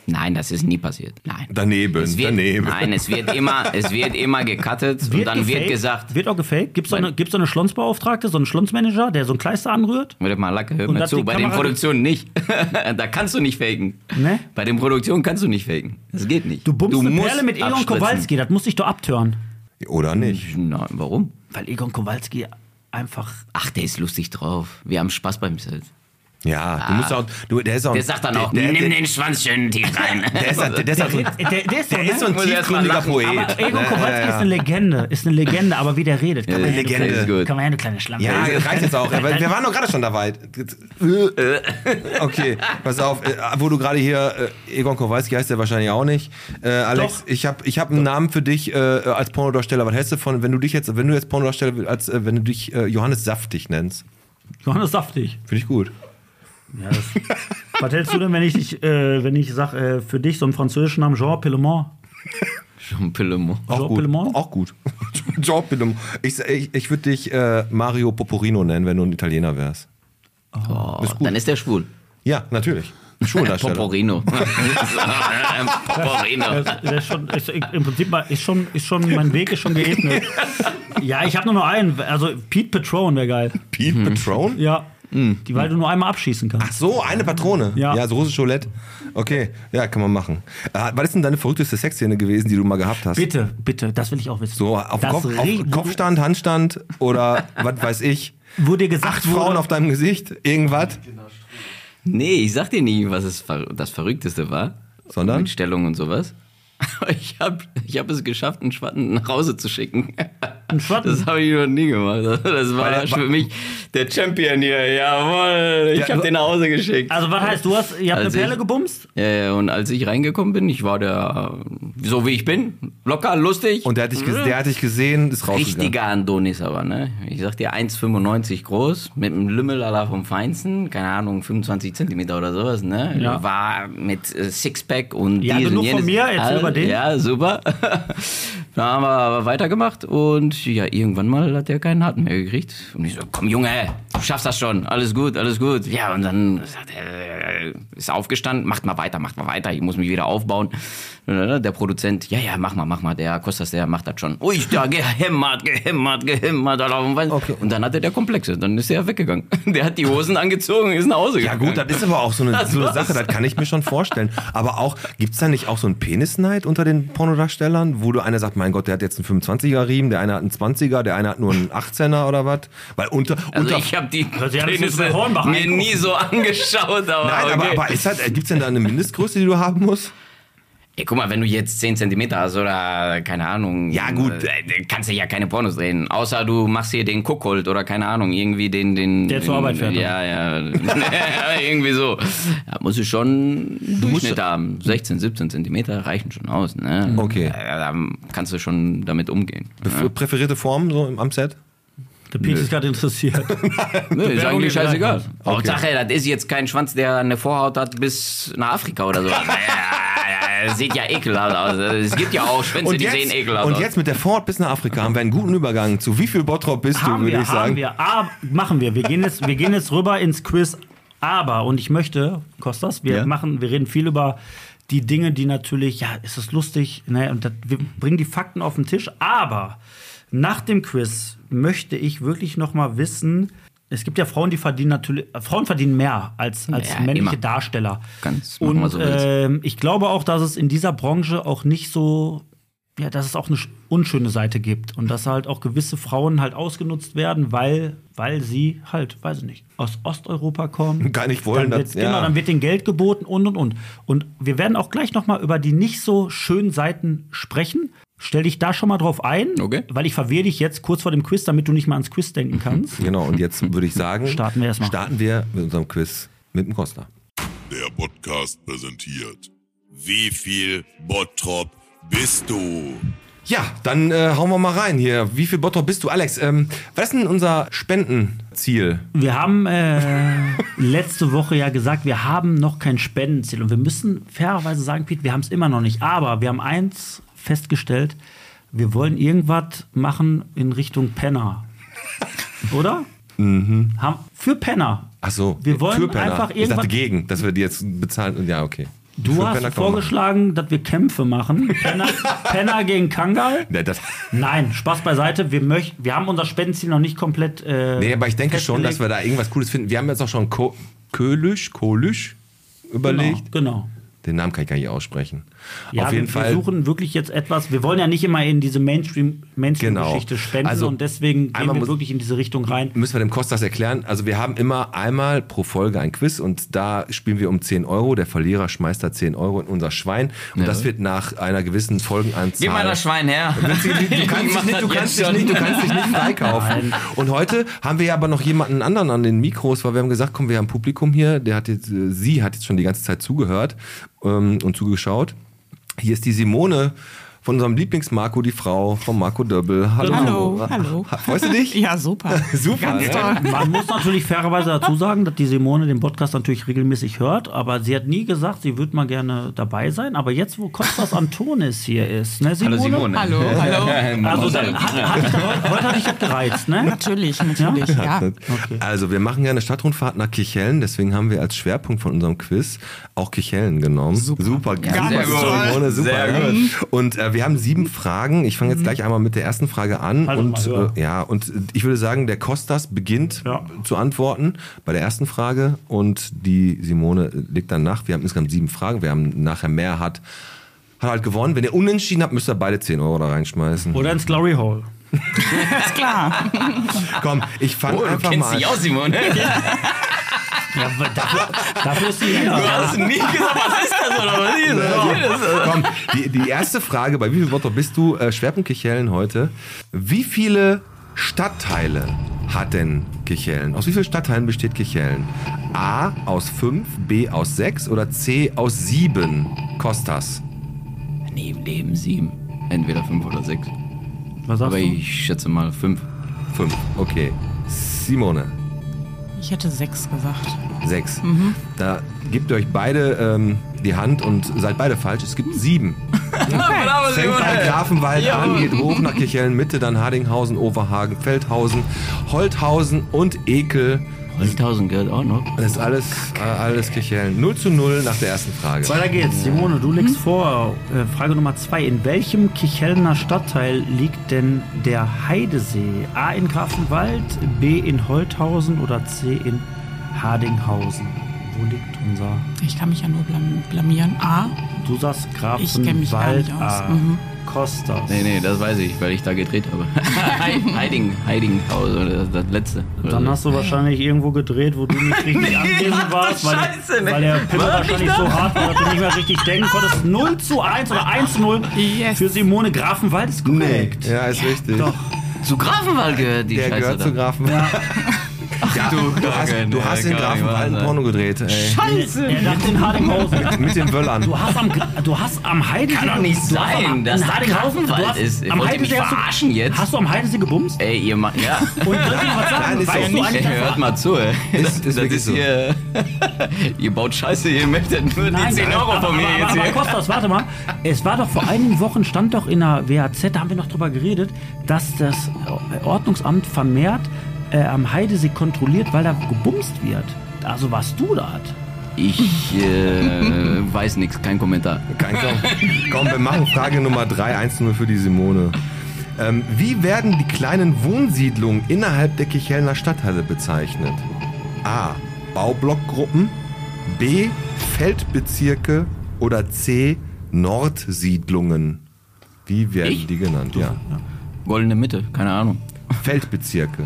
Speaker 5: Nein, das ist nie passiert. Nein.
Speaker 2: Daneben,
Speaker 5: Es wird,
Speaker 2: daneben.
Speaker 5: Nein, es wird immer, es wird immer gecuttet und dann wird
Speaker 3: gefaked?
Speaker 5: gesagt,
Speaker 3: Wird auch gefaked? Gibt es eine, gibt's so eine Schlonsbeauftragte, so einen Schlonsmanager, der so einen Kleister anrührt?
Speaker 5: würde mal Lacke, hör
Speaker 3: Und
Speaker 5: mir
Speaker 3: hat
Speaker 5: zu,
Speaker 3: die
Speaker 5: bei den
Speaker 3: Kamera-
Speaker 5: Produktionen nicht. da kannst du nicht faken.
Speaker 3: Ne?
Speaker 5: Bei den Produktionen kannst du nicht faken. Das geht nicht.
Speaker 3: Du bummst eine Perle mit Egon
Speaker 5: abspritzen.
Speaker 3: Kowalski, das muss dich doch abtören.
Speaker 2: Oder nicht?
Speaker 5: Nein, warum?
Speaker 3: Weil Egon Kowalski einfach
Speaker 5: Ach, der ist lustig drauf. Wir haben Spaß beim Set.
Speaker 2: Ja, du musst auch. Du, der ist auch.
Speaker 5: Ah. Der sagt dann auch,
Speaker 2: Der,
Speaker 5: nimm
Speaker 2: der,
Speaker 5: den Schwanz schön tief rein.
Speaker 2: der ist, der ist, so,
Speaker 3: Der, der, der ist ne?
Speaker 2: der
Speaker 3: doch,
Speaker 2: ist so ein
Speaker 5: Muss erst mal
Speaker 2: tiefgründiger
Speaker 5: lachen.
Speaker 2: Poet.
Speaker 3: Aber Egon Kowalski ist eine Legende, ist eine Legende, aber wie der redet, kann man
Speaker 2: eine
Speaker 3: ja, du-
Speaker 2: Legende.
Speaker 5: Ist gut.
Speaker 3: Kann man ja eine kleine Schlampe.
Speaker 2: Ja,
Speaker 3: Also,
Speaker 2: das reicht jetzt auch. Weil wir waren doch gerade schon dabei. Okay, pass auf, äh, wo du gerade hier, äh, Egon Kowalski heißt der wahrscheinlich auch nicht. Äh, Alex,
Speaker 3: Doch.
Speaker 2: ich habe ich hab einen Namen für dich äh, als Pornodarsteller. Was hältst du von, wenn du dich jetzt, wenn du jetzt Pornodarsteller, als äh, wenn du dich äh, Johannes Saftig nennst?
Speaker 3: Johannes saftig.
Speaker 2: Finde ich gut.
Speaker 3: Ja, das, was hältst du denn, wenn ich dich, äh, wenn ich sag, äh, für dich so einen französischen Namen Jean Pillemont?
Speaker 5: Schon Pillemont.
Speaker 2: Auch
Speaker 3: Jean
Speaker 2: gut.
Speaker 3: Pillemont?
Speaker 2: Auch gut. Jean Pillemont. Ich, ich, ich würde dich äh, Mario Poporino nennen, wenn du ein Italiener wärst.
Speaker 5: Oh,
Speaker 2: ist gut.
Speaker 5: dann ist der schwul. Äh,
Speaker 2: Ja, natürlich. Schuldarsteller.
Speaker 5: Poporino. äh, Poporino.
Speaker 3: Das ist schon, ist, Im Prinzip mal- ist schon, ist schon, mein Weg ist schon geebnet. Ja, ich habe nur noch einen. Also Pete Patron wäre geil.
Speaker 2: Pete Patron?
Speaker 3: Ja.
Speaker 2: Hm.
Speaker 3: Die, weil du nur einmal abschießen kannst.
Speaker 2: Ach so, eine Patrone.
Speaker 3: Ja.
Speaker 2: ja so große Scholett. Okay, ja, kann man machen. Äh, was ist denn deine verrückteste Sexszene gewesen, die du mal gehabt hast?
Speaker 3: Bitte, bitte, das will ich auch wissen.
Speaker 2: So auf,
Speaker 3: Das
Speaker 2: Kopf,
Speaker 3: riecht-
Speaker 2: auf Kopfstand, Handstand oder was weiß ich.
Speaker 3: Wo dir gesagt
Speaker 2: Acht Frauen
Speaker 3: wurde-
Speaker 2: auf deinem Gesicht, irgendwas.
Speaker 5: Nee, ich sag dir nicht, was es ver das Verrückteste war.
Speaker 2: Sondern?
Speaker 5: Mit Stellung und sowas. Aber ich habe ich hab es geschafft, einen Schwatten nach Hause zu schicken.
Speaker 3: Einen Schwatten?
Speaker 5: Das habe ich noch nie gemacht. Das war
Speaker 2: der-
Speaker 5: für mich der Champion hier. Jawohl, ich
Speaker 2: Ja,
Speaker 5: habe
Speaker 2: du-
Speaker 5: den nach Hause geschickt.
Speaker 3: Also was heißt, du hast, ihr habt
Speaker 5: Also
Speaker 3: eine Perle
Speaker 5: ich-
Speaker 3: gebumst?
Speaker 5: Äh, und als ich reingekommen bin, ich war der, so wie ich bin, locker, lustig.
Speaker 2: Und der hat dich,
Speaker 3: Mhm.
Speaker 2: ges- der hat dich gesehen, ist rausgegangen.
Speaker 5: Richtiger Andonis aber, ne? Ich sag dir, 1,95 groß, mit einem Lümmel aller vom Feinsten, keine Ahnung, 25 Zentimeter oder sowas, ne?
Speaker 3: Ja.
Speaker 5: War mit äh, Sixpack und
Speaker 3: Ja,
Speaker 5: dies
Speaker 3: genug
Speaker 5: und
Speaker 3: von
Speaker 5: jenes.
Speaker 3: mir, erzähl
Speaker 5: All-
Speaker 3: über den.
Speaker 5: Ja, super. Dann haben wir aber weitergemacht und ja, irgendwann mal hat der keinen Harten mehr gekriegt. Und ich so, komm Junge, du schaffst das schon, alles gut, alles gut. Ja, und dann sagt er, äh, ist aufgestanden, macht mal weiter, macht mal weiter, ich muss mich wieder aufbauen. Der Produzent, ja, ja, mach mal, mach mal, der Kostas, der macht das schon. Ui, da gehämmert, gehämmert, gehämmert. da laufen wir-
Speaker 2: Okay.
Speaker 5: Und dann hatte der Komplexe, dann ist er weggegangen. Der hat die Hosen angezogen, ist nach Hause
Speaker 2: Ja
Speaker 5: gegangen.
Speaker 2: gut, das ist aber auch so eine, so eine
Speaker 5: war's.
Speaker 2: Sache, das kann ich mir schon vorstellen. Aber auch, gibt's da nicht auch so einen Penisneid unter den Pornodarstellern, wo du einer sagt, mein Gott, der hat jetzt einen 25er-Riemen, der eine hat einen 20er, der eine hat nur einen 18er oder was? Weil unter...
Speaker 5: Also
Speaker 2: unter
Speaker 5: ich habe die
Speaker 3: Also, ja, das müssen wir
Speaker 5: Penisse
Speaker 3: Hornbach
Speaker 5: mir
Speaker 3: angucken.
Speaker 5: nie so angeschaut. Aber
Speaker 2: Nein, aber,
Speaker 5: okay.
Speaker 2: aber ist das, äh, gibt's denn da eine Mindestgröße, die du haben musst?
Speaker 5: Ey, guck mal, wenn du jetzt 10 Zentimeter hast oder keine Ahnung.
Speaker 2: Ja, gut.
Speaker 5: äh, Kannst du ja keine Pornos drehen. Außer du machst hier den Kuckold oder keine Ahnung, irgendwie den. den
Speaker 3: Der
Speaker 5: den,
Speaker 3: zur Arbeit fährt,
Speaker 5: Ja, ja. irgendwie so. Da musst du schon Durchschnitt haben. 16, 17 Zentimeter reichen schon aus, ne?
Speaker 2: Okay.
Speaker 5: Da, da kannst du schon damit umgehen. ne?
Speaker 2: Bef- Präferierte Form so im, am Set?
Speaker 3: Der Pieks ist gerade interessiert.
Speaker 5: Nö, ist
Speaker 3: wäre
Speaker 5: eigentlich
Speaker 3: ungemein.
Speaker 5: scheißegal.
Speaker 3: Okay.
Speaker 5: Hauptsache, das ist jetzt kein Schwanz, der eine Vorhaut hat bis nach Afrika oder so. ja, ja, ja, sieht ja ekelhaft aus. Es gibt ja auch Schwänze, die sehen ekelhaft
Speaker 2: und
Speaker 5: aus.
Speaker 2: jetzt mit der Ford bis nach Afrika haben wir einen guten Übergang zu wie viel Bottrop bist
Speaker 3: haben
Speaker 2: du, würde
Speaker 3: wir,
Speaker 2: ich
Speaker 3: haben
Speaker 2: sagen.
Speaker 3: wir. Ah, machen wir. Wir gehen, jetzt, wir gehen jetzt rüber ins Quiz. Aber, und ich möchte, Kostas, wir
Speaker 2: Ja.
Speaker 3: machen, wir reden viel über die Dinge, die natürlich, ja, es ist lustig, ne, und das, wir bringen die Fakten auf den Tisch. Aber nach dem Quiz möchte ich wirklich noch mal wissen, es gibt ja Frauen, die verdienen natürlich, äh, Frauen verdienen mehr als, als
Speaker 5: Ja,
Speaker 3: männliche
Speaker 5: immer.
Speaker 3: Darsteller.
Speaker 5: Ganz, machen wir
Speaker 3: und
Speaker 5: so willst.
Speaker 3: ähm, ich glaube auch, dass es in dieser Branche auch nicht so ja, dass es auch eine sch- unschöne Seite gibt und dass halt auch gewisse Frauen halt ausgenutzt werden, weil, weil sie halt, weiß ich nicht, aus Osteuropa kommen.
Speaker 2: Gar nicht wollen,
Speaker 3: Dann
Speaker 2: das-
Speaker 3: wird, Genau,
Speaker 2: ja.
Speaker 3: dann wird ihnen Geld geboten und und und. Und wir werden auch gleich nochmal über die nicht so schönen Seiten sprechen. Stell dich da schon mal drauf ein,
Speaker 5: Okay. Mhm.
Speaker 3: weil ich verwirre dich jetzt kurz vor dem Quiz, damit du nicht mal ans Quiz denken kannst.
Speaker 2: Genau, und jetzt würde ich sagen,
Speaker 3: Starten wir erstmal.
Speaker 2: starten wir mit unserem Quiz mit dem Costa.
Speaker 10: Der Podcast präsentiert. Wie viel Bottrop bist du?
Speaker 2: Ja, dann äh, hauen wir mal rein hier. Wie viel Bottrop bist du, Alex? Ähm, was ist denn unser Spendenziel?
Speaker 3: Wir haben äh, letzte Woche ja gesagt, wir haben noch kein Spendenziel. Und wir müssen fairerweise sagen, Pete, wir haben es immer noch nicht. Aber wir haben eins festgestellt, wir wollen irgendwas machen in Richtung Penner. Oder? Haben, für Penner.
Speaker 2: Mhm. Ach so,
Speaker 3: Wir wollen
Speaker 2: für Penner.
Speaker 3: einfach
Speaker 2: Ich dachte
Speaker 3: irgendwas-
Speaker 2: gegen, dass wir die jetzt bezahlen. Und Ja, okay.
Speaker 3: Du
Speaker 2: Für Penner
Speaker 3: hast
Speaker 2: kann man machen.
Speaker 3: vorgeschlagen, dass wir Kämpfe machen. Penner, Penner gegen Kangal.
Speaker 2: Ja, das,
Speaker 3: Nein, Spaß beiseite. Wir, möcht, wir haben unser Spendenziel noch nicht komplett. Äh,
Speaker 2: nee, aber ich denke schon, dass
Speaker 3: festgelegt.
Speaker 2: wir da irgendwas Cooles finden. Wir haben jetzt auch schon Ko Kölisch, Kolisch überlegt.
Speaker 3: Genau. genau.
Speaker 2: Den Namen kann ich gar nicht aussprechen.
Speaker 3: Ja,
Speaker 2: Auf jeden
Speaker 3: wir, wir
Speaker 2: Fall.
Speaker 3: suchen wirklich jetzt etwas. Wir wollen ja nicht immer in diese Mainstream- Mainstream-Geschichte
Speaker 2: Genau.
Speaker 3: spenden
Speaker 2: Also,
Speaker 3: und deswegen gehen
Speaker 2: einmal
Speaker 3: wir
Speaker 2: muss-
Speaker 3: wirklich in diese Richtung rein.
Speaker 2: Müssen wir dem Kostas erklären? Also, wir haben immer einmal pro Folge ein Quiz und da spielen wir um 10 Euro. Der Verlierer schmeißt da 10 Euro in unser Schwein und das wird nach einer gewissen Folgenanzahl.
Speaker 5: Gib mal das Schwein her.
Speaker 2: Du kannst, dich nicht, du, kannst dich nicht, du kannst dich nicht freikaufen. Und heute haben wir ja aber noch jemanden anderen an den Mikros, weil wir haben gesagt, komm, wir haben Publikum hier, der hat jetzt, äh, sie hat jetzt schon die ganze Zeit zugehört ähm, und zugeschaut. Hier ist die Simone von unserem Lieblings-Marco, die Frau von Marco Döbbel. Hallo.
Speaker 7: Hallo,
Speaker 2: Simone.
Speaker 7: hallo.
Speaker 2: Ha- Freust du dich?
Speaker 7: Ja, super.
Speaker 2: Super.
Speaker 7: Ganz
Speaker 2: ne?
Speaker 7: toll.
Speaker 3: Man muss natürlich fairerweise dazu sagen, dass die Simone den Podcast natürlich regelmäßig hört, aber sie hat nie gesagt, sie würde mal gerne dabei sein. Aber jetzt, wo Kostas Antonis hier ist, ne, Simone?
Speaker 7: Hallo, hallo.
Speaker 3: Also, dann, hat, hat ich da, heute, heute hatte ich das gereizt, ne?
Speaker 7: Natürlich, natürlich, ja.
Speaker 2: Also, wir machen ja eine Stadtrundfahrt nach Kichellen, deswegen haben wir als Schwerpunkt von unserem Quiz auch Kichellen genommen. Super, super
Speaker 7: Ja,
Speaker 2: super,
Speaker 7: sehr gut.
Speaker 2: Simone, super. gut. Und äh, wir haben sieben Fragen. Ich fange jetzt gleich einmal mit der ersten Frage an.
Speaker 3: Also mal
Speaker 2: und
Speaker 3: hören.
Speaker 2: äh, ja, und ich würde sagen, der Kostas beginnt
Speaker 3: Ja.
Speaker 2: zu antworten bei der ersten Frage und die Simone legt dann nach. Wir haben insgesamt sieben Fragen. Wir haben nachher mehr hat. Hat halt gewonnen. Wenn ihr unentschieden habt, müsst ihr beide 10 Euro da reinschmeißen.
Speaker 3: Oder ins Glory Hole.
Speaker 7: Ist klar.
Speaker 2: Komm, ich fange
Speaker 5: Oh, du
Speaker 2: einfach
Speaker 5: kennst
Speaker 2: mal
Speaker 5: dich
Speaker 2: an.
Speaker 5: aus, Simone.
Speaker 3: Ja, aber dafür, dafür ist sie
Speaker 5: Du
Speaker 3: ja.
Speaker 5: hast nie gesagt, was ist das oder was ist das?
Speaker 2: Komm, die, die erste Frage, bei wie viel Bottrop bist du? Äh, Schwerpunkt Kichellen heute. Wie viele Stadtteile hat denn Kichellen? Aus wie vielen Stadtteilen besteht Kichellen? A aus 5, B aus 6 oder C aus 7? Kostas.
Speaker 5: Neben dem sieben. Entweder fünf oder sechs.
Speaker 3: Was sagst
Speaker 5: Aber
Speaker 3: du?
Speaker 5: ich schätze mal fünf.
Speaker 2: 5, okay. Simone,
Speaker 7: Ich hätte sechs gesagt.
Speaker 2: 6. Da gebt ihr euch beide ähm, die Hand und seid beide falsch. Es gibt 7.
Speaker 5: Bravo,
Speaker 2: Fängt bei Grafenwald
Speaker 5: Ja.
Speaker 2: an, geht hoch nach Kirchhellen Mitte, dann Hardinghausen, Overhagen, Feldhausen, Holthausen und Ekel.
Speaker 5: 3000 gehört auch noch.
Speaker 2: Das ist alles, äh, alles Kichellen. 0 zu 0 nach der ersten Frage.
Speaker 3: Weiter geht's. Simone, du legst
Speaker 7: Hm?
Speaker 3: vor. Äh, Frage Nummer zwei. In welchem Kichelner Stadtteil liegt denn der Heidesee? A in Grafenwald, B in Holthausen oder C in Hardinghausen? Wo liegt unser.
Speaker 7: Ich kann mich ja nur blam blamieren. A.
Speaker 3: Du sagst
Speaker 7: Ich kenn mich gar
Speaker 3: Grafenwald
Speaker 7: nicht aus.
Speaker 3: A.
Speaker 7: Mhm.
Speaker 3: Kostas.
Speaker 5: Nee, nee, das weiß ich, weil ich da gedreht habe. Hei- Heiding, Heidinghaus, oder das, das letzte. Oder
Speaker 3: Dann
Speaker 5: so.
Speaker 3: hast du wahrscheinlich irgendwo gedreht, wo du nicht richtig anwesend warst, weil,
Speaker 5: Scheiße, ne?
Speaker 3: weil der Pimmel wahrscheinlich so hart war, dass du nicht mehr richtig denken konntest. 0 zu 1 oder 1 zu 0
Speaker 7: Yes.
Speaker 3: für Simone Grafenwald ist korrekt.
Speaker 2: Ja, ist richtig.
Speaker 3: Doch.
Speaker 5: zu Grafenwald gehört die
Speaker 2: Der
Speaker 5: Scheiße.
Speaker 2: gehört
Speaker 5: da.
Speaker 2: zu Grafenwald. Ja, du, du hast,
Speaker 5: Gurken,
Speaker 2: du
Speaker 5: ey,
Speaker 2: hast in
Speaker 5: kann nicht wahr
Speaker 2: Grafenwald ein
Speaker 5: sein.
Speaker 2: Porno gedreht, ey.
Speaker 3: Scheiße. Er dachte in Hardinghausen.
Speaker 2: Mit den Wöllern.
Speaker 3: Du hast am, Gra- du hast am Heidesee...
Speaker 5: Kann doch nicht
Speaker 3: du hast am-
Speaker 5: sein, dass
Speaker 3: in
Speaker 5: da
Speaker 3: Hardinghausen-
Speaker 5: Grafenwald
Speaker 3: du hast-
Speaker 5: ist. Ihr
Speaker 3: Am
Speaker 5: wollt
Speaker 3: Heidesee
Speaker 5: mich
Speaker 3: hast du-
Speaker 5: verarschen jetzt?
Speaker 3: Hast du am Heidesee gebumst?
Speaker 5: Ey, ihr Mann, ja.
Speaker 3: Und soll ich dir was sagen?
Speaker 2: Nein, ist
Speaker 3: weißt
Speaker 2: doch
Speaker 3: du
Speaker 2: nicht.
Speaker 3: eigentlich,
Speaker 5: Ey,
Speaker 3: dass
Speaker 5: hört mal zu, ey.
Speaker 2: Ist- ist
Speaker 5: das, das
Speaker 2: wirklich
Speaker 5: ist
Speaker 2: so.
Speaker 5: hier. ihr baut Scheiße, ihr möchtet nur die 10 Euro von mir
Speaker 3: aber,
Speaker 5: jetzt
Speaker 3: aber, aber
Speaker 5: hier.
Speaker 3: Kostas, warte mal. Es war doch vor einigen Wochen, stand doch in der WAZ, da haben wir noch drüber geredet, dass das Ordnungsamt vermehrt äh, am Heidesee kontrolliert, weil da gebumst wird. Also warst du da.
Speaker 5: Ich äh, weiß nichts, kein Kommentar.
Speaker 2: Kein Komm. Komm, wir machen Frage Nummer 3, 1 0 für die Simone. Ähm, wie werden die kleinen Wohnsiedlungen innerhalb der Kichelner Stadthalle bezeichnet? A. Baublockgruppen, B. Feldbezirke oder C. Nordsiedlungen. Wie werden die genannt? Ja.
Speaker 5: Goldene Mitte, keine Ahnung.
Speaker 2: Feldbezirke.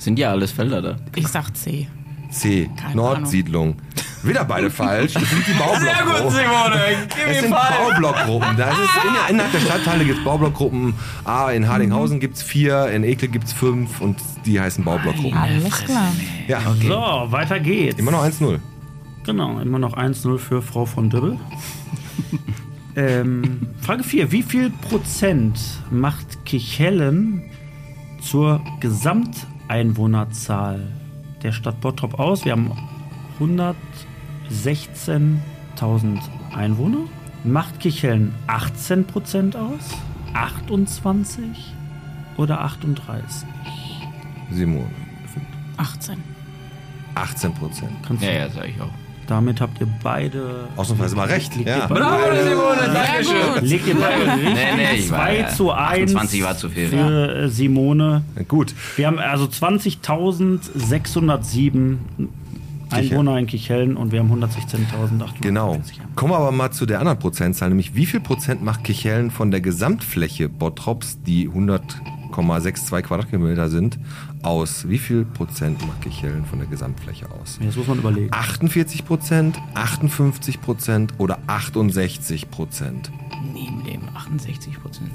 Speaker 5: Sind ja alles Felder da.
Speaker 7: Ich sag C.
Speaker 2: C.
Speaker 7: Keine
Speaker 2: Nordsiedlung. Wieder beide falsch. Das sind die Baublockgruppen.
Speaker 5: Simone,
Speaker 2: Es sind Baublockgruppen. Das ist
Speaker 7: Ah.
Speaker 2: in, innerhalb der Stadtteile gibt es Baublockgruppen. A, in
Speaker 7: Mhm.
Speaker 2: Hardinghausen gibt es vier, in Ekel gibt es fünf und die heißen Baublockgruppen.
Speaker 7: Alles klar.
Speaker 2: Ja,
Speaker 3: So, weiter geht's.
Speaker 2: Hm. immer noch 1-0.
Speaker 3: Genau, immer noch 1-0 für Frau von Dürrel. ähm, Frage 4. Wie viel Prozent macht Kichellen zur Gesamteinwohnerzahl der Stadt Bottrop aus? Wir haben 116.000 Einwohner. Macht Kichellen 18 Prozent aus? 28 oder 38?
Speaker 2: Simon,
Speaker 7: 18.
Speaker 2: 18 Prozent.
Speaker 3: Kannst
Speaker 5: Ja,
Speaker 3: du,
Speaker 5: ja, sag ich auch.
Speaker 3: Damit habt ihr beide...
Speaker 2: Ausnahmsweise mal recht. Ja.
Speaker 5: Bravo, Simone, danke schön.
Speaker 3: Legt ihr beide richtig.
Speaker 5: Nee, nee, ich war.
Speaker 3: 2
Speaker 5: ja,
Speaker 3: zu 1
Speaker 5: 28 war zu viel.
Speaker 3: für äh, Simone.
Speaker 2: Gut.
Speaker 3: Wir haben also 20.607 Einwohner in Kichellen und wir haben 116.800.
Speaker 2: Genau. Kommen wir aber mal zu der anderen Prozentzahl, nämlich wie viel Prozent macht Kichellen von der Gesamtfläche Bottrops, die 100,62 Quadratkilometer sind, aus? Wie viel Prozent macht Kichellen von der Gesamtfläche aus?
Speaker 3: Jetzt muss man überlegen.
Speaker 2: 48 Prozent, 58 Prozent oder 68 Prozent?
Speaker 5: Nee, eben 68 Prozent.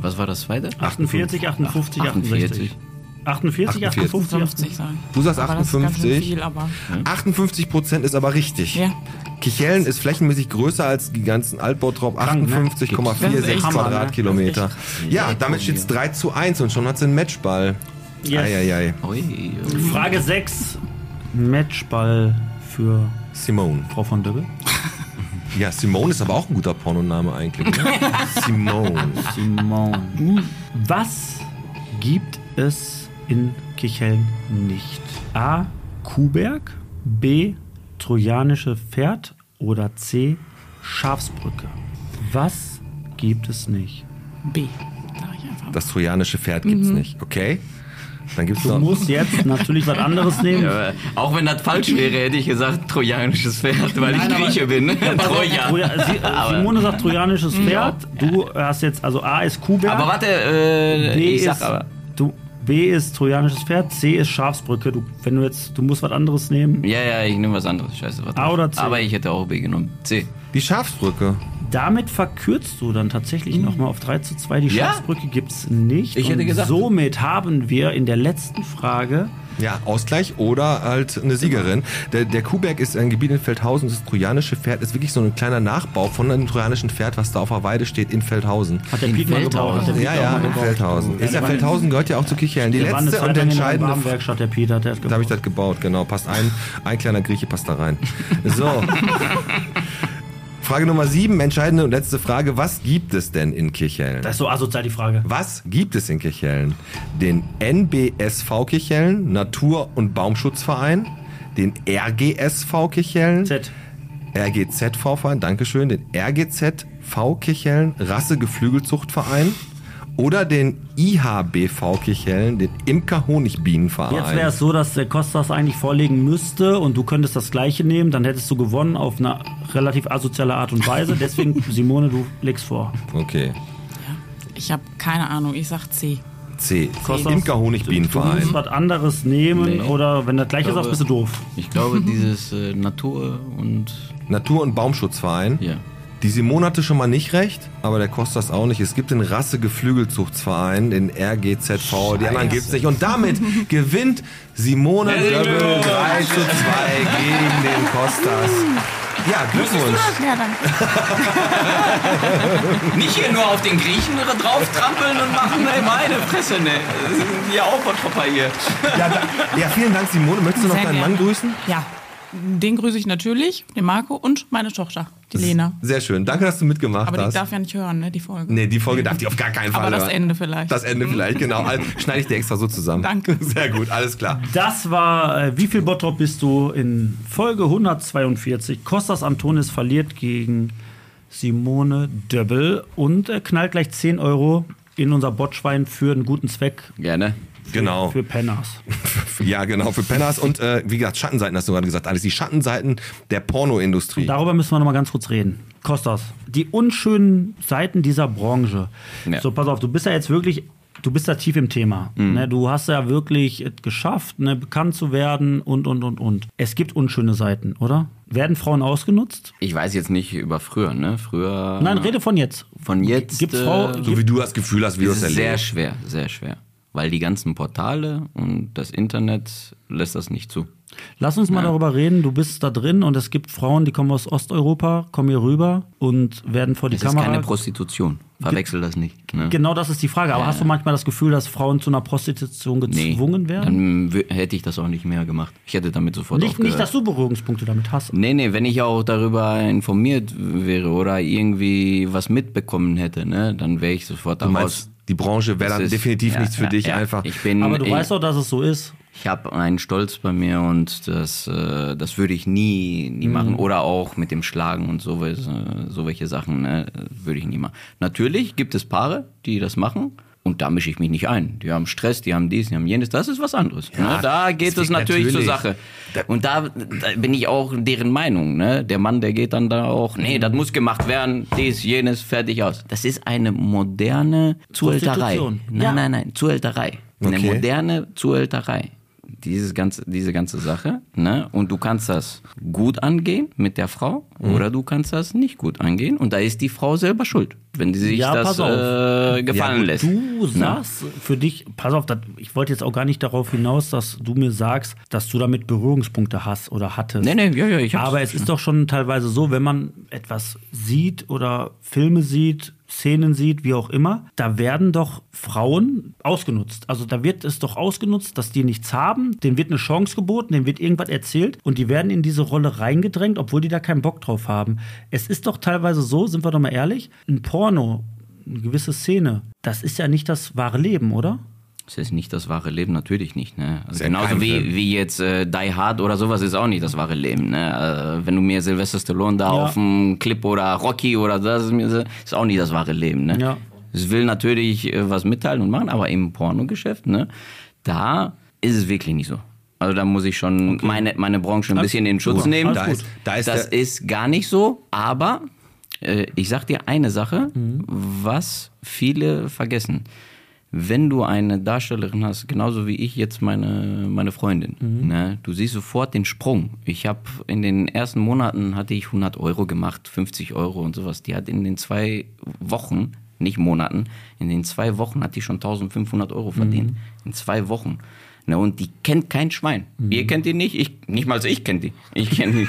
Speaker 5: Was war das zweite?
Speaker 3: 48, 58, 68. 48, 58,
Speaker 7: 50 sagen.
Speaker 2: Du sagst
Speaker 7: Aber das ist ganz schön
Speaker 2: 58.
Speaker 7: viel, aber
Speaker 3: Hm?
Speaker 5: Hm?
Speaker 2: 58 Prozent ist aber richtig.
Speaker 7: Ja.
Speaker 2: Kichellen ist flächenmäßig größer als die ganten Altbautrop,
Speaker 3: Krank, ne?
Speaker 7: Das ist
Speaker 2: 58,46
Speaker 7: echt Hammer, ne?
Speaker 2: Quadratkilometer.
Speaker 7: Das
Speaker 2: Ja, damit steht es 3 zu 1 und schon hat sie einen Matchball.
Speaker 3: Yes.
Speaker 2: Eieiei.
Speaker 5: Ui, ui.
Speaker 3: Frage 6. Matchball für
Speaker 2: Simone.
Speaker 3: Frau von Döbel.
Speaker 2: Ja, Simone ist aber auch ein guter Pornoname eigentlich. Ne? Simone.
Speaker 3: Simone. Was gibt es in Kicheln nicht? A. Kuhberg, B. Trojanische Pferd oder C. Schafsbrücke. Was gibt es nicht?
Speaker 7: B. Sag ich einfach.
Speaker 2: Das trojanische Pferd gibt's
Speaker 7: Mhm.
Speaker 2: nicht. Okay. Dann gibt's
Speaker 3: Du
Speaker 2: noch.
Speaker 3: musst jetzt natürlich was anderes nehmen.
Speaker 5: Aber auch wenn das falsch wäre, hätte ich gesagt trojanisches Pferd, weil ich Grieche bin. Troja.
Speaker 3: Troja, Sie, äh, Simone sagt trojanisches Pferd. Du hast jetzt, also A ist Kuhberg.
Speaker 5: Aber warte, äh,
Speaker 3: B
Speaker 5: ich sag
Speaker 3: ist,
Speaker 5: aber.
Speaker 3: Du, B ist trojanisches Pferd, C ist Schafsbrücke. Du, wenn du jetzt, du musst was anderes nehmen.
Speaker 5: Ja, ja, ich nehme was anderes. Scheiße, warte.
Speaker 3: A oder C?
Speaker 5: Aber ich hätte auch B genommen. C.
Speaker 2: Die Schafsbrücke.
Speaker 3: Damit verkürzt du dann tatsächlich
Speaker 2: Hm.
Speaker 3: nochmal auf 3 zu 2. Die
Speaker 5: Ja.
Speaker 3: Schafsbrücke gibt's nicht.
Speaker 5: Ich hätte
Speaker 3: Und
Speaker 5: gesagt-
Speaker 3: Somit haben wir in der letzten Frage.
Speaker 2: Ja, Ausgleich oder halt eine Siegerin. Der, der Kuhberg ist ein Gebiet in Feldhausen. Das trojanische Pferd ist wirklich so ein kleiner Nachbau von einem trojanischen Pferd, was da auf der Weide steht in Feldhausen.
Speaker 3: Hat der Piet mal gebaut. Hat der Piet
Speaker 2: Ja,
Speaker 3: auch
Speaker 2: ja,
Speaker 3: mal
Speaker 2: in
Speaker 3: gebaut.
Speaker 2: Feldhausen. Ist ja,
Speaker 3: der war-
Speaker 2: Feldhausen gehört ja auch zu Kichellen. Die
Speaker 3: der war eine
Speaker 2: letzte
Speaker 3: Zeit
Speaker 2: und
Speaker 3: lang in der
Speaker 2: entscheidende Frage.
Speaker 3: Warmwerkstatt, der Piet hat der hat
Speaker 2: Da habe ich
Speaker 3: gebaut.
Speaker 2: das gebaut, genau. Passt ein, ein kleiner Grieche passt da rein. So. Frage Nummer sieben, entscheidende und letzte Frage. Was gibt es denn in Kirchhellen?
Speaker 3: Das ist so asozial die Frage.
Speaker 2: Was gibt es in Kirchhellen? Den NBSV Kirchhellen, Natur- und Baumschutzverein, den RGSV Kirchhellen,
Speaker 3: Z.
Speaker 2: RGZV-Verein, Dankeschön, den RGZV Kirchhellen, Rassegeflügelzuchtverein oder den IHBV Kirchhellen, den Imker Honigbienenverein.
Speaker 3: Jetzt wäre es so, dass der Kostas eigentlich vorlegen müsste und du könntest das gleiche nehmen, dann hättest du gewonnen auf eine relativ asoziale Art und Weise. Deswegen, Simone, du legst vor.
Speaker 2: Okay.
Speaker 11: Ich habe keine Ahnung, ich sag C.
Speaker 2: C.
Speaker 3: Kostas,
Speaker 2: Imker
Speaker 3: Du musst
Speaker 2: Honigbienenverein.
Speaker 3: was anderes nehmen
Speaker 5: Nee.
Speaker 3: oder wenn das gleiche ist,
Speaker 5: glaube-
Speaker 3: bist du doof.
Speaker 5: Ich glaube, dieses äh, Natur und
Speaker 2: Natur- und Baumschutzverein.
Speaker 5: ja.
Speaker 2: Die Simone hatte schon mal nicht recht, aber der Kostas auch nicht. Es gibt den Rassegeflügelzuchtverein, den RGZV, die anderen gibt's nicht. Und damit gewinnt Simone Döbbel 3 zu 2 gegen den Kostas. Ja, Glückwunsch.
Speaker 11: Ja, danke.
Speaker 5: Nicht hier nur auf den Griechen drauf trampeln und machen, ey, meine Fresse, ne? Das sind Ja, auch Bottropper hier.
Speaker 2: Ja, da, ja, vielen Dank, Simone. Möchtest du noch
Speaker 11: Sehr
Speaker 2: deinen
Speaker 11: gerne.
Speaker 2: Mann grüßen?
Speaker 11: Ja, den grüße ich natürlich, den Marco und meine Tochter, die Lena.
Speaker 2: Sehr schön. Danke, dass du mitgemacht
Speaker 11: Aber die
Speaker 2: hast.
Speaker 11: darf ja nicht hören, ne, die Folge.
Speaker 2: Nee, die Folge darf die auf gar keinen Fall
Speaker 11: Aber das
Speaker 2: hören.
Speaker 11: Ende vielleicht.
Speaker 2: Das Ende vielleicht, genau. Also, Schneide ich dir extra so zusammen.
Speaker 11: Danke.
Speaker 2: Sehr gut, alles klar.
Speaker 3: Das war äh, Wie viel Bottrop bist du in Folge 142. Kostas Antonis verliert gegen Simone Döbbel und äh, knallt gleich 10 Euro in unser Botschwein für einen guten Zweck
Speaker 5: Gerne.
Speaker 2: Genau.
Speaker 3: für Penners.
Speaker 2: Ja, genau, für Penners. Und äh, wie gesagt, Schattenseiten hast du gerade gesagt. Alles die Schattenseiten der Pornoindustrie.
Speaker 3: Darüber müssen wir noch mal ganz kurz reden. Kostas, die unschönen Seiten dieser Branche.
Speaker 5: Ja.
Speaker 3: So, pass auf, du bist ja jetzt wirklich, du bist da tief im Thema. Ne, du hast ja wirklich es geschafft, ne, bekannt zu werden und, und, und, und. Es gibt unschöne Seiten, oder? Werden Frauen ausgenutzt?
Speaker 5: Ich weiß jetzt nicht über früher, ne? Früher.
Speaker 3: Nein, rede von jetzt.
Speaker 5: Von jetzt.
Speaker 3: Gibt's Frau-
Speaker 5: äh,
Speaker 2: So wie du das Gefühl hast, wie du
Speaker 5: ist
Speaker 2: es
Speaker 5: es sehr
Speaker 2: erlebst.
Speaker 5: schwer, sehr schwer. Weil die ganzen Portale und das Internet lässt das nicht zu.
Speaker 3: Lass uns mal darüber reden. Du bist da drin und es gibt Frauen, die kommen aus Osteuropa, kommen hier rüber und werden vor die
Speaker 5: Es ist
Speaker 3: Kamera.
Speaker 5: keine Prostitution. Verwechsel das nicht. Ne?
Speaker 3: genau das ist die Frage. Aber hast du manchmal das Gefühl, dass Frauen zu einer Prostitution
Speaker 5: Nee,
Speaker 3: gezwungen werden?
Speaker 5: Dann wü- hätte ich das auch nicht mehr gemacht. Ich hätte damit sofort
Speaker 3: Nicht,
Speaker 5: aufgehört.
Speaker 3: nicht, dass du Berührungspunkte damit hast.
Speaker 5: Nee, nee, wenn ich auch darüber informiert wäre oder irgendwie was mitbekommen hätte, ne, dann wäre ich sofort
Speaker 2: Du
Speaker 5: daraus.
Speaker 2: meinst, die Branche wäre
Speaker 5: Das
Speaker 2: dann
Speaker 5: ist-
Speaker 2: definitiv
Speaker 5: ja,
Speaker 2: nichts für
Speaker 5: ja,
Speaker 2: dich
Speaker 5: ja.
Speaker 2: einfach.
Speaker 5: Ich bin,
Speaker 3: Aber du
Speaker 5: ich,
Speaker 3: weißt doch, dass es so ist.
Speaker 5: ich habe einen Stolz bei mir und das, äh, das würde ich nie, nie machen. Oder auch mit dem Schlagen und so, was, äh, so welche Sachen ne, würde ich nie machen. Natürlich gibt es Paare, die das machen. Und da mische ich mich nicht ein. Die haben Stress, die haben dies, die haben jenes. Das ist was anderes. ne? Da geht es
Speaker 2: deswegen
Speaker 5: natürlich,
Speaker 2: natürlich.
Speaker 5: zur Sache. Und da, da bin ich auch deren Meinung. Ne? Der Mann, der geht dann da auch, nee, das muss gemacht werden, dies, jenes, fertig aus. Das ist eine moderne Zuhälterei.
Speaker 3: Prostitution.
Speaker 5: Nein,
Speaker 3: Ja.
Speaker 5: nein, nein, Zuhälterei. Eine
Speaker 2: Okay.
Speaker 5: moderne Zuhälterei. Dieses ganze, diese ganze Sache. Ne? Und du kannst das gut angehen mit der Frau
Speaker 3: Mhm.
Speaker 5: oder du kannst das nicht gut angehen. Und da ist die Frau selber schuld, wenn sie sich
Speaker 3: Ja,
Speaker 5: das
Speaker 3: pass auf.
Speaker 5: äh, gefallen
Speaker 2: Ja,
Speaker 5: lässt.
Speaker 3: Du
Speaker 5: Ne?
Speaker 3: sagst für dich, pass auf, das, ich wollte jetzt auch gar nicht darauf hinaus, dass du mir sagst, dass du damit Berührungspunkte hast oder hattest.
Speaker 5: Nee, nee, ja, ja, ich hab's.
Speaker 3: Aber es ist doch schon teilweise so, wenn man etwas sieht oder Filme sieht, Szenen sieht, wie auch immer, da werden doch Frauen ausgenutzt. Also da wird es doch ausgenutzt, dass die nichts haben, denen wird eine Chance geboten, denen wird irgendwas erzählt und die werden in diese Rolle reingedrängt, obwohl die da keinen Bock drauf haben. Es ist doch teilweise so, sind wir doch mal ehrlich, ein Porno, eine gewisse Szene, das ist ja nicht das wahre Leben, oder?
Speaker 5: Es ist nicht das wahre Leben, natürlich nicht. Ne? Also
Speaker 2: ja
Speaker 5: genauso
Speaker 2: kein
Speaker 5: wie,
Speaker 2: Film.
Speaker 5: wie jetzt äh, Die Hard oder sowas ist auch nicht das wahre Leben. Ne? Äh, wenn du mir Sylvester Stallone da auf dem Clip oder Rocky oder das ist, mir- ist auch nicht das wahre Leben. Ne?
Speaker 3: Ja.
Speaker 5: Es will natürlich äh, was mitteilen und machen, aber im Pornogeschäft, ne, da ist es wirklich nicht so. Also da muss ich schon meine, meine Branche ein bisschen in Schutz nehmen.
Speaker 2: Da ist- da ist
Speaker 5: das
Speaker 2: der-
Speaker 5: ist gar nicht so, aber äh, ich sag dir eine Sache, was viele vergessen. Wenn du eine Darstellerin hast, genauso wie ich jetzt meine, meine Freundin, ne, du siehst sofort den Sprung. Ich habe in den ersten Monaten hatte ich 100 Euro gemacht, 50 Euro und sowas. Die hat in den zwei Wochen, nicht Monaten, in den zwei Wochen hat die schon 1500 Euro verdient. In zwei Wochen. Ne, und die kennt kein Schwein. Ihr kennt die nicht, ich, nicht mal so ich kenne die. Ich kenne die.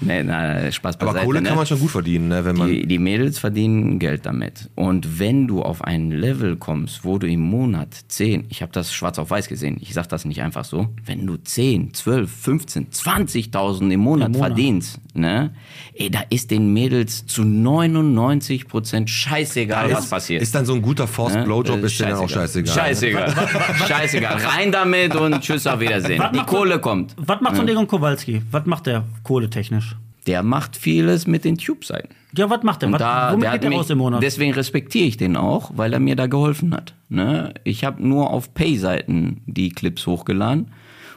Speaker 5: nee, na, Spaß
Speaker 2: Aber
Speaker 5: beiseite.
Speaker 2: Kohle
Speaker 5: ne?
Speaker 2: kann man schon gut verdienen, ne, wenn man.
Speaker 5: Die, die Mädels verdienen Geld damit. Und wenn du auf ein Level kommst, wo du im Monat 10, ich habe das schwarz auf weiß gesehen, ich sage das nicht einfach so, wenn du 10, 12, 15, 20.000 im Monat,
Speaker 3: Monat.
Speaker 5: verdienst, ne? Ey, da ist den Mädels zu 99 Prozent scheißegal,
Speaker 2: Da
Speaker 5: was
Speaker 2: ist-
Speaker 5: passiert.
Speaker 2: ist dann so ein guter Forced Blowjob,
Speaker 5: Äh,
Speaker 2: ist dir dann auch scheißegal.
Speaker 5: Scheißegal. scheißegal. Rein damit und tschüss, auf Wiedersehen.
Speaker 3: Was
Speaker 5: Die
Speaker 3: macht
Speaker 5: Kohle kommt.
Speaker 3: Was macht so ein Egon Kowalski? Was macht der kohletechnisch?
Speaker 5: Der macht vieles mit den Tube-Seiten.
Speaker 3: Ja, was macht der?
Speaker 5: Und
Speaker 3: Was,
Speaker 5: da,
Speaker 3: womit
Speaker 5: der hat
Speaker 3: geht der
Speaker 5: mich,
Speaker 3: raus im Monat?
Speaker 5: Deswegen respektiere ich den auch, weil er mir da geholfen hat. Ne? Ich habe nur auf Pay-Seiten die Clips hochgeladen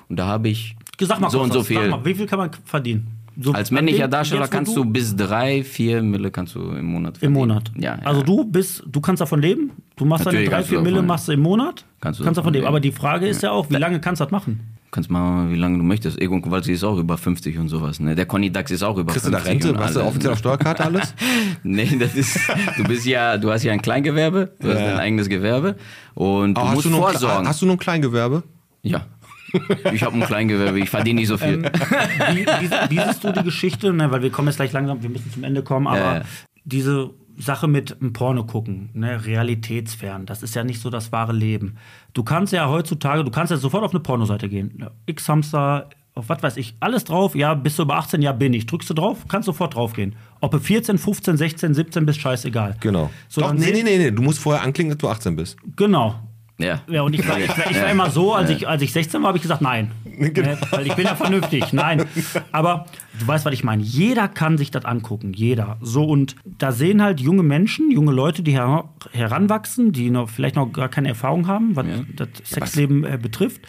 Speaker 5: und da habe ich
Speaker 3: Sag mal
Speaker 5: so
Speaker 3: kurz
Speaker 5: und so
Speaker 3: was.
Speaker 5: viel.
Speaker 3: Sag mal, wie viel kann man verdienen? So,
Speaker 5: Als männlicher
Speaker 3: ab dem-
Speaker 5: Darsteller
Speaker 3: jetzt, wo
Speaker 5: kannst du bis drei, vier Mille kannst du im Monat
Speaker 3: im
Speaker 5: verdienen.
Speaker 3: Monat.
Speaker 5: Ja,
Speaker 3: Also du bist, du kannst davon leben. Du machst
Speaker 5: Natürlich
Speaker 3: deine drei,
Speaker 5: kannst du
Speaker 3: vier Mille
Speaker 5: davon
Speaker 3: machst du im Monat.
Speaker 5: Kannst du
Speaker 3: davon
Speaker 5: davon
Speaker 3: leben.
Speaker 5: leben.
Speaker 3: Aber die Frage ist ja auch, wie lange kannst du das machen?
Speaker 5: Kannst mal, wie lange du möchtest. Egon Kowalski ist auch über 50 und sowas. Ne? Der Conny Dax ist auch über
Speaker 2: Kriegst du
Speaker 5: 50.
Speaker 2: da Rente?
Speaker 5: und
Speaker 2: Hast du
Speaker 5: alle,
Speaker 2: offiziell auf Steuerkarte alles?
Speaker 5: Nee, das ist, du bist ja, du hast ja ein Kleingewerbe, du hast
Speaker 2: Ja.
Speaker 5: dein eigenes Gewerbe und du
Speaker 2: Aber hast,
Speaker 5: musst
Speaker 2: du nur ein,
Speaker 5: vorsorgen.
Speaker 2: Kle- hast du nur ein Kleingewerbe?
Speaker 5: ja. Ich habe ein Kleingewerbe, ich verdiene nicht so viel.
Speaker 2: Ähm,
Speaker 3: Wie, wie, wie siehst du die Geschichte? Ne, weil wir kommen jetzt gleich langsam, wir müssen zum Ende kommen, aber
Speaker 5: Ja, ja.
Speaker 3: diese Sache mit dem Porno gucken, ne, realitätsfern, das ist ja nicht so das wahre Leben. Du kannst ja heutzutage, du kannst ja sofort auf eine Pornoseite gehen. Ne, X-Hamster, auf was weiß ich, alles drauf, ja, bist du über 18, ja, bin ich. Drückst du drauf, kannst sofort drauf gehen. Ob du 14, 15, 16, 17 bist, scheißegal.
Speaker 2: Genau.
Speaker 3: So,
Speaker 2: Doch,
Speaker 3: dann
Speaker 2: nee,
Speaker 3: seh-
Speaker 2: nee, nee, nee, du musst vorher anklingen, dass du 18 bist.
Speaker 3: Genau.
Speaker 5: Ja.
Speaker 3: Ja, und ich war, ich, war- ich war immer so, als, ich, als ich 16 war, habe ich gesagt, nein. Ne, Weil ich bin ja vernünftig, nein. Aber du weißt, was ich meine. Jeder kann sich das angucken, jeder. So, und da sehen halt junge Menschen, junge Leute, die her heranwachsen, die noch, vielleicht noch gar keine Erfahrung haben, was das Sexleben äh, betrifft,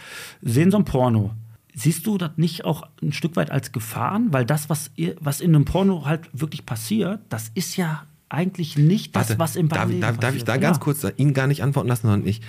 Speaker 3: sehen so ein Porno. Siehst du das nicht auch ein Stück weit als Gefahren? Weil das, was, ihr, was in einem Porno halt wirklich passiert, das ist ja eigentlich nicht das,
Speaker 2: Warte,
Speaker 3: was im
Speaker 2: darf,
Speaker 3: wahren Leben
Speaker 2: darf, darf ich
Speaker 3: passiert.
Speaker 2: da ganz
Speaker 3: Ja.
Speaker 2: kurz da, ihn gar nicht antworten lassen, sondern ich.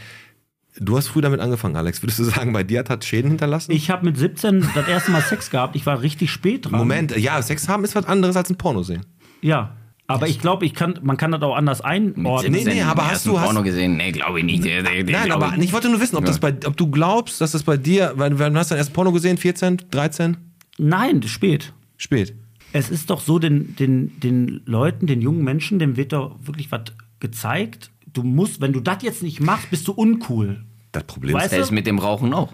Speaker 2: Du hast früh damit angefangen, Alex. Würdest du sagen, bei dir hat das Schäden hinterlassen?
Speaker 3: Ich habe mit 17 das erste Mal Sex gehabt. Ich war richtig spät dran.
Speaker 2: Moment, ja, Sex haben ist was anderes als ein Porno sehen.
Speaker 3: Ja. Aber ich glaube, ich kann, man kann das auch anders einordnen.
Speaker 2: Nee, nee, aber hast du. Hast,
Speaker 5: Porno gesehen? Nee, glaube ich nicht. Der- der- der-
Speaker 2: nein,
Speaker 5: glaub
Speaker 2: aber ich wollte nur wissen, ob, das bei, ob du glaubst, dass das bei dir. Wann, wann hast du dein erstes Porno gesehen? 14, 13?
Speaker 3: Nein, spät.
Speaker 2: Spät.
Speaker 3: Es ist doch so, den, den, den Leuten, den jungen Menschen, dem wird doch wirklich was gezeigt. Du musst, wenn du das jetzt nicht machst, bist du uncool.
Speaker 2: Das Problem
Speaker 3: Weißt
Speaker 5: Das
Speaker 3: du?
Speaker 5: ist mit dem Rauchen auch.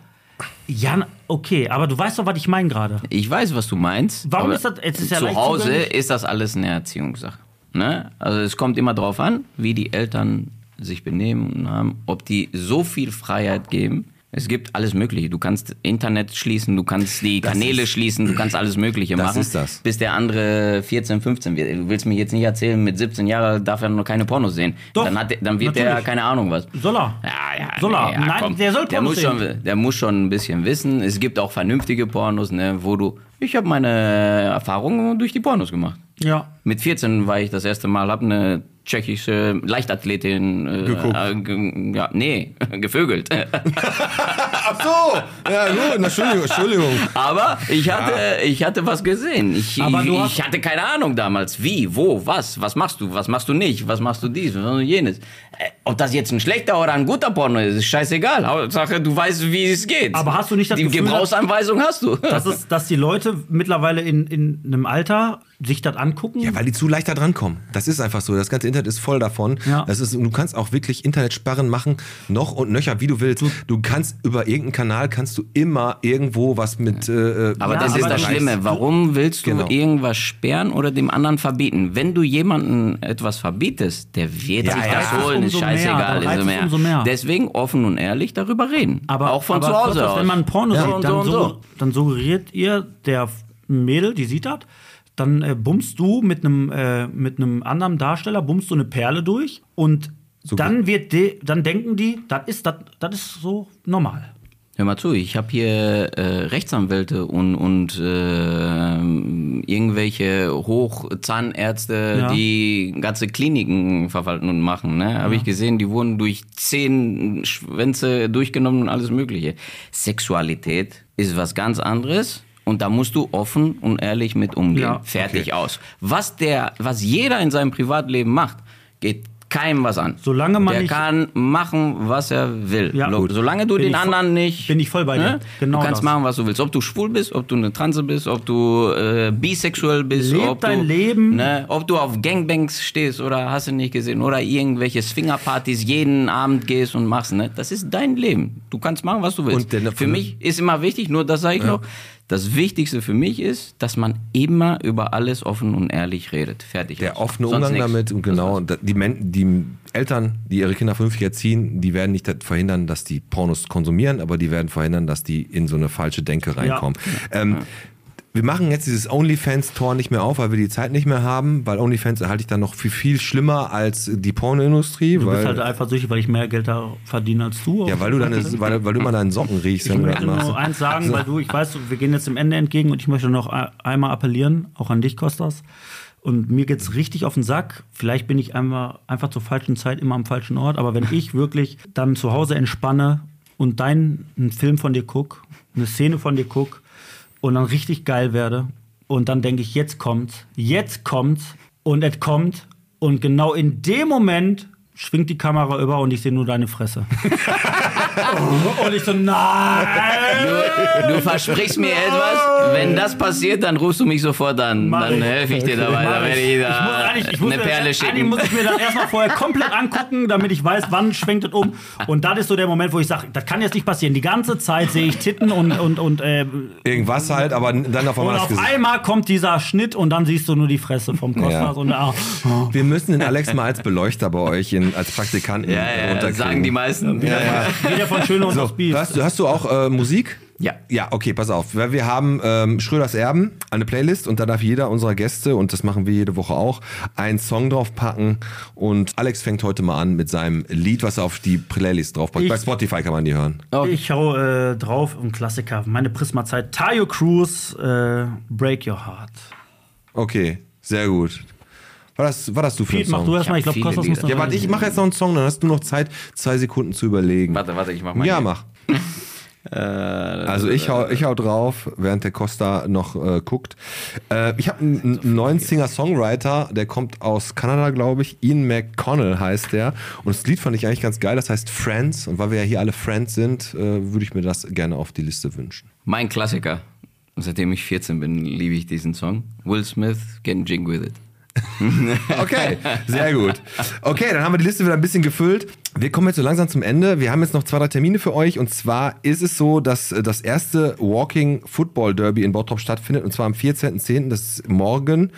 Speaker 3: Ja, na- okay, aber du weißt doch, was ich meine gerade.
Speaker 5: Ich weiß, was du meinst.
Speaker 3: Warum
Speaker 5: aber
Speaker 3: ist das- es ist ja
Speaker 5: zu
Speaker 3: leicht
Speaker 5: Hause
Speaker 3: zugänglich.
Speaker 5: ist das alles eine Erziehungssache. Ne? Also es kommt immer drauf an, wie die Eltern sich benehmen und haben, ob die so viel Freiheit geben. Es gibt alles Mögliche. Du kannst Internet schließen, du kannst die Kanäle
Speaker 2: ist-
Speaker 5: schließen, du kannst alles Mögliche
Speaker 2: Das
Speaker 5: machen.
Speaker 2: ist das.
Speaker 5: Bis der andere 14, 15 wird. Du willst mir jetzt nicht erzählen, mit 17 Jahren darf er noch keine Pornos sehen.
Speaker 3: Doch,
Speaker 5: dann, hat, der- dann wird der
Speaker 3: natürlich.
Speaker 5: keine Ahnung was.
Speaker 3: Soll er?
Speaker 5: Ja, ja,
Speaker 3: Soll er? Nein, der soll
Speaker 5: der
Speaker 3: Pornos
Speaker 5: muss schon,
Speaker 3: sehen.
Speaker 5: Der muss schon ein bisschen wissen. Es gibt auch vernünftige Pornos, ne, wo du. Ich habe meine Erfahrungen durch die Pornos gemacht.
Speaker 3: Ja.
Speaker 5: Mit 14 war ich das erste Mal, habe eine tschechische Leichtathletin. Äh,
Speaker 2: Geguckt.
Speaker 5: äh, ge, ja, nee, gevögelt.
Speaker 2: Ach so! Ja, gut, na, Entschuldigung, Entschuldigung.
Speaker 5: Aber ich hatte, ich hatte was gesehen. Ich,
Speaker 3: Aber du
Speaker 5: ich,
Speaker 3: hast-
Speaker 5: ich hatte keine Ahnung damals. Wie, wo, was, was machst du, was machst du nicht, was machst du dies, was machst du jenes. Äh, Ob das jetzt ein schlechter oder ein guter Porno ist, ist scheißegal. Hauptsache, du weißt, wie es geht.
Speaker 3: Aber hast du nicht das
Speaker 5: Die
Speaker 3: Gefühl,
Speaker 5: Gebrauchsanweisung hast du.
Speaker 3: Das ist, dass die Leute mittlerweile in, in einem Alter sich das angucken.
Speaker 2: Ja, weil die zu leichter drankommen. Das ist einfach so. Das ganze Internet ist voll davon.
Speaker 3: Ja.
Speaker 2: Das ist, du kannst auch wirklich Internetsperren machen, noch und nöcher, wie du willst. Du kannst über irgendeinen Kanal kannst du immer irgendwo was mit. Äh,
Speaker 5: Aber
Speaker 3: Ja,
Speaker 5: das ist
Speaker 3: aber
Speaker 5: das
Speaker 3: du-
Speaker 5: Schlimme. Warum willst du
Speaker 2: Genau.
Speaker 5: irgendwas sperren oder dem anderen verbieten? Wenn du jemandem etwas verbietest, der wird
Speaker 2: Ja,
Speaker 5: sich
Speaker 2: ja.
Speaker 5: das
Speaker 2: Reizt
Speaker 5: holen,
Speaker 3: umso
Speaker 5: ist
Speaker 3: mehr,
Speaker 5: scheißegal.
Speaker 3: dann reizt
Speaker 5: ist
Speaker 3: es umso mehr.
Speaker 5: Deswegen offen und ehrlich darüber reden.
Speaker 3: Aber
Speaker 5: auch von
Speaker 3: aber
Speaker 5: zu Hause
Speaker 3: trotzdem,
Speaker 5: aus.
Speaker 3: Wenn man Porno
Speaker 5: Ja,
Speaker 3: sieht,
Speaker 5: und
Speaker 3: dann,
Speaker 5: so und so.
Speaker 3: sugger- dann suggeriert ihr der Mädel, die sieht das, dann äh, bummst du mit einem äh, mit einem anderen Darsteller bummst du eine Perle durch und dann wird de, dann denken die, das ist das das ist so normal.
Speaker 5: Hör mal zu, ich habe hier äh, Rechtsanwälte und, und äh, irgendwelche Hochzahnärzte,
Speaker 3: Ja.
Speaker 5: die ganze Kliniken verwalten und machen. Ne? Habe ich gesehen, die wurden durch zehn Schwänze durchgenommen und alles Mögliche. Sexualität ist was ganz anderes. Und da musst du offen und ehrlich mit umgehen.
Speaker 3: Ja.
Speaker 5: Fertig aus. Was der, was jeder in seinem Privatleben macht, geht keinem was an.
Speaker 3: Solange man
Speaker 5: der
Speaker 3: nicht-
Speaker 5: kann machen, was er will.
Speaker 3: Ja.
Speaker 5: Lo-
Speaker 3: Gut.
Speaker 5: Solange du
Speaker 3: Bin
Speaker 5: den
Speaker 3: ich voll-
Speaker 5: anderen nicht. ne?
Speaker 3: bin ich voll bei dir. Genau
Speaker 5: du kannst
Speaker 3: das.
Speaker 5: machen, was du willst. Ob du schwul bist, ob du eine Transe bist, ob du äh, bisexuell bist,
Speaker 3: Leb
Speaker 5: ob
Speaker 3: dein
Speaker 5: du,
Speaker 3: Leben.
Speaker 5: Ne, ob du auf Gangbangs stehst oder hast du nicht gesehen oder irgendwelche Swingerpartys jeden Abend gehst und machst. Ne? Das ist dein Leben. Du kannst machen, was du willst.
Speaker 2: Und der-
Speaker 5: Für mich ist immer wichtig, nur das sage ich noch, Das Wichtigste für mich ist, dass man immer über alles offen und ehrlich redet. Fertig.
Speaker 2: Der offene Umgang damit und genau, da- die, Men die Eltern, die ihre Kinder vernünftig erziehen, die werden nicht dat- verhindern, dass die Pornos konsumieren, aber die werden verhindern, dass die in so eine falsche Denke reinkommen. Ähm, wir machen jetzt dieses OnlyFans-Tor nicht mehr auf, weil wir die Zeit nicht mehr haben, weil OnlyFans erhalte ich dann noch viel, viel schlimmer als die Pornoindustrie.
Speaker 3: Du
Speaker 2: weil,
Speaker 3: bist halt eifersüchtig, weil ich mehr Geld da verdiene als du.
Speaker 2: ja, weil du, deine, weil, weil du immer deinen Socken riechst,
Speaker 3: Ich
Speaker 2: wenn du das
Speaker 3: möchte
Speaker 2: machst. Also,
Speaker 3: nur eins sagen, weil du, ich weiß, wir gehen jetzt dem Ende entgegen und ich möchte noch e- einmal appellieren, auch an dich, Kostas. Und mir geht's richtig auf den Sack. Vielleicht bin ich einmal, einfach zur falschen Zeit immer am falschen Ort, aber wenn ich wirklich dann zu Hause entspanne und deinen einen Film von dir guck, eine Szene von dir guck und dann richtig geil werde und dann denke ich, jetzt kommt, jetzt kommt und es kommt und genau in dem Moment schwingt die Kamera über und ich sehe nur deine Fresse. Und ich so, nein!
Speaker 5: Du, du versprichst mir etwas. Wenn das passiert, dann rufst du mich sofort an.
Speaker 3: Mach
Speaker 5: dann
Speaker 3: ich.
Speaker 5: helfe ne? ich dir dabei.
Speaker 3: Mach
Speaker 5: Dann werde ich
Speaker 3: ich.
Speaker 5: dir
Speaker 3: Ich muss
Speaker 5: da
Speaker 3: eigentlich- ich muss
Speaker 5: eine
Speaker 3: mir-
Speaker 5: Perle
Speaker 3: Eigentlich
Speaker 5: schicken.
Speaker 3: muss ich mir das erstmal vorher komplett angucken, damit ich weiß, wann schwenkt es um. Und das ist so der Moment, wo ich sage, das kann jetzt nicht passieren. Die ganze Zeit sehe ich Titten und, und, und, äh,
Speaker 2: Irgendwas halt, aber dann auf einmal
Speaker 3: und
Speaker 2: das
Speaker 3: auf
Speaker 2: Gesicht.
Speaker 3: einmal kommt dieser Schnitt und dann siehst du nur die Fresse vom Kostas
Speaker 2: Ja.
Speaker 3: und ah,
Speaker 2: Wir müssen den Alex mal als Beleuchter bei euch, in, als Praktikanten
Speaker 5: Ja, ja,
Speaker 2: runterkriegen.
Speaker 5: sagen die meisten.
Speaker 2: Ja, ja.
Speaker 3: wieder von Schöne und
Speaker 2: So,
Speaker 3: das Bier.
Speaker 2: hörst, du- hörst du auch äh, Musik?
Speaker 5: Ja.
Speaker 2: Ja, okay, pass auf. Weil Wir haben ähm, Schröders Erben, eine Playlist und da darf jeder unserer Gäste, und das machen wir jede Woche auch, einen Song draufpacken. Und Alex fängt heute mal an mit seinem Lied, was er auf die Playlist draufpackt.
Speaker 3: Ich-
Speaker 2: Bei Spotify kann man die hören.
Speaker 3: Ich hau äh, drauf, ein Klassiker, meine Prisma-Zeit. Tayo Cruz, äh, Break Your Heart.
Speaker 2: Okay, sehr gut. War das, war das du für
Speaker 3: Pete,
Speaker 2: einen Song?
Speaker 3: mach du erst mal, ich glaub,
Speaker 2: Ja,
Speaker 3: Kostas muss
Speaker 2: viele Lieder.
Speaker 3: noch
Speaker 2: Ja, warte, ich mache jetzt noch einen Song, dann hast du noch Zeit, zwei Sekunden zu überlegen.
Speaker 5: Warte, warte, ich mach mal. Äh,
Speaker 2: Ja, mach. Also ich hau, ich hau drauf, während der Costa noch äh, guckt. Äh, ich habe einen einen neuen Singer-Songwriter, der kommt aus Kanada, glaube ich. Ian McConnell heißt der. Und das Lied fand ich eigentlich ganz geil, das heißt Friends. Und weil wir ja hier alle Friends sind, äh, würde ich mir das gerne auf die Liste wünschen.
Speaker 5: Mein Klassiker. Seitdem ich 14 bin, liebe ich diesen Song. Will Smith, Get Jig With It.
Speaker 2: Okay, sehr gut. Okay, dann haben wir die Liste wieder ein bisschen gefüllt. Wir kommen jetzt so langsam zum Ende. Wir haben jetzt noch zwei, drei Termine für euch. Und zwar ist es so, dass äh, das erste Walking Football Derby in Bottrop stattfindet. Und zwar am 14.10., das ist morgen.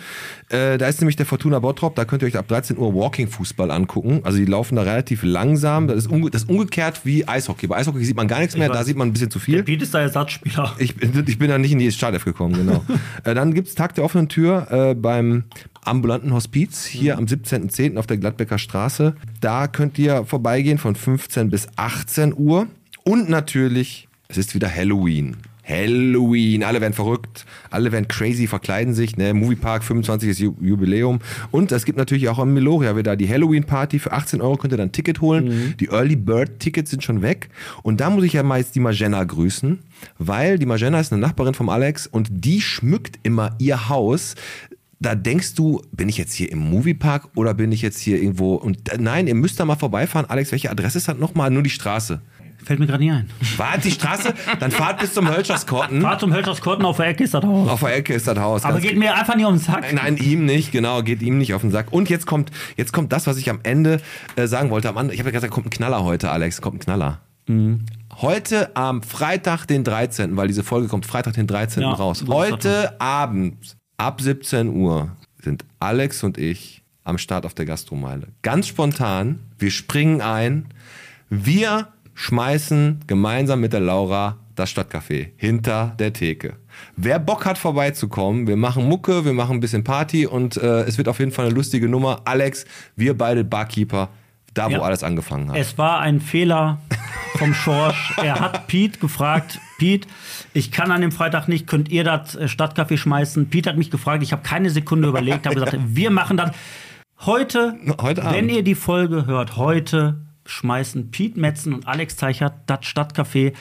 Speaker 2: Äh, da ist nämlich der Fortuna Bottrop. Da könnt ihr euch ab 13 Uhr Walking Fußball angucken. Also die laufen da relativ langsam. Das ist, umge das ist umgekehrt wie Eishockey. Bei Eishockey sieht man gar nichts mehr. Da sieht man ein bisschen zu viel.
Speaker 3: Pete ist der Ersatzspieler.
Speaker 2: Ich, bin- ich bin da nicht in die Startelf gekommen, genau. äh, dann gibt es Tag der offenen Tür äh, beim ambulanten Hospiz hier am 17.10. auf der Gladbecker Straße. Da könnt ihr vorbeigehen von 15 bis 18 Uhr. Und natürlich, es ist wieder Halloween. Halloween, alle werden verrückt, alle werden crazy, verkleiden sich, ne, Moviepark, 25. Ju- Jubiläum und es gibt natürlich auch am Meloria wieder die Halloween-Party, für 18 Euro könnt ihr dann ein Ticket holen, die Early Bird-Tickets sind schon weg und da muss ich ja mal jetzt die Magenna grüßen, weil die Magenna ist eine Nachbarin vom Alex und die schmückt immer ihr Haus da denkst du, bin ich jetzt hier im Moviepark oder bin ich jetzt hier irgendwo? Und äh, nein, ihr müsst da mal vorbeifahren. Alex, welche Adresse ist das nochmal? Nur die Straße.
Speaker 3: Fällt mir gerade nicht ein.
Speaker 2: Wart die Straße, dann fahrt bis zum Hölscherskorten.
Speaker 3: Fahrt zum Hölscherskorten auf der Ecke ist das Haus.
Speaker 2: Auf der Ecke ist das Haus.
Speaker 3: Aber
Speaker 2: ganz
Speaker 3: geht mir einfach nicht auf den Sack.
Speaker 2: Nein, ihm nicht, genau, geht ihm nicht auf den Sack. Und jetzt kommt, jetzt kommt das, was ich am Ende äh, sagen wollte. Am Ende, ich habe ja gesagt, kommt ein Knaller heute, Alex, kommt ein Knaller.
Speaker 3: Mhm.
Speaker 2: Heute am Freitag, den 13., weil diese Folge kommt Freitag, den 13.
Speaker 3: Ja,
Speaker 2: raus.
Speaker 3: so ist
Speaker 2: Heute Abend ab 17 Uhr sind Alex und ich am Start auf der Gastromeile. Ganz spontan, wir springen ein. Wir schmeißen gemeinsam mit der Laura das Stadtcafé hinter der Theke. Wer Bock hat, vorbeizukommen, wir machen Mucke, wir machen ein bisschen Party und äh, es wird auf jeden Fall eine lustige Nummer. Alex, wir beide Barkeeper, da wo
Speaker 3: Ja.
Speaker 2: alles angefangen hat.
Speaker 3: Es war ein Fehler vom Schorsch. Er hat Pete gefragt, Pete, ich kann an dem Freitag nicht, könnt ihr das äh, Stadtcafé schmeißen? Pete hat mich gefragt, ich habe keine Sekunde überlegt, habe gesagt, wir machen das. Heute,
Speaker 2: Heute Abend.
Speaker 3: wenn ihr die Folge hört, heute schmeißen Pete Metzen und Alex Teichert das Stadtcafé.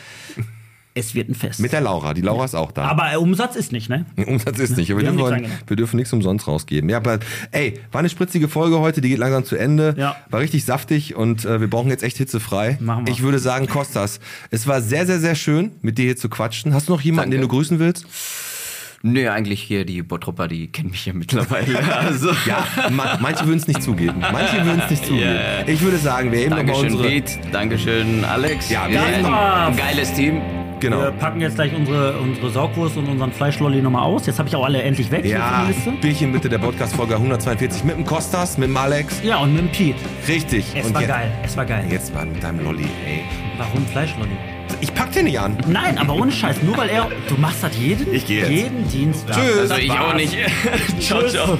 Speaker 3: Es wird ein Fest.
Speaker 2: Mit der Laura, die Laura ist auch da.
Speaker 3: Aber äh, Umsatz ist nicht, ne?
Speaker 2: Nee, Umsatz ist nicht. Aber
Speaker 3: Wir
Speaker 2: wir,
Speaker 3: haben
Speaker 2: dürfen,
Speaker 3: nichts eingenommen.
Speaker 2: wir dürfen nichts umsonst rausgeben. Ja, aber, ey, war eine spritzige Folge heute, die geht langsam zu Ende.
Speaker 3: Ja.
Speaker 2: War richtig saftig und äh, wir brauchen jetzt echt hitzefrei.
Speaker 3: Machen wir.
Speaker 2: Ich würde sagen, Kostas, es war sehr, sehr, sehr schön, mit dir hier zu quatschen. Hast du noch jemanden, den du grüßen willst?
Speaker 5: Nö, eigentlich hier, die Bottropper, die kennen mich ja mittlerweile. Also,
Speaker 2: Ja, ma manche würden es nicht zugeben. Manche würden es nicht zugeben.
Speaker 5: Yeah.
Speaker 2: Ich würde sagen, wir eben nochmal
Speaker 5: Dankeschön,
Speaker 2: unsere...
Speaker 5: Pete. Dankeschön, Alex.
Speaker 2: Ja,
Speaker 5: Wir
Speaker 2: danke.
Speaker 5: sind ein geiles Team.
Speaker 2: Genau.
Speaker 3: Wir packen jetzt gleich unsere, unsere Saugwurst und unseren Fleischlolli nochmal aus. Jetzt habe ich auch alle endlich weg hier von
Speaker 2: Ja,
Speaker 3: der Liste.
Speaker 2: Bierchen bitte der Podcast-Folge 142 mit dem Kostas, mit dem Alex.
Speaker 3: Ja, und mit dem Piet.
Speaker 2: Richtig.
Speaker 3: Es
Speaker 2: und
Speaker 3: war
Speaker 2: jetzt,
Speaker 3: geil, es war geil.
Speaker 2: Jetzt mal mit deinem Lolli, ey.
Speaker 3: Warum Fleischlolli?
Speaker 2: Ich pack den nicht an.
Speaker 3: Nein, aber ohne Scheiß, nur weil er. Du machst das jeden,
Speaker 2: Ich geh jetzt.
Speaker 3: jeden Dienstag.
Speaker 5: Also ich auch nicht. ciao, ciao.